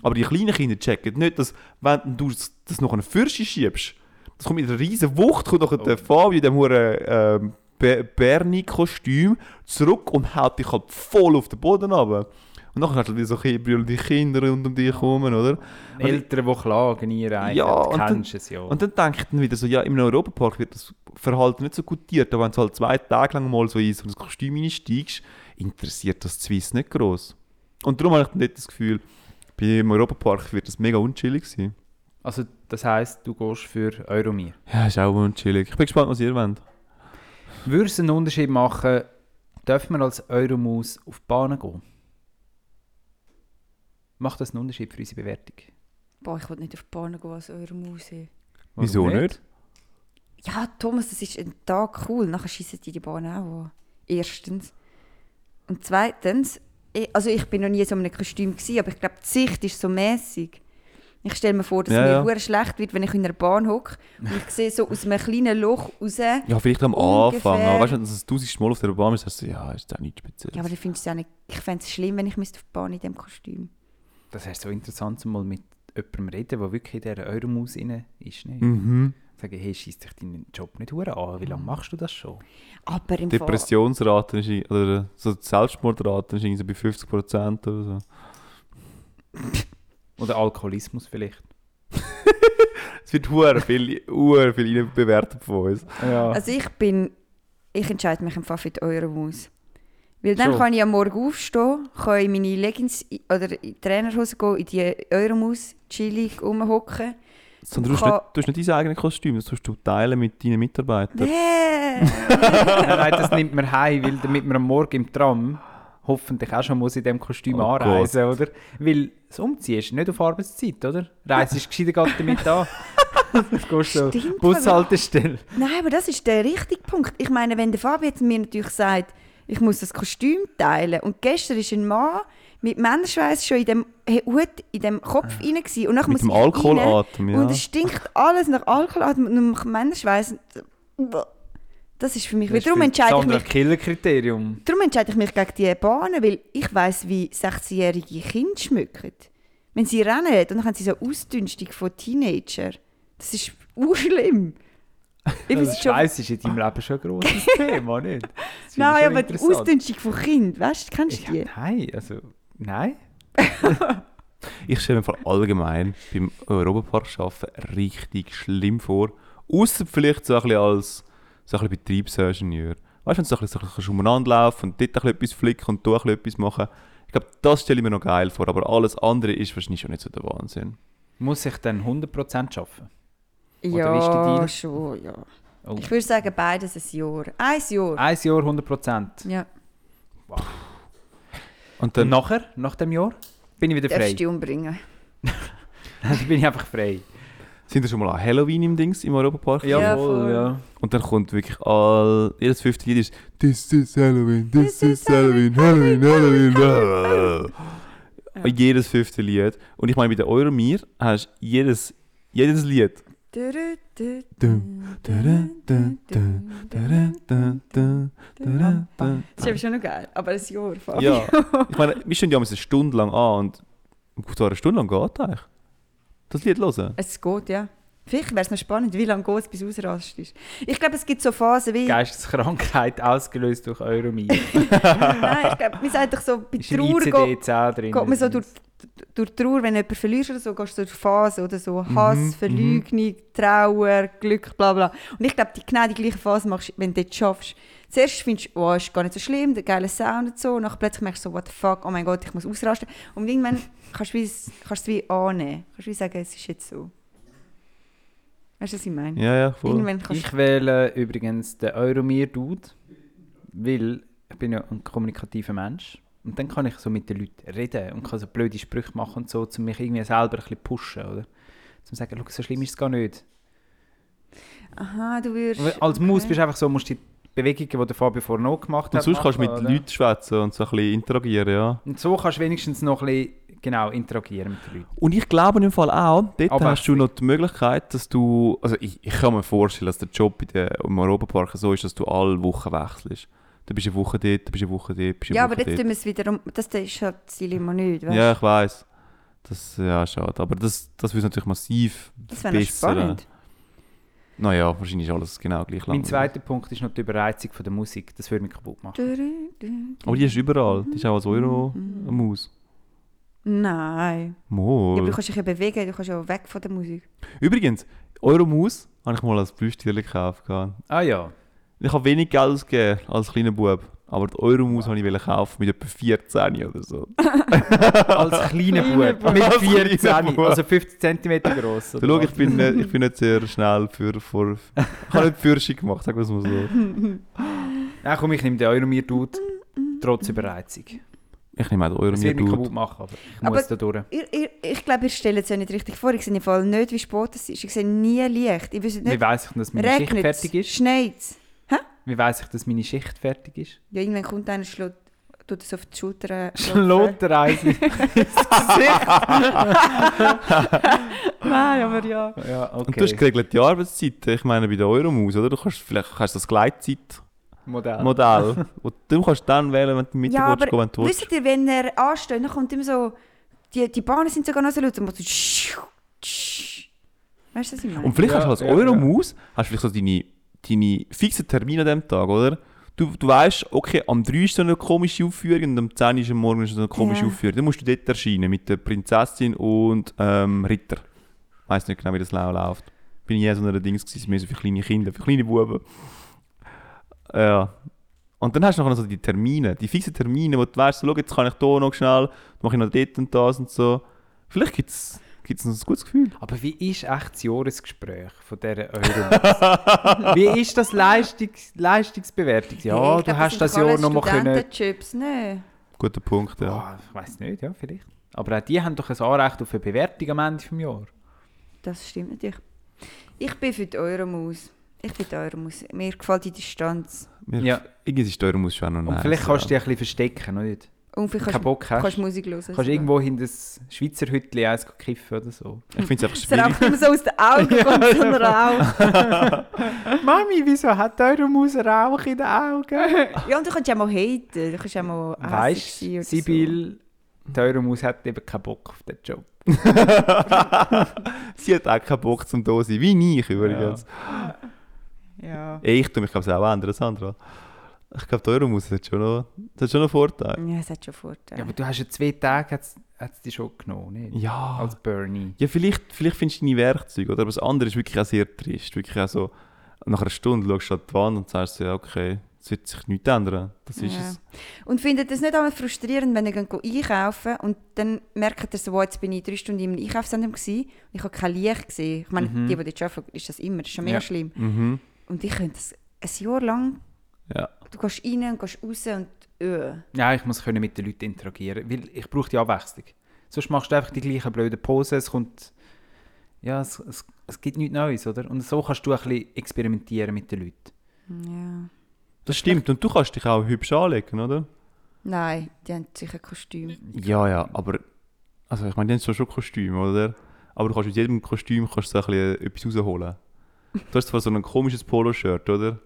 Speaker 4: Aber die kleinen Kinder checken nicht, dass wenn du das das noch einen Fürsche schiebst, das kommt mit einer riesen Wucht, kommt noch der Fabio in dem Huren ähm, Be- Bernie-Kostüm zurück und haut dich halt voll auf den Boden runter. Und nachher hast du wieder so Kinder, die Kinder rund um dich herum, oder? Und-
Speaker 5: Eltern, die klagen, ihr eigenen,
Speaker 4: Ja,
Speaker 5: ja,
Speaker 4: und dann-
Speaker 5: kennst es ja.
Speaker 4: Und dann denke ich dann wieder so, ja, im Europapark wird das Verhalten nicht so gutiert, aber wenn du halt zwei Tage lang mal so in so ein Kostüm einsteigst, interessiert das die Swiss nicht gross. Und darum habe ich dann nicht das Gefühl, beim Europapark wird das mega unchillig sein.
Speaker 5: also, das heisst, du gehst für Euromir.
Speaker 4: Ja, ist auch unchillig. Ich bin gespannt, was ihr wollt.
Speaker 5: Würde es einen Unterschied machen, Dürfen wir als Euromaus auf die Bahn gehen? Macht das einen Unterschied für unsere Bewertung?
Speaker 3: Boah, ich will nicht auf die Bahn gehen als eure Maus. ey.
Speaker 5: Warum
Speaker 4: Wieso nicht?
Speaker 3: Ja, Thomas, das ist ein Tag cool. Nachher schießen die die Bahn auch an. Erstens. Und zweitens, ich, also ich bin noch nie in so in einem Kostüm gewesen, aber ich glaube, die Sicht ist so mäßig. Ich stelle mir vor, dass
Speaker 4: Ja,
Speaker 3: mir
Speaker 4: ja.
Speaker 3: hure schlecht wird, wenn ich in einer Bahn hocke und ich sehe so aus einem kleinen Loch
Speaker 4: [LAUGHS]
Speaker 3: raus. Ja,
Speaker 4: Ja, vielleicht am
Speaker 3: Ungefähr.
Speaker 4: Anfang. Aber weißt du, wenn du das tausendste Mal auf der Bahn bist, sagst du, ja, ist das auch nicht speziell.
Speaker 3: aber ich finde es auch nicht. Ich fände es schlimm, wenn ich müsste auf die Bahn in diesem Kostüm.
Speaker 5: Das wäre so interessant, mal mit jemandem reden, der wirklich in dieser Euromaus rein ist. Ne?
Speaker 4: mhm.
Speaker 5: Sagen, hey, schieß dich deinen Job nicht hure an. Wie lange machst du das schon?
Speaker 3: Aber im Fall.
Speaker 4: Depressionsraten ist, irgendwie- oder so die Selbstmordraten ist irgendwie so bei 50% oder so.
Speaker 5: Oder Alkoholismus vielleicht.
Speaker 4: Es wird hure viel, hure viel rein bewertet von uns.
Speaker 5: Ja.
Speaker 3: Also ich bin. Ich entscheide mich im Fall für die Euromaus. Weil dann
Speaker 5: Schon.
Speaker 3: kann ich am Morgen aufstehen, kann in meine Leggings i- oder in die Trainerhose gehen, in die Euromaus chillig rumhocken.
Speaker 4: Sondern du hast
Speaker 3: Kann-
Speaker 4: nicht, du hast nicht dein eigenes Kostüm, das tust du teilen mit deinen
Speaker 3: Nee.
Speaker 5: [LAUGHS]
Speaker 4: Mitarbeitern.
Speaker 5: Nein, nein, das nimmt man heim, weil damit man am Morgen im Tram hoffentlich auch schon muss in diesem Kostüm
Speaker 4: Oh
Speaker 5: anreisen, oder? Weil das Umziehen ist nicht auf Arbeitszeit, oder? Reise ist gescheiter gerade
Speaker 3: [LAUGHS]
Speaker 5: damit an. Das gehst so
Speaker 3: Stimmt,
Speaker 5: Bushaltestelle.
Speaker 3: Nein, aber das ist der richtige Punkt. Ich meine, wenn der Fabi jetzt mir natürlich sagt, ich muss das Kostüm teilen und gestern ist ein Mann mit Menschenschweiß schon in dem Hut, in dem Kopf rein gewesen. und nachher
Speaker 4: Mit
Speaker 3: muss
Speaker 4: dem
Speaker 3: ich rein
Speaker 4: Alkoholatem, ja.
Speaker 3: Und es stinkt alles nach Alkoholatmen und nach Menschenschweiß. Das ist für mich... Darum entscheide ich mich
Speaker 5: Killer-Kriterium.
Speaker 3: Darum entscheide ich mich gegen die Bahnen, weil ich weiß, wie 16-jährige Kinder schmücken. Wenn sie rennen und dann haben sie so Ausdünstung von Teenager. Das ist [LAUGHS] urschlimm. Ich
Speaker 5: Also
Speaker 3: weiß schon.
Speaker 5: Schweiß ist in deinem Leben schon
Speaker 3: [LAUGHS]
Speaker 5: ein grosses Thema, nicht? Das finde ich schon
Speaker 3: Nein, aber die
Speaker 5: interessant.
Speaker 3: Ausdünstung von Kind, weißt du, kennst du die?
Speaker 5: Ja, nein, also, nein.
Speaker 4: Ich stelle mir vor allgemein beim Europapark arbeiten richtig schlimm vor. Außer vielleicht so ein bisschen als so ein bisschen Betriebsingenieur. Weißt du, wenn du so ein bisschen, so ein bisschen umeinander laufen und dort ein bisschen etwas flicken und da ein bisschen etwas machen. Ich glaube, das stelle ich mir noch geil vor, aber alles andere ist wahrscheinlich schon nicht so der Wahnsinn.
Speaker 5: Muss ich dann 100% arbeiten? Oder wie ist der
Speaker 3: Ja,
Speaker 5: Deal?
Speaker 3: schon, ja.
Speaker 5: Oh. Ah,
Speaker 3: Ich würde sagen, beides ein Jahr. Ein Jahr.
Speaker 5: Ein Jahr 100%.
Speaker 3: Ja,
Speaker 4: Und
Speaker 5: Dann
Speaker 4: dann,
Speaker 5: nachher, nach dem Jahr, bin ich wieder frei.
Speaker 3: darfst du dich umbringen.
Speaker 5: Dann [LAUGHS] bin ich einfach frei.
Speaker 4: sind wir schon mal an Halloween im Dings im Europapark.
Speaker 3: Ja, voll.
Speaker 5: ja.
Speaker 4: Und dann kommt wirklich all, jedes fünfte Lied ist This is Halloween, this,
Speaker 3: This
Speaker 4: is,
Speaker 3: is
Speaker 4: Halloween, Halloween, Halloween. Halloween. Jedes fünfte Lied. Und ich meine, bei der Euromir hast du jedes, jedes Lied.
Speaker 3: Dürü, dü,
Speaker 4: Dum, dü, dü, dü, Da, da, da, da, da.
Speaker 3: Das ist eben schon noch geil, aber ein Jahr. Fabi.
Speaker 4: [LAUGHS] Ja, ich meine, wir stehen ja mal eine Stunde lang an und gut, so eine Stunde lang geht eigentlich. Das Lied hören.
Speaker 3: Es geht, ja. Vielleicht wäre es noch spannend, wie lange geht es, bis du ausrastest. Ich glaube, es gibt so Phasen wie...
Speaker 5: [LAUGHS] Geisteskrankheit ausgelöst
Speaker 3: [LAUGHS]
Speaker 5: durch Euromine.
Speaker 3: Nein, ich glaube, man sagt doch so, bei
Speaker 5: Ist im
Speaker 3: Trauer geht,
Speaker 5: ICD-10 drin.
Speaker 3: geht man so durch, durch Trauer, wenn jemand verlierst oder so, gehst du durch Phasen oder so.
Speaker 4: Mhm,
Speaker 3: Hass, Verleugnung, Trauer, Glück, bla bla. Und ich glaube, die genau die gleiche Phase machst, du, wenn du das schaffst. Zuerst findest du, oh, ist gar nicht so schlimm, der geile Sound und so. Und dann plötzlich merkst du so, what the fuck, oh mein Gott, ich muss ausrasten. Und irgendwann [LAUGHS] kannst du wie- kannst du es wie annehmen. Kannst du wie sagen, es ist jetzt so. Weißt du, was ich meine?
Speaker 4: Ja, ja, voll.
Speaker 3: Irgendwann kannst
Speaker 5: Ich wähle übrigens den Euromir-Dude, weil ich bin ja ein kommunikativer Mensch. Und dann kann ich so mit den Leuten reden und kann so blöde Sprüche machen und so, um mich irgendwie selber ein bisschen pushen, oder? Zum sagen, schau, so schlimm ist es gar nicht.
Speaker 3: Aha, du würdest.
Speaker 5: Weil Als Maus
Speaker 3: okay.
Speaker 5: bist du einfach so, musst die Bewegungen, die der Fabio vorhin noch gemacht hat,
Speaker 4: Und sonst kannst du mit
Speaker 5: machen, oder?
Speaker 4: Leuten schwätzen und so ein bisschen interagieren, ja.
Speaker 5: Und so kannst du wenigstens noch ein bisschen, genau, interagieren mit den Leuten.
Speaker 4: Und ich glaube im Fall auch, dort
Speaker 5: Abwechslung.
Speaker 4: hast du noch die Möglichkeit, dass du. Also ich, ich kann mir vorstellen, dass der Job in der, im Europapark so ist, dass du alle Wochen wechselst. Du bist eine Woche dort, du bist eine Woche dort, bist eine
Speaker 3: Ja,
Speaker 4: Woche
Speaker 3: aber jetzt
Speaker 4: dort.
Speaker 3: tun wir es wiederum. Das da ist halt das Dilemma nicht. Weißt?
Speaker 4: Ja, ich weiß. Das ja schade. Aber das, das wird natürlich massiv
Speaker 3: das wäre noch
Speaker 4: verbessern.
Speaker 3: spannend.
Speaker 4: Naja, wahrscheinlich ist alles genau gleich lang.
Speaker 5: Mein zweiter Punkt ist noch die Überreizung von der Musik. Das würde mich kaputt machen.
Speaker 4: Aber die ist überall. Die ist auch als Euro eine Maus.
Speaker 3: Nein. Mhm. Ja, aber du
Speaker 4: Mol.
Speaker 3: kannst dich ja bewegen, du kannst ja weg von der Musik.
Speaker 4: Übrigens, Euro Maus habe ich mal als Plüschtierchen gekauft. gehabt.
Speaker 5: Ah ja.
Speaker 4: Ich habe wenig Geld ausgegeben als kleiner Bub, aber die Euromaus wollte ich kaufen mit etwa 14 oder [LAUGHS] so. [LAUGHS]
Speaker 5: Als kleiner Bub. Mit
Speaker 4: Als kleiner
Speaker 5: 14,
Speaker 4: Bub.
Speaker 5: also 50 cm groß.
Speaker 4: So, Also schau, ich bin, nicht, ich bin nicht sehr schnell für. für ich habe nicht Führerschein gemacht, sagen wir es mal so.
Speaker 5: Nein, komm, ich nehme den Euromir Dude, trotz Überreizung.
Speaker 4: Ich nehme auch
Speaker 5: Es
Speaker 4: euren
Speaker 5: wird mich
Speaker 4: Dude.
Speaker 5: kaputt machen, aber ich
Speaker 3: Aber-
Speaker 5: muss da durch.
Speaker 3: Ihr, ihr, ich glaube, ihr stellt es ja nicht richtig vor. Ich sehe im Fall nicht, wie spät es ist. Ich sehe nie Licht. Ich wüsste
Speaker 5: Wie
Speaker 3: nicht,
Speaker 5: weiss ich, dass meine Schicht fertig
Speaker 3: regnet es,
Speaker 5: ist?
Speaker 3: schneit es.
Speaker 5: Wie weiss ich, dass meine Schicht fertig
Speaker 3: [LAUGHS]
Speaker 5: ist?
Speaker 3: Ja, irgendwann kommt einer, schlägt, tut es auf die Schulter. äh, [LAUGHS]
Speaker 5: Schlottereisen ins Gesicht.
Speaker 3: Nein, aber ja.
Speaker 5: ja, okay.
Speaker 4: Und du hast geregelt die Arbeitszeiten. Ich meine, bei der Euromaus, oder? Du kannst vielleicht kannst das Gleitzeitmodell.
Speaker 5: Modell.
Speaker 4: Und du kannst dann wählen, wenn du mit
Speaker 3: Ja,
Speaker 4: ja, willst,
Speaker 3: aber
Speaker 4: gehen, wenn du willst.
Speaker 3: wisst ihr, wenn er ansteht, dann kommt immer so... Die, die Bahnen sind sogar noch so laut. Dann machst du... Weißt du, was ich meine?
Speaker 4: Und vielleicht
Speaker 5: Ja,
Speaker 4: hast du als
Speaker 5: ja,
Speaker 4: Euromaus, hast du vielleicht so deine, deine fixen Termine an diesem Tag, oder? Du, du weißt, okay, am 3 ist so eine komische Aufführung und am 10 ist am Morgen so eine komische
Speaker 3: Ja.
Speaker 4: Aufführung. Dann musst du dort erscheinen mit der Prinzessin und ähm, Ritter. Ich weiss nicht genau, wie das lau läuft. Bin ich eher so einer Dings gewesen, mehr so für kleine Kinder, für kleine Buben. Äh, Ja. Und dann hast du noch so die Termine, die fixen Termine, wo du weißt, so, schau, jetzt kann ich hier noch schnell, mache ich noch dort und das und so. Vielleicht gibt es gibt's noch ein gutes Gefühl.
Speaker 5: Aber wie ist echt das Jahresgespräch von dieser Euromaus?
Speaker 4: [LAUGHS]
Speaker 5: wie ist das Leistungs Leistungsbewertung? Ja,
Speaker 3: ich
Speaker 5: du
Speaker 3: glaub,
Speaker 5: hast
Speaker 3: sind
Speaker 5: das
Speaker 3: doch alles
Speaker 5: Jahr noch mal können...
Speaker 3: Studentenjobs, ne?
Speaker 4: Guter Punkt, ja.
Speaker 5: Ja, Ah, ich weiß nicht, ja, vielleicht. Aber auch die haben doch ein Anrecht auf eine Bewertung am Ende des Jahres.
Speaker 3: Das stimmt natürlich. Ich bin für die Euromaus. Ich bin die Euromaus. Mir gefällt die Distanz.
Speaker 4: Mir
Speaker 5: Ja.
Speaker 4: Irgendwie ist teuer, muss schon noch
Speaker 5: Und
Speaker 4: nice,
Speaker 5: vielleicht kannst du dich
Speaker 4: ja.
Speaker 5: ein bisschen verstecken, oder nicht?
Speaker 3: Und vielleicht
Speaker 5: Keinen
Speaker 3: kannst,
Speaker 5: Bock hast.
Speaker 3: kannst Musik hören.
Speaker 5: kannst irgendwo hinter das Schweizer Hütli eins kiffen oder so.
Speaker 4: Ich finde es einfach
Speaker 3: Es raucht
Speaker 4: schwierig.
Speaker 3: immer so aus den Augen, kommt so ein Rauch.
Speaker 5: [LAUGHS] Mami, wieso hat eure Maus Rauch in den Augen? [LAUGHS]
Speaker 3: Ja, und du kannst ja mal haten. Du kannst ja mal hässig
Speaker 5: Weißt
Speaker 3: sein
Speaker 5: du,
Speaker 3: Ah, oder
Speaker 5: Sibyl, die eure Maus hat eben keinen Bock auf den Job.
Speaker 4: [LAUGHS] Sie hat auch keinen Bock zum da sein, wie nie ich übrigens.
Speaker 3: So. Ja.
Speaker 4: Ey, Ich tue mich glaube ich auch ändern, Sandra. Ich glaube, teuer muss hat schon noch, das hat schon noch Vorteil.
Speaker 3: ja, es hat schon Vorteile.
Speaker 5: Ja, aber du hast ja zwei Tage, hat es dich schon genommen, nicht?
Speaker 4: Ja.
Speaker 5: Als Bernie.
Speaker 4: Ja, vielleicht, vielleicht findest du deine Werkzeuge, oder? Aber das andere ist wirklich auch sehr trist. Wirklich auch so, nach einer Stunde schaust du an die Wand und sagst so, ja, okay, es wird sich nichts ändern. Das ist
Speaker 3: Ja.
Speaker 4: es.
Speaker 3: Und findet es nicht einmal frustrierend, wenn ihr geht einkaufen und dann merkt ihr so, wow, jetzt bin ich drei Stunden im Einkaufszentrum gewesen und ich habe kein Licht gesehen. Ich meine,
Speaker 5: Mhm.
Speaker 3: die, die dort arbeiten, ist das immer, das ist schon mega
Speaker 5: Ja.
Speaker 3: schlimm.
Speaker 4: Mhm.
Speaker 3: Und ich könnte das ein Jahr lang,
Speaker 4: Ja.
Speaker 3: du gehst rein und gehst raus und öh.
Speaker 5: Ja, ich muss können mit den Leuten interagieren, weil ich brauche die Abwechslung. Sonst machst du einfach die gleichen blöden Posen, es kommt... Ja, es, es, es gibt nichts Neues, oder? Und so kannst du ein bisschen experimentieren mit den Leuten.
Speaker 3: Ja.
Speaker 4: Das stimmt. Und du kannst dich auch hübsch anlegen, oder?
Speaker 3: Nein, die haben sicher Kostüm.
Speaker 4: Ja, ja, aber. Also, ich meine, die haben zwar schon Kostüme, oder? Aber du kannst aus jedem Kostüm kannst du so ein bisschen etwas rausholen. Du hast zwar so ein komisches Poloshirt, oder?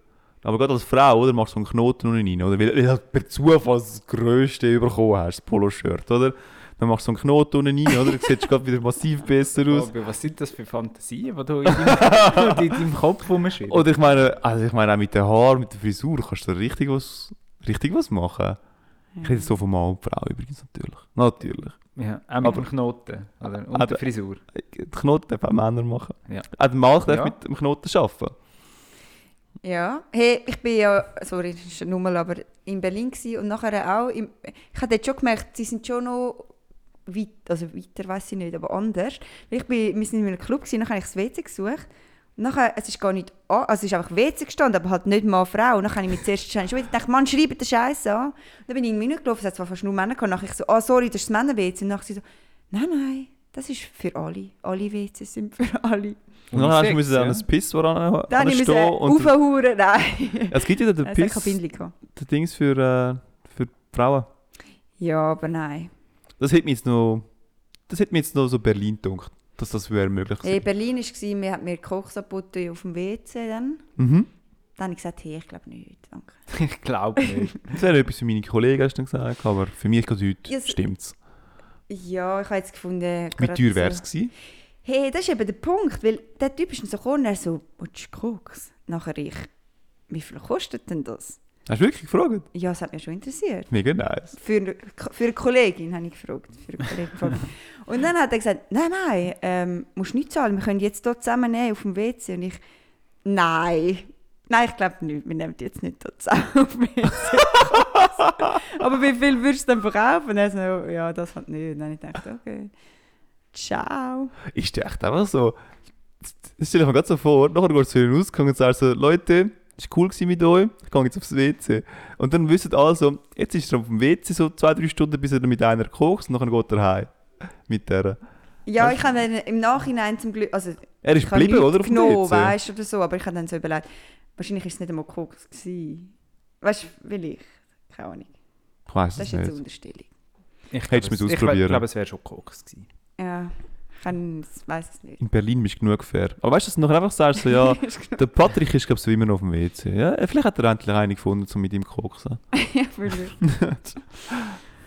Speaker 4: Aber gerade als Frau, oder? Machst du so einen Knoten unten rein, oder? Weil, weil du halt per Zufall das Größte bekommen hast, das Poloshirt, oder? Dann machst du so einen Knoten unten rein, oder? Du siehst gerade wieder massiv
Speaker 5: [LAUGHS]
Speaker 4: besser aus.
Speaker 5: Aber was sind das für Fantasien, die du in deinem, [LAUGHS] in deinem Kopf rumschwirrst?
Speaker 4: Oder ich meine, also ich meine auch mit den Haaren, mit der Frisur kannst du da richtig was, richtig was machen. Ich rede so von Mann und Frau übrigens, natürlich. Natürlich.
Speaker 5: Ja, auch mit
Speaker 4: Aber-
Speaker 5: dem Knoten oder, und
Speaker 4: Aber-
Speaker 5: der Frisur.
Speaker 4: Die Knoten dürfen auch Männer machen.
Speaker 5: Ja.
Speaker 4: Auch der Mann darf
Speaker 5: Ja.
Speaker 4: mit dem Knoten arbeiten.
Speaker 3: Ja. Hey, ich bin ja, sorry, das ist eine Nummer, aber in Berlin gewesen und nachher auch. Im, ich habe dort schon gemerkt, sie sind schon noch weit, also weiter, weiß ich nicht, aber anders. Weil ich bin, wir sind in einem Club gewesen, dann habe ich das WC gesucht. Und nachher, es ist gar nicht, an- also es ist einfach WC gestanden, aber halt nicht mal Frau. Und dann habe ich mir zuerst schon wieder gedacht, Mann, schreibt den Scheiß an. Und dann bin ich irgendwie nicht gelaufen, es hat zwar fast nur Männer gehabt. Und nachher ich so, ah, sorry, das ist das Männer-WC. Und nachher sie so, nein, nein, das ist für alle. Alle WCs sind für alle.
Speaker 4: Und dann hast du
Speaker 5: Unisex,
Speaker 4: müssen
Speaker 5: ja.
Speaker 4: an ein Piss woran
Speaker 3: Dann musste ich
Speaker 4: stehen und der-
Speaker 3: aufhuren, nein.
Speaker 4: es gibt
Speaker 3: [LAUGHS]
Speaker 4: ja den
Speaker 3: Es hat keine
Speaker 4: Piss,
Speaker 3: Bindung gehabt.
Speaker 4: den Dings für, äh, für Frauen.
Speaker 3: Ja, aber nein.
Speaker 4: Das hätte mir jetzt noch, das hätte mir jetzt noch so Berlin gedacht, dass das wäre möglich
Speaker 3: Hey,
Speaker 4: gewesen.
Speaker 3: Berlin war, mir hat mir Kochsabotte auf dem WC dann.
Speaker 4: Mhm.
Speaker 3: Dann habe ich gesagt, hey, ich glaube nicht, danke.
Speaker 5: [LAUGHS] Ich glaube nicht.
Speaker 4: Das wäre etwas für meine Kollegen, hast du gesagt, aber für mich gerade heute
Speaker 3: Ja, es-
Speaker 4: stimmt's.
Speaker 3: Ja, ich habe jetzt gefunden...
Speaker 4: Wie
Speaker 3: gerade
Speaker 4: teuer
Speaker 3: so-
Speaker 4: wäre es gewesen?
Speaker 3: Hey, das ist eben der Punkt, weil der Typ ist dann so gekommen und er so, willst du Koks? Nachher ich, wie viel kostet denn das?
Speaker 4: Hast du wirklich gefragt?
Speaker 3: Ja, das hat mich schon interessiert.
Speaker 4: Mega nice.
Speaker 3: Für, eine- für eine Kollegin habe ich gefragt. Für eine Kollegin
Speaker 4: [LAUGHS]
Speaker 3: gefragt. und dann hat er gesagt, nein, nein, ähm, musst nicht zahlen, wir können jetzt hier zusammen nehmen auf dem WC. Und ich, nein, nein, ich glaube nicht, wir nehmen jetzt nicht hier zusammen auf dem WC.
Speaker 4: [LAUGHS]
Speaker 3: Aber wie viel würdest du denn verkaufen? Und er so, ja, das halt nicht. Und dann habe ich gedacht, okay, ciao.
Speaker 4: Ich dachte einfach so, das stelle ich mir gerade so vor, nachher gehst du in den Ausgang und sagst so, also, Leute, es war cool gewesen mit euch, ich gehe jetzt aufs WC. Und dann wissen alle so, jetzt ist er auf dem WC so zwei, drei Stunden, bis er mit einer kocht und dann geht er heim. Mit der.
Speaker 3: Ja,
Speaker 4: Weißt-
Speaker 3: ich habe dann im Nachhinein zum Glück. Also,
Speaker 4: Er ist
Speaker 3: ich habe
Speaker 4: geblieben,
Speaker 3: Leute
Speaker 4: oder? Auf dem
Speaker 3: Genommen,
Speaker 4: WC.
Speaker 3: weißt du, oder so. Aber ich habe dann so überlegt, wahrscheinlich war es nicht einmal Koks. gewesen. Weißt du, vielleicht. Keine Ahnung.
Speaker 4: Ich weiß
Speaker 3: Das ist
Speaker 4: es
Speaker 3: jetzt eine
Speaker 4: nicht.
Speaker 3: Unterstellung.
Speaker 5: Ich glaub,
Speaker 4: Hättest du es
Speaker 5: es- Ich
Speaker 4: ausprobieren?
Speaker 5: glaube, es wäre schon Koks gewesen.
Speaker 3: Ja, ich weiß es
Speaker 4: [LAUGHS]
Speaker 3: nicht.
Speaker 4: In Berlin bist du genug fair. Aber weißt du, dass du nachher einfach sagst, so,
Speaker 3: [LAUGHS]
Speaker 4: ja, der Patrick ist, glaube ich, so immer noch auf dem WC. Ja, vielleicht hat er endlich einen gefunden, um mit ihm zu koksen.
Speaker 3: ja, wirklich.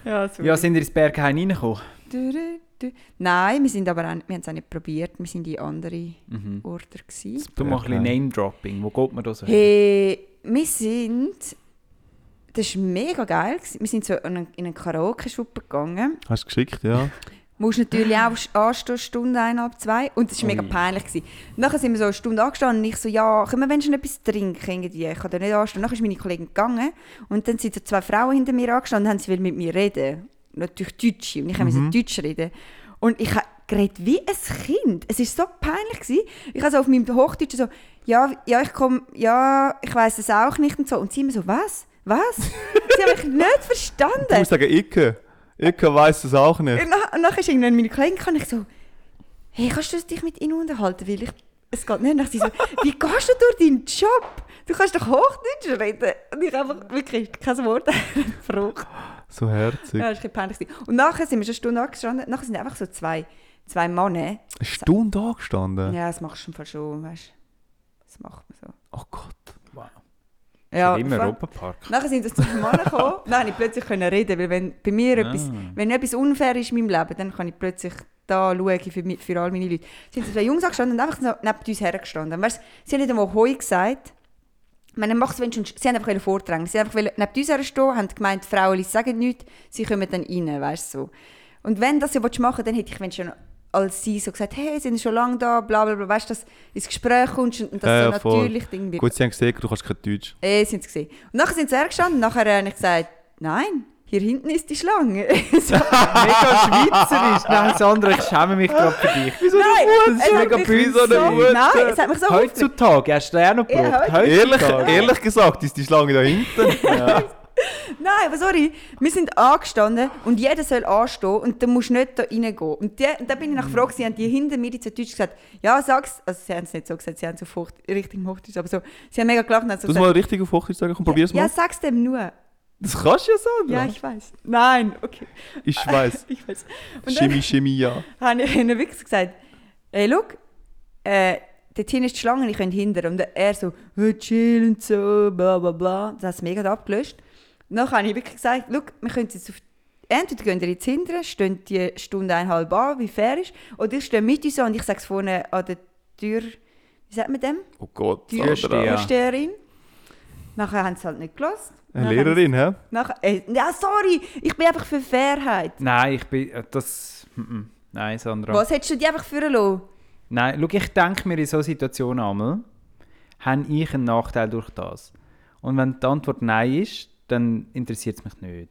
Speaker 3: ja, sorry.
Speaker 5: Ja, sind wir ins Bergheim reingekommen?
Speaker 3: Du, du, du. Nein, wir sind aber auch, wir haben es auch nicht probiert. Wir sind in andere Orte gewesen.
Speaker 5: Du machst ein bisschen Name-Dropping. Wo geht man da so hin?
Speaker 3: Hey, wir sind. Das war mega geil. gewesen. Wir sind so in eine, in eine Karaoke-Schuppe gegangen.
Speaker 4: Hast du
Speaker 3: [LAUGHS]
Speaker 4: geschickt, ja.
Speaker 3: Musst natürlich auch anstehen, Stunde, eineinhalb, zwei. Und das war mega
Speaker 5: Ui.
Speaker 3: peinlich. Gewesen. Nachher sind wir so eine Stunde angestanden und ich so, ja, können wir wenn schon etwas trinken? Irgendwie? Ich kann da nicht anstehen. Nachher ist meine Kollegin gegangen und dann sind so zwei Frauen hinter mir angestanden und haben sie wollen mit mir reden. Natürlich Deutsch. Und ich musste Deutsch reden. Und ich habe geredet wie ein Kind. Es war so peinlich. Gewesen. Ich habe so auf meinem Hochdeutsch so, ja, ja ich komme, ja, ich weiß es auch nicht und so. Und sie immer so, was? Was? sie haben mich nicht verstanden.
Speaker 4: Ich muss sagen, Icke. Icke weiss das auch nicht.
Speaker 3: Und nach, und nachher ist irgendwann meine Kollegin gekommen und ich so, hey, kannst du dich mit ihnen unterhalten? Weil ich, es geht nicht. Und ich so, wie gehst du durch deinen Job? Du kannst doch Hochdeutsch reden. Und ich einfach wirklich kein Wort [LAUGHS] verbraucht.
Speaker 4: So
Speaker 3: Ja,
Speaker 4: herzig.
Speaker 3: das war ein bisschen peinlich. gewesen. Und nachher sind wir schon eine Stunde angestanden. Nachher sind einfach so zwei, zwei Männer.
Speaker 4: Eine Stunde angestanden.
Speaker 3: Ja, das machst du im Fall schon, weißt du. Das macht man so.
Speaker 4: Oh Gott.
Speaker 5: Wow.
Speaker 3: Ja,
Speaker 5: Im
Speaker 3: voll.
Speaker 5: Europapark.
Speaker 3: Nachher sind das zwei Männer
Speaker 4: [LAUGHS]
Speaker 3: gekommen. Dann konnte ich plötzlich können reden, weil wenn bei mir
Speaker 4: Ah.
Speaker 3: etwas, wenn etwas unfair ist in meinem Leben, dann kann ich plötzlich da schauen für, mi- für all meine Leute. Sind so zwei Jungs angestanden und einfach so neben uns hergestanden. Weißt, du, sie haben nicht einmal «Hoi» gesagt. Ich meine, mach's, wenn schon, sie haben einfach wollen vordrängen. Sie haben einfach wollen neben uns herstehen, haben gemeint, die Frauen sagen nichts, sie kommen dann rein, weißt du. So. Und wenn das so willst machen dann hätte ich wenn schon als sie so gesagt, hey, sind schon lange da, bla bla bla, weißt du, dass du ins Gespräch kommst und
Speaker 4: Ja,
Speaker 3: das
Speaker 4: ja,
Speaker 3: so
Speaker 4: Äh, voll.
Speaker 3: natürlich irgendwie...
Speaker 4: Gut, sie haben gesehen, du kannst kein Deutsch.
Speaker 3: Äh, sind sie gesehen. Und nachher sind sie hergestanden und nachher äh, habe ich gesagt, nein, hier hinten ist die Schlange. [LAUGHS] so,
Speaker 5: Mega schweizerisch. Nein, Sandra, ich schäme mich gerade für dich.
Speaker 3: nein,
Speaker 5: Das ist mega böse,
Speaker 3: so,
Speaker 5: oder?
Speaker 3: Nein, es hat mich so aufgeregt.
Speaker 5: Heutzutage hast du den auch noch
Speaker 3: Ja,
Speaker 5: gebraucht.
Speaker 3: heute-
Speaker 4: Ehrlich,
Speaker 5: Heutzutage.
Speaker 4: ehrlich gesagt, ist die Schlange da hinten.
Speaker 3: Nein, aber sorry, wir sind angestanden und jeder soll anstehen und dann musst du nicht da reingehen. Und, die, und dann bin ich nach gefragt, sie haben die hinter mir die zu Deutsch gesagt, ja, sag's, also sie haben es nicht so gesagt, sie haben es auf Hoch, richtig Hochdeutsch, aber so, sie haben mega gelacht und haben so
Speaker 4: Du musst mal richtig auf Hochdeutsch sagen, komm, probier's mal.
Speaker 3: ja, sag's dem nur.
Speaker 4: Das kannst du ja, Sandra.
Speaker 3: Ja, ich weiß. Nein, okay,
Speaker 4: ich weiß.
Speaker 3: ich weiß. [LAUGHS] Und dann-
Speaker 4: Shimmy, shimmy, ja.
Speaker 3: habe ich [LAUGHS] ihnen wirklich gesagt, hey, schau, äh, dort hinten ist die Schlange, ich könnte hinter. Und er so, hey, chill und so, bla bla bla. Das hat es mega abgelöscht. Dann habe ich wirklich gesagt, schau, wir können jetzt auf Entweder gehen ihr jetzt hinten, stehen die Stunde eineinhalb an, wie fair ist, oder ihr steht mit uns an und ich sage es vorne an der Tür, wie sagt man dem?
Speaker 4: Oh Gott,
Speaker 3: Türsteher.
Speaker 5: Ja.
Speaker 3: Türsteherin. Nachher haben sie es halt nicht gelassen.
Speaker 4: Eine Lehrerin, hä?
Speaker 3: Nachher, äh, ja, sorry, ich bin einfach für Fairheit.
Speaker 5: Nein, ich bin. äh, Das. mm, mm. Nein, Sandra.
Speaker 3: Was hättest du die einfach führen lassen?
Speaker 5: Nein, schau, ich denke mir in solchen Situationen einmal, habe ich einen Nachteil durch das? Und wenn die Antwort Nein ist, dann interessiert es mich nicht.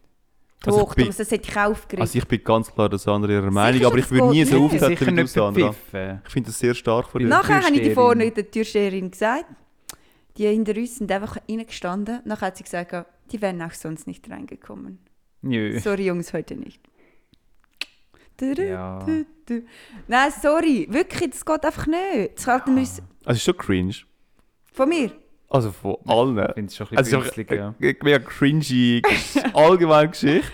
Speaker 4: Also ich
Speaker 3: Doch,
Speaker 4: bin-
Speaker 3: Thomas, das hätte ich auch aufgeregt.
Speaker 4: Also ich bin ganz klar der Sandra ihrer Meinung,
Speaker 3: Sicher,
Speaker 4: aber ich
Speaker 3: das
Speaker 4: würde nie
Speaker 3: geht
Speaker 4: so
Speaker 3: nicht.
Speaker 4: auftreten wie du, Sandra.
Speaker 5: verpfiffen.
Speaker 4: Ich finde das sehr stark von
Speaker 5: Nein.
Speaker 4: dir.
Speaker 3: Nachher habe ich die
Speaker 5: Türsteherin.
Speaker 3: vorne der Türsteherin gesagt. Die hinter uns sind einfach reingestanden. Nachher hat sie gesagt, ja, die wären auch sonst nicht reingekommen.
Speaker 4: Äh.
Speaker 5: Nö.
Speaker 3: Sorry, Jungs, heute nicht. Du, du,
Speaker 5: Ja.
Speaker 3: du, du. Nein, sorry, wirklich, das geht einfach nicht. Das halten wir uns
Speaker 4: Also es ist schon cringe.
Speaker 3: von mir.
Speaker 4: Also von allen.
Speaker 5: Ich finde es schon ein
Speaker 4: Also
Speaker 5: bisschen
Speaker 4: es ist
Speaker 5: brenzlig,
Speaker 4: auch
Speaker 5: ja.
Speaker 4: eine- eine
Speaker 3: [LAUGHS]
Speaker 4: mega cringy allgemeine Geschichte.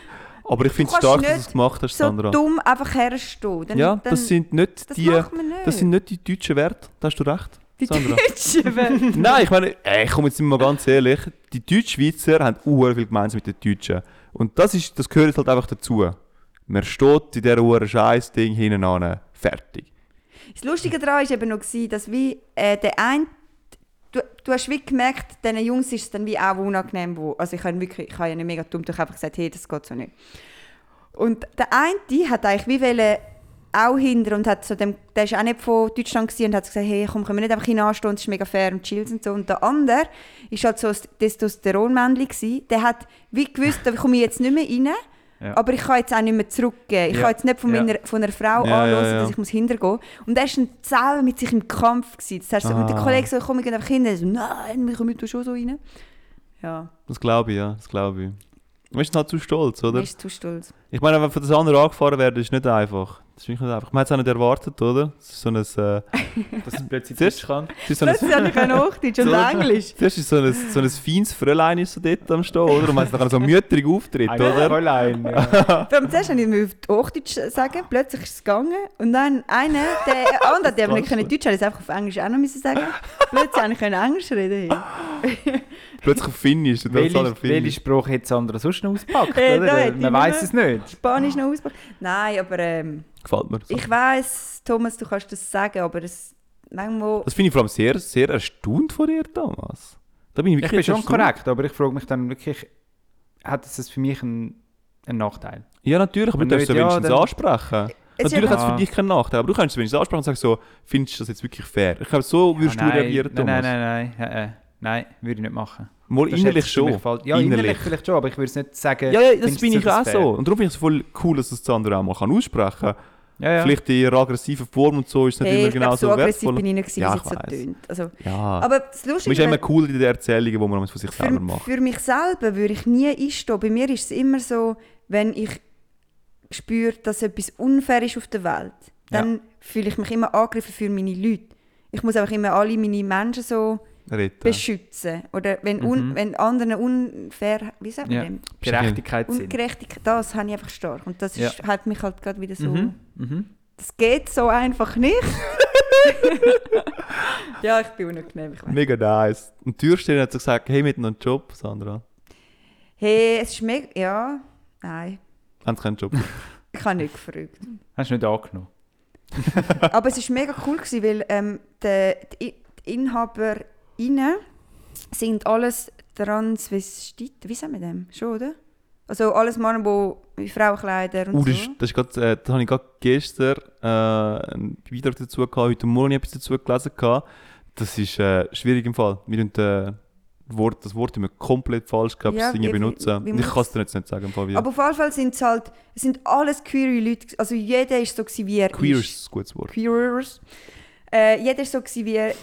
Speaker 4: Aber ich finde es
Speaker 3: kannst
Speaker 4: stark, dass du
Speaker 3: nicht
Speaker 4: es gemacht hast,
Speaker 3: So
Speaker 4: Sandra.
Speaker 3: dumm einfach herstehen. Dann,
Speaker 4: ja,
Speaker 3: dann,
Speaker 4: das sind nicht
Speaker 3: das
Speaker 4: die.
Speaker 3: macht man nicht.
Speaker 4: Das sind nicht die deutschen Werte, da hast du recht.
Speaker 3: die
Speaker 4: Sandra.
Speaker 3: Deutschen. weil-
Speaker 4: [LAUGHS] Nein, ich meine, ey, komm, jetzt sind wir mal ganz ehrlich. Die Deutschschweizer haben uhr viel gemeinsam mit den Deutschen. Und das, ist, das gehört halt einfach dazu. Man steht in dieser uhr scheiß Ding hinten an. Fertig.
Speaker 3: Das Lustige daran war eben noch, gewesen, dass wie äh, der eine, du, du hast wie gemerkt, diesen Jungs ist es dann wie auch unangenehm. Wo, also ich habe wirklich, ich habe ja nicht mega dumm, ich habe einfach gesagt, hey, das geht so nicht. Und der eine hat eigentlich wie wollen, auch hinter und hat so dem, der ist auch nicht von Deutschland gewesen und hat gesagt, hey, komm, können wir nicht einfach hinanstehen, und es ist mega fair und chills und so. Und der andere ist halt so ein Testosteronmännchen gewesen, der hat wie gewusst, da komme ich jetzt nicht mehr rein.
Speaker 5: Ja.
Speaker 3: Aber ich kann jetzt auch nicht mehr zurückgehen. Ich
Speaker 5: Ja.
Speaker 3: kann jetzt nicht von,
Speaker 5: Ja.
Speaker 3: meiner, von einer Frau
Speaker 4: Ja,
Speaker 3: anhören,
Speaker 4: ja, ja.
Speaker 3: dass ich muss hintergehen Und er war dann selber mit sich im Kampf. Gewesen. Das heißt, Und der
Speaker 4: Ah.
Speaker 3: Kollege so, komm, ich gehe einfach hin. Er so, nein, wir kommen schon so rein. Ja,
Speaker 4: Das glaube ich, ja. Das glaube ich. Man ist halt zu stolz,
Speaker 3: er
Speaker 4: oder?
Speaker 3: ist zu stolz.
Speaker 4: Ich meine, wenn von das andere angefahren werden, ist nicht einfach. Das ist wirklich nicht einfach. Man hat es auch nicht erwartet, oder? Das ist so ein, äh,
Speaker 5: Dass ich plötzlich
Speaker 4: Zuerst-
Speaker 5: Deutsch kann.
Speaker 4: das ist so ein,
Speaker 3: Das ist ja nicht Hochdeutsch und
Speaker 4: [LAUGHS] So.
Speaker 3: Englisch.
Speaker 4: zuerst ist so ein, so ein feines Fräulein ist so dort am Stehen, oder? Und man hat dann so mütterig auftritt, oder?
Speaker 5: Fräulein.
Speaker 4: [LAUGHS]
Speaker 5: ja.
Speaker 3: Vor allem zuerst habe ich mir auf Hochdeutsch sagen, plötzlich ist es gegangen. Und dann einer,
Speaker 4: [LAUGHS]
Speaker 3: der andere, der aber nicht können Deutsch hat, es einfach auf Englisch auch noch müssen sagen. Plötzlich habe ich können Englisch reden. Hey.
Speaker 4: Plötzlich auf Finnisch. und dann so
Speaker 5: Welchen
Speaker 4: auf
Speaker 5: welchen
Speaker 4: Finnisch.
Speaker 5: Spruch hätte Sandra sonst noch auspackt?
Speaker 3: Hey, da
Speaker 5: oder?
Speaker 3: hätte ich
Speaker 5: Man weiß
Speaker 3: nicht
Speaker 5: es nicht.
Speaker 3: Spanisch noch ausbauen. Nein, aber ähm,
Speaker 4: Gefällt mir. So.
Speaker 3: ich weiß, Thomas, du kannst das sagen, aber es manchmal.
Speaker 4: Das finde ich vor allem sehr, sehr erstaunt von dir damals. Da bin ich
Speaker 5: Ich
Speaker 4: wirklich
Speaker 5: bin schon
Speaker 4: erstaunt.
Speaker 5: korrekt, aber ich frage mich dann wirklich, hat es das für mich einen, einen Nachteil?
Speaker 4: Ja, natürlich, aber
Speaker 5: Und
Speaker 4: du darfst es
Speaker 5: nicht, ja,
Speaker 4: wenigstens
Speaker 5: dann-
Speaker 4: ansprechen.
Speaker 3: Es ist
Speaker 4: natürlich hat
Speaker 3: einfach-
Speaker 4: es für dich keinen Nachteil, aber du kannst es wenigstens ansprechen und sagen so, findest du das jetzt wirklich fair? Ich glaube, so würdest
Speaker 5: Ah,
Speaker 4: du reagieren,
Speaker 5: nein,
Speaker 4: Thomas.
Speaker 5: nein, nein, nein, äh, äh, nein, würde ich nicht machen.
Speaker 4: Mal
Speaker 5: Das
Speaker 4: innerlich
Speaker 5: schätzt du
Speaker 4: schon.
Speaker 5: mich falsch- Ja, innerlich. vielleicht schon, aber ich würde es nicht sagen.
Speaker 4: Ja, ja, das
Speaker 5: findest
Speaker 4: bin
Speaker 5: du
Speaker 4: ich auch
Speaker 5: fair?
Speaker 4: so. Und darum finde ich es voll cool, dass das das andere auch mal kann aussprechen kann.
Speaker 5: Ja, ja.
Speaker 4: Vielleicht in ihrer aggressiven Form und so ist es nicht
Speaker 3: Hey,
Speaker 4: immer
Speaker 3: ich glaub,
Speaker 4: genau
Speaker 3: so
Speaker 4: so
Speaker 3: aggressiv
Speaker 4: wertvoll.
Speaker 3: bin ich nicht, gewesen,
Speaker 4: Ja,
Speaker 3: wie es
Speaker 4: ich
Speaker 3: jetzt so
Speaker 4: weiss.
Speaker 3: tönt. Also,
Speaker 4: Ja.
Speaker 3: aber das
Speaker 4: man ist
Speaker 3: Lustige
Speaker 4: ja immer cool in den Erzählungen, die man von sich selber
Speaker 3: für,
Speaker 4: macht.
Speaker 3: für mich selber würde ich nie einstehen. Bei mir ist es immer so, wenn ich spüre, dass etwas unfair ist auf der Welt, dann fühle ich mich immer angegriffen für meine Leute. Ich muss einfach immer alle meine Menschen so
Speaker 4: Retten.
Speaker 3: beschützen. Oder wenn, un, wenn anderen unfair, wie sagt man
Speaker 5: Mhm. Ja.
Speaker 3: dem?
Speaker 5: Gerechtigkeitssinn.
Speaker 3: Ungerechtigkeit, das habe ich einfach stark. Und das ist, hat mich halt gerade wieder so...
Speaker 5: Mhm.
Speaker 3: Das geht so einfach
Speaker 5: [LAUGHS]
Speaker 3: nicht. ja, ich bin unangenehm, ich weiß.
Speaker 4: Mega nice. Und die Türsteherin hat so gesagt, hey, mit einem Job, Sandra.
Speaker 3: Hey, es ist mega... Ja, nein.
Speaker 4: Haben sie keinen Job?
Speaker 3: Mhm. Ich habe nicht gefragt.
Speaker 5: Hast du nicht angenommen?
Speaker 3: Aber es war mega cool, gewesen, weil ähm, die, die InhaberInnen sind alles Transvestit. Wie sagen wir dem? Schon, oder? Also alles Männer, die in Frauenkleider und
Speaker 4: Uh, das, ist-
Speaker 3: so.
Speaker 4: das, ist grad, äh, das habe ich gerade gestern äh, einen Beitrag dazu gehabt, heute Morgen habe ich etwas dazu gelesen. Gehabt. Das ist äh, schwierig im Fall. Wir und, äh, Wort, das Wort immer komplett falsch glaub,
Speaker 3: Ja,
Speaker 4: ja,
Speaker 3: wie- wie-
Speaker 4: benutzen.
Speaker 3: wie
Speaker 4: Und ich kann es dir jetzt nicht sagen. Im Fall, wie.
Speaker 3: Aber auf jeden Fall sind es halt... Es sind alles queere Leute. gewesen. Also jeder ist so, gewesen, wie er
Speaker 4: Queer
Speaker 3: ist.
Speaker 4: ist ein gutes Wort.
Speaker 3: Queerers. Äh, jeder war so, gewesen, wie, er-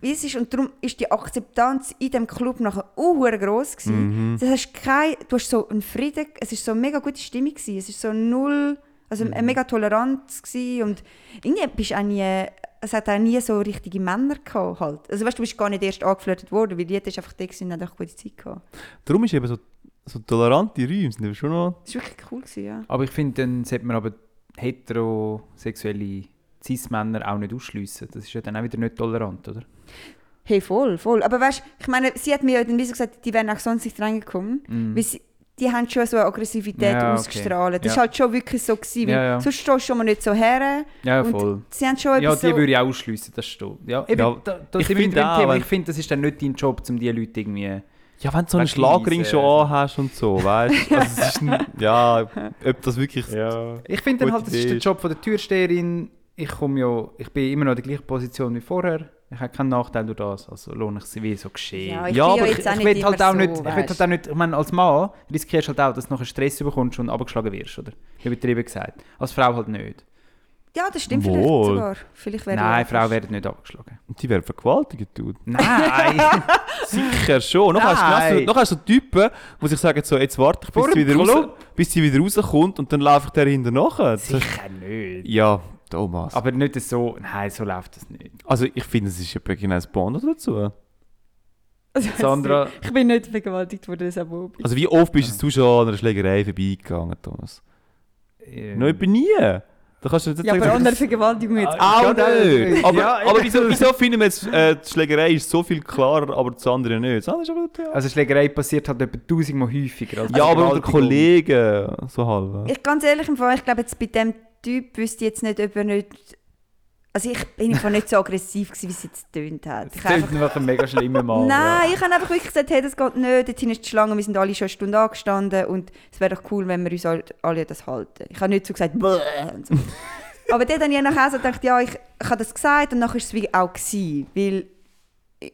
Speaker 3: wie es ist. Und darum war die Akzeptanz in diesem Club nachher auch gross. Mhm. Das hast kein, du hast so einen Frieden, es war so eine mega gute Stimmung. Gewesen. Es war so null, also
Speaker 5: Mhm.
Speaker 3: eine mega Toleranz. Gewesen. Und irgendwie bist du auch nie, es hat auch nie so richtige Männer gehabt. Halt. Also weißt, du bist gar nicht erst angeflirtet worden, weil jeder ist einfach da gewesen und hat auch gute Zeit gehabt.
Speaker 4: Darum ist eben so, so tolerante Räume sind eben schon noch...
Speaker 3: Das war wirklich cool, gewesen, ja.
Speaker 5: Aber ich finde, dann sollte man aber heterosexuelle Cis-Männer auch nicht ausschliessen. Das ist ja dann auch wieder nicht tolerant, oder?
Speaker 3: Hey, voll, voll. Aber weißt ich meine, sie hat mir ja dann wie so gesagt, die wären auch sonst nicht reingekommen.
Speaker 4: Mhm.
Speaker 3: Weil sie, die haben schon so eine Aggressivität
Speaker 5: Mhm. Ja, okay.
Speaker 3: ausgestrahlt. Das
Speaker 5: Ja.
Speaker 3: war halt schon wirklich so. Gewesen, weil
Speaker 5: Ja, ja.
Speaker 3: Sonst stehst du schon mal nicht so her.
Speaker 5: Ja,
Speaker 3: Und
Speaker 5: voll.
Speaker 3: Sie haben schon
Speaker 5: Ja,
Speaker 3: etwas
Speaker 5: die
Speaker 3: so,
Speaker 5: würde ich auch ausschliessen, das stimmt. Ja, eben,
Speaker 4: Ja,
Speaker 5: da, da
Speaker 4: ich
Speaker 5: sind wir
Speaker 4: finde
Speaker 5: wieder beim
Speaker 4: auch,
Speaker 5: Thema.
Speaker 4: wenn-
Speaker 5: Ich finde, das ist dann nicht dein Job, um diese Leute irgendwie...
Speaker 4: Ja, wenn du so einen
Speaker 5: Weißt du,
Speaker 4: Schlagring
Speaker 5: diese-
Speaker 4: schon anhast
Speaker 3: [LAUGHS]
Speaker 4: und so, weißt du? Also, es ist ein, ja, ob das wirklich...
Speaker 5: Ich finde dann
Speaker 4: Gute
Speaker 5: halt, das ist
Speaker 4: Idee
Speaker 5: der
Speaker 4: ist-
Speaker 5: Job von der Türsteherin. Ich komme ja, ich bin immer noch in der gleichen Position wie vorher. Ich habe keinen Nachteil durch das, also lohne ich sie wie so geschehen.
Speaker 3: Ja, ich
Speaker 4: Ja,
Speaker 3: bin
Speaker 4: aber
Speaker 3: ja
Speaker 4: ich-
Speaker 3: jetzt auch
Speaker 5: ich
Speaker 3: nicht
Speaker 5: will
Speaker 3: immer
Speaker 5: halt auch
Speaker 3: so,
Speaker 5: nicht, ich will
Speaker 3: weisst.
Speaker 5: halt auch nicht, ich meine, als Mann riskierst du halt auch, dass du nachher Stress bekommst und abgeschlagen wirst, oder? Übertrieben gesagt. Als Frau halt nicht.
Speaker 3: Ja, das stimmt
Speaker 4: Wohl.
Speaker 3: vielleicht sogar. Vielleicht wäre
Speaker 5: Nein,
Speaker 3: ich auch-
Speaker 5: Frauen werden nicht abgeschlagen.
Speaker 4: Die werden vergewaltigt, du.
Speaker 5: Nein! [LAUGHS]
Speaker 4: Sicher schon. Noch hast, du,
Speaker 5: Nein.
Speaker 4: noch hast du so Typen, die sich sagen, so, jetzt warte ich, bis
Speaker 5: Vor
Speaker 4: sie,
Speaker 5: dem
Speaker 4: wieder raus,
Speaker 5: Club.
Speaker 4: bis sie wieder rauskommt und dann laufe ich der hinter nachher. Das ist-
Speaker 5: Sicher [LAUGHS] nicht.
Speaker 4: Ja, Thomas.
Speaker 5: Aber nicht so, nein, so läuft das nicht.
Speaker 4: also ich finde, es ist ein bisschen Bond dazu.
Speaker 3: Also,
Speaker 5: Sandra-
Speaker 3: Ich bin nicht vergewaltigt worden, das auch
Speaker 4: Also wie oft bist du schon an einer Schlägerei vorbeigegangen, Thomas?
Speaker 5: Ähm,
Speaker 4: Nein, ich bin nie. Da kannst du Ah, nicht
Speaker 3: Ja,
Speaker 4: sagen,
Speaker 3: aber
Speaker 4: dass-
Speaker 3: an der Vergewaltigung jetzt.
Speaker 4: auch nicht.
Speaker 5: Ja,
Speaker 4: Aber,
Speaker 5: ja.
Speaker 4: aber wieso, wieso finden wir jetzt, äh, die Schlägerei ist so viel klarer, aber das andere nicht? Das andere ist aber, ja.
Speaker 5: Also Schlägerei passiert halt etwa tausendmal häufiger. als
Speaker 4: ja, aber unter
Speaker 5: Vergewaltigung.
Speaker 4: Kollegen, so halb.
Speaker 3: Ich ganz ehrlich im Fall, ich glaube jetzt bei dem Typ wüsste ich jetzt nicht, ob er nicht... Also ich bin im Fall nicht so aggressiv gewesen, wie es jetzt getönt hat. Ich
Speaker 5: Das
Speaker 3: habe einfach
Speaker 5: klingt nach einem mega schlimmen Mann. ja.
Speaker 3: Nein, ich habe einfach wirklich gesagt, hey, das geht nicht. Dort hinten ist die Schlange, wir sind alle schon eine Stunde angestanden und es wäre doch cool, wenn wir uns all- alle an das halten. Ich habe nicht so gesagt, «Bäh» und
Speaker 5: [LAUGHS]
Speaker 3: so. Aber dort habe ich nachher so gedacht, ja, ich, ich habe das gesagt und nachher war es wie auch gewesen, weil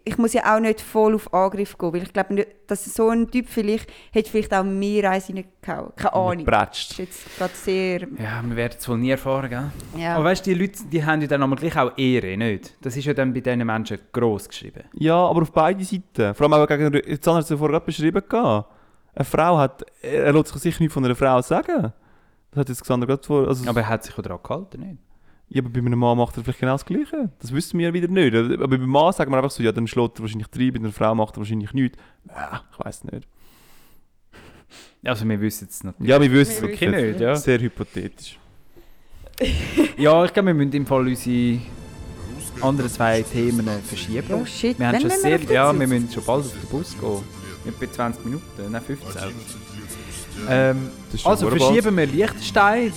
Speaker 3: ich muss ja auch nicht voll auf Angriff gehen, weil ich glaube, nicht, dass so ein Typ vielleicht, hätte vielleicht auch mehr eins reingehauen. Keine Ahnung. Das ist
Speaker 4: Bratscht.
Speaker 3: jetzt gerade sehr...
Speaker 5: Ja, wir werden es wohl nie erfahren, gell?
Speaker 3: Ja.
Speaker 5: Aber weißt du, die Leute die haben ja dann aber gleich auch Ehre, nicht? Das ist ja dann bei diesen Menschen gross geschrieben.
Speaker 4: Ja, aber auf beide Seiten. Vor allem auch gegen... Jetzt hat es ja vorher gerade beschrieben. gehabt. Eine Frau hat... Er lässt sich sicher nichts von einer Frau sagen. Das hat jetzt Xander gerade vor... Also,
Speaker 5: Aber er hat sich auch daran gehalten, nicht?
Speaker 4: Ja, aber bei einem Mann macht er vielleicht genau das Gleiche. Das wissen wir wieder nicht. Also, Aber beim Mann sagen wir einfach so, ja, dann schlägt er wahrscheinlich drei, bei einer Frau macht er wahrscheinlich nichts. Ja, ich weiß nicht.
Speaker 5: Also wir wissen es natürlich
Speaker 4: Ja, wir wissen es
Speaker 3: Wir
Speaker 4: wirklich
Speaker 3: wissen
Speaker 4: nicht.
Speaker 5: nicht, ja.
Speaker 4: Sehr hypothetisch.
Speaker 5: Ja, ich glaube, wir müssen im Fall unsere anderen zwei Themen verschieben.
Speaker 3: Oh shit,
Speaker 5: wir haben
Speaker 3: wann
Speaker 5: schon
Speaker 3: müssen
Speaker 5: sehr,
Speaker 3: auf den
Speaker 5: ja,
Speaker 3: Zug?
Speaker 5: wir müssen schon bald auf den Bus gehen. Etwa 20 Minuten, nein 15. Ähm,
Speaker 4: Das ist schon
Speaker 5: also
Speaker 4: verdammt.
Speaker 5: verschieben wir Liechtenstein,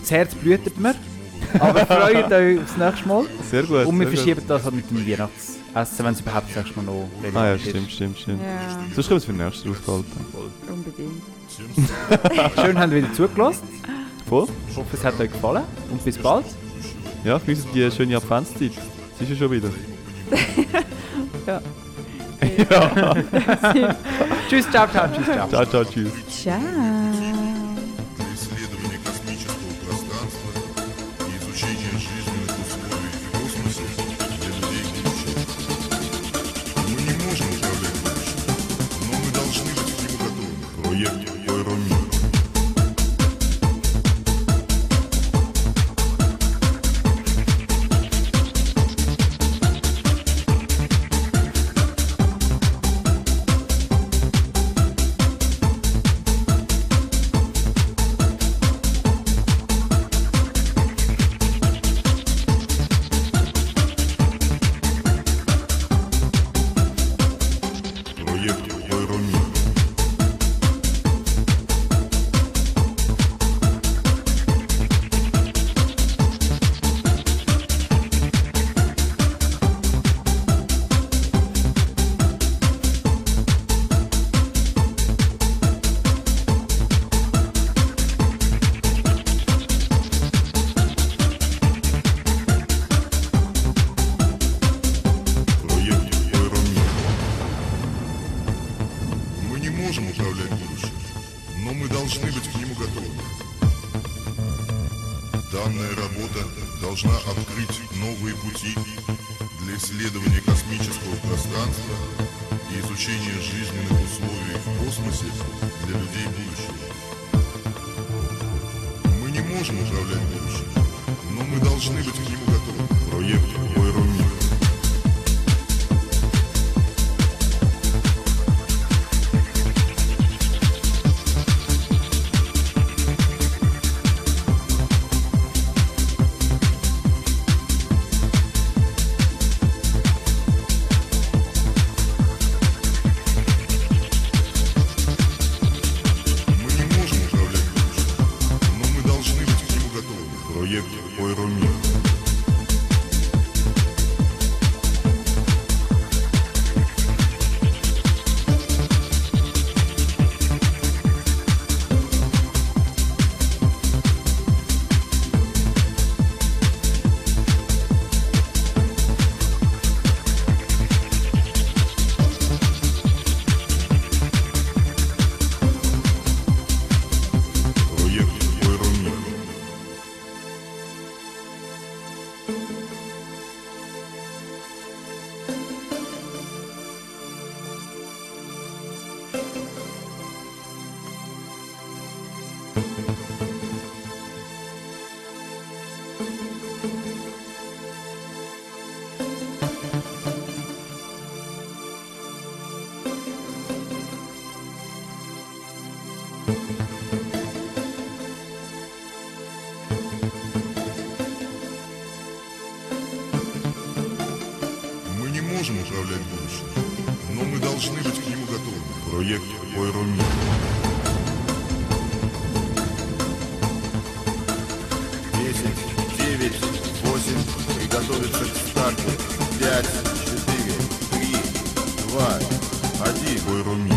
Speaker 5: das Herz blutet
Speaker 4: [LAUGHS]
Speaker 5: mir. Aber freut euch aufs nächste Mal.
Speaker 4: Sehr gut.
Speaker 5: Und wir
Speaker 4: sehr gut.
Speaker 5: verschieben das halt mit dem Weihnachtsessen, wenn es überhaupt das nächste Mal noch relevant
Speaker 4: Ah ja,
Speaker 5: ist.
Speaker 4: stimmt, stimmt, stimmt.
Speaker 3: Ja,
Speaker 4: Sonst können wir es für den nächsten aufhalten.
Speaker 3: unbedingt.
Speaker 5: Schön, habt ihr wieder zugelassen.
Speaker 4: Voll?
Speaker 5: Ich hoffe, es hat euch gefallen. Und bis bald.
Speaker 4: Ja, genießen die schöne Adventszeit. Es ist ja schon wieder. [LAUGHS]
Speaker 5: Tschüss, ciao, ciao, tschüss, ciao.
Speaker 4: Ciao, ciao, tschüss.
Speaker 3: Ciao.
Speaker 6: исследование космического пространства и изучение жизненных условий в космосе для людей будущего. Мы не можем управлять будущим, но мы должны быть к нему готовы. Проект «Аэромир». Проект «Аэромир». Проект «Аэромир». Мы не можем управлять будущим, но мы должны быть к нему готовы. Данная работа должна открыть новые пути для исследования космического пространства и изучения жизненных условий в космосе для людей будущего. Мы не можем управлять будущим, но мы должны быть к нему готовы. Проект «Аэромир». Мы не можем управлять будущим, но мы должны быть к нему готовы. Проект «Ойромир». Проект «Ойромир». Мы не можем управлять будущим, но мы должны быть к нему готовы. Проект «Ойромир». Десять, девять, восемь, приготовиться к старту. Пять, четыре, три, два, один. «Ойромир».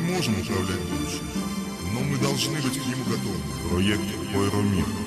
Speaker 6: можем управлять будущим, но мы должны быть к нему готовы. Проект «Ойромир».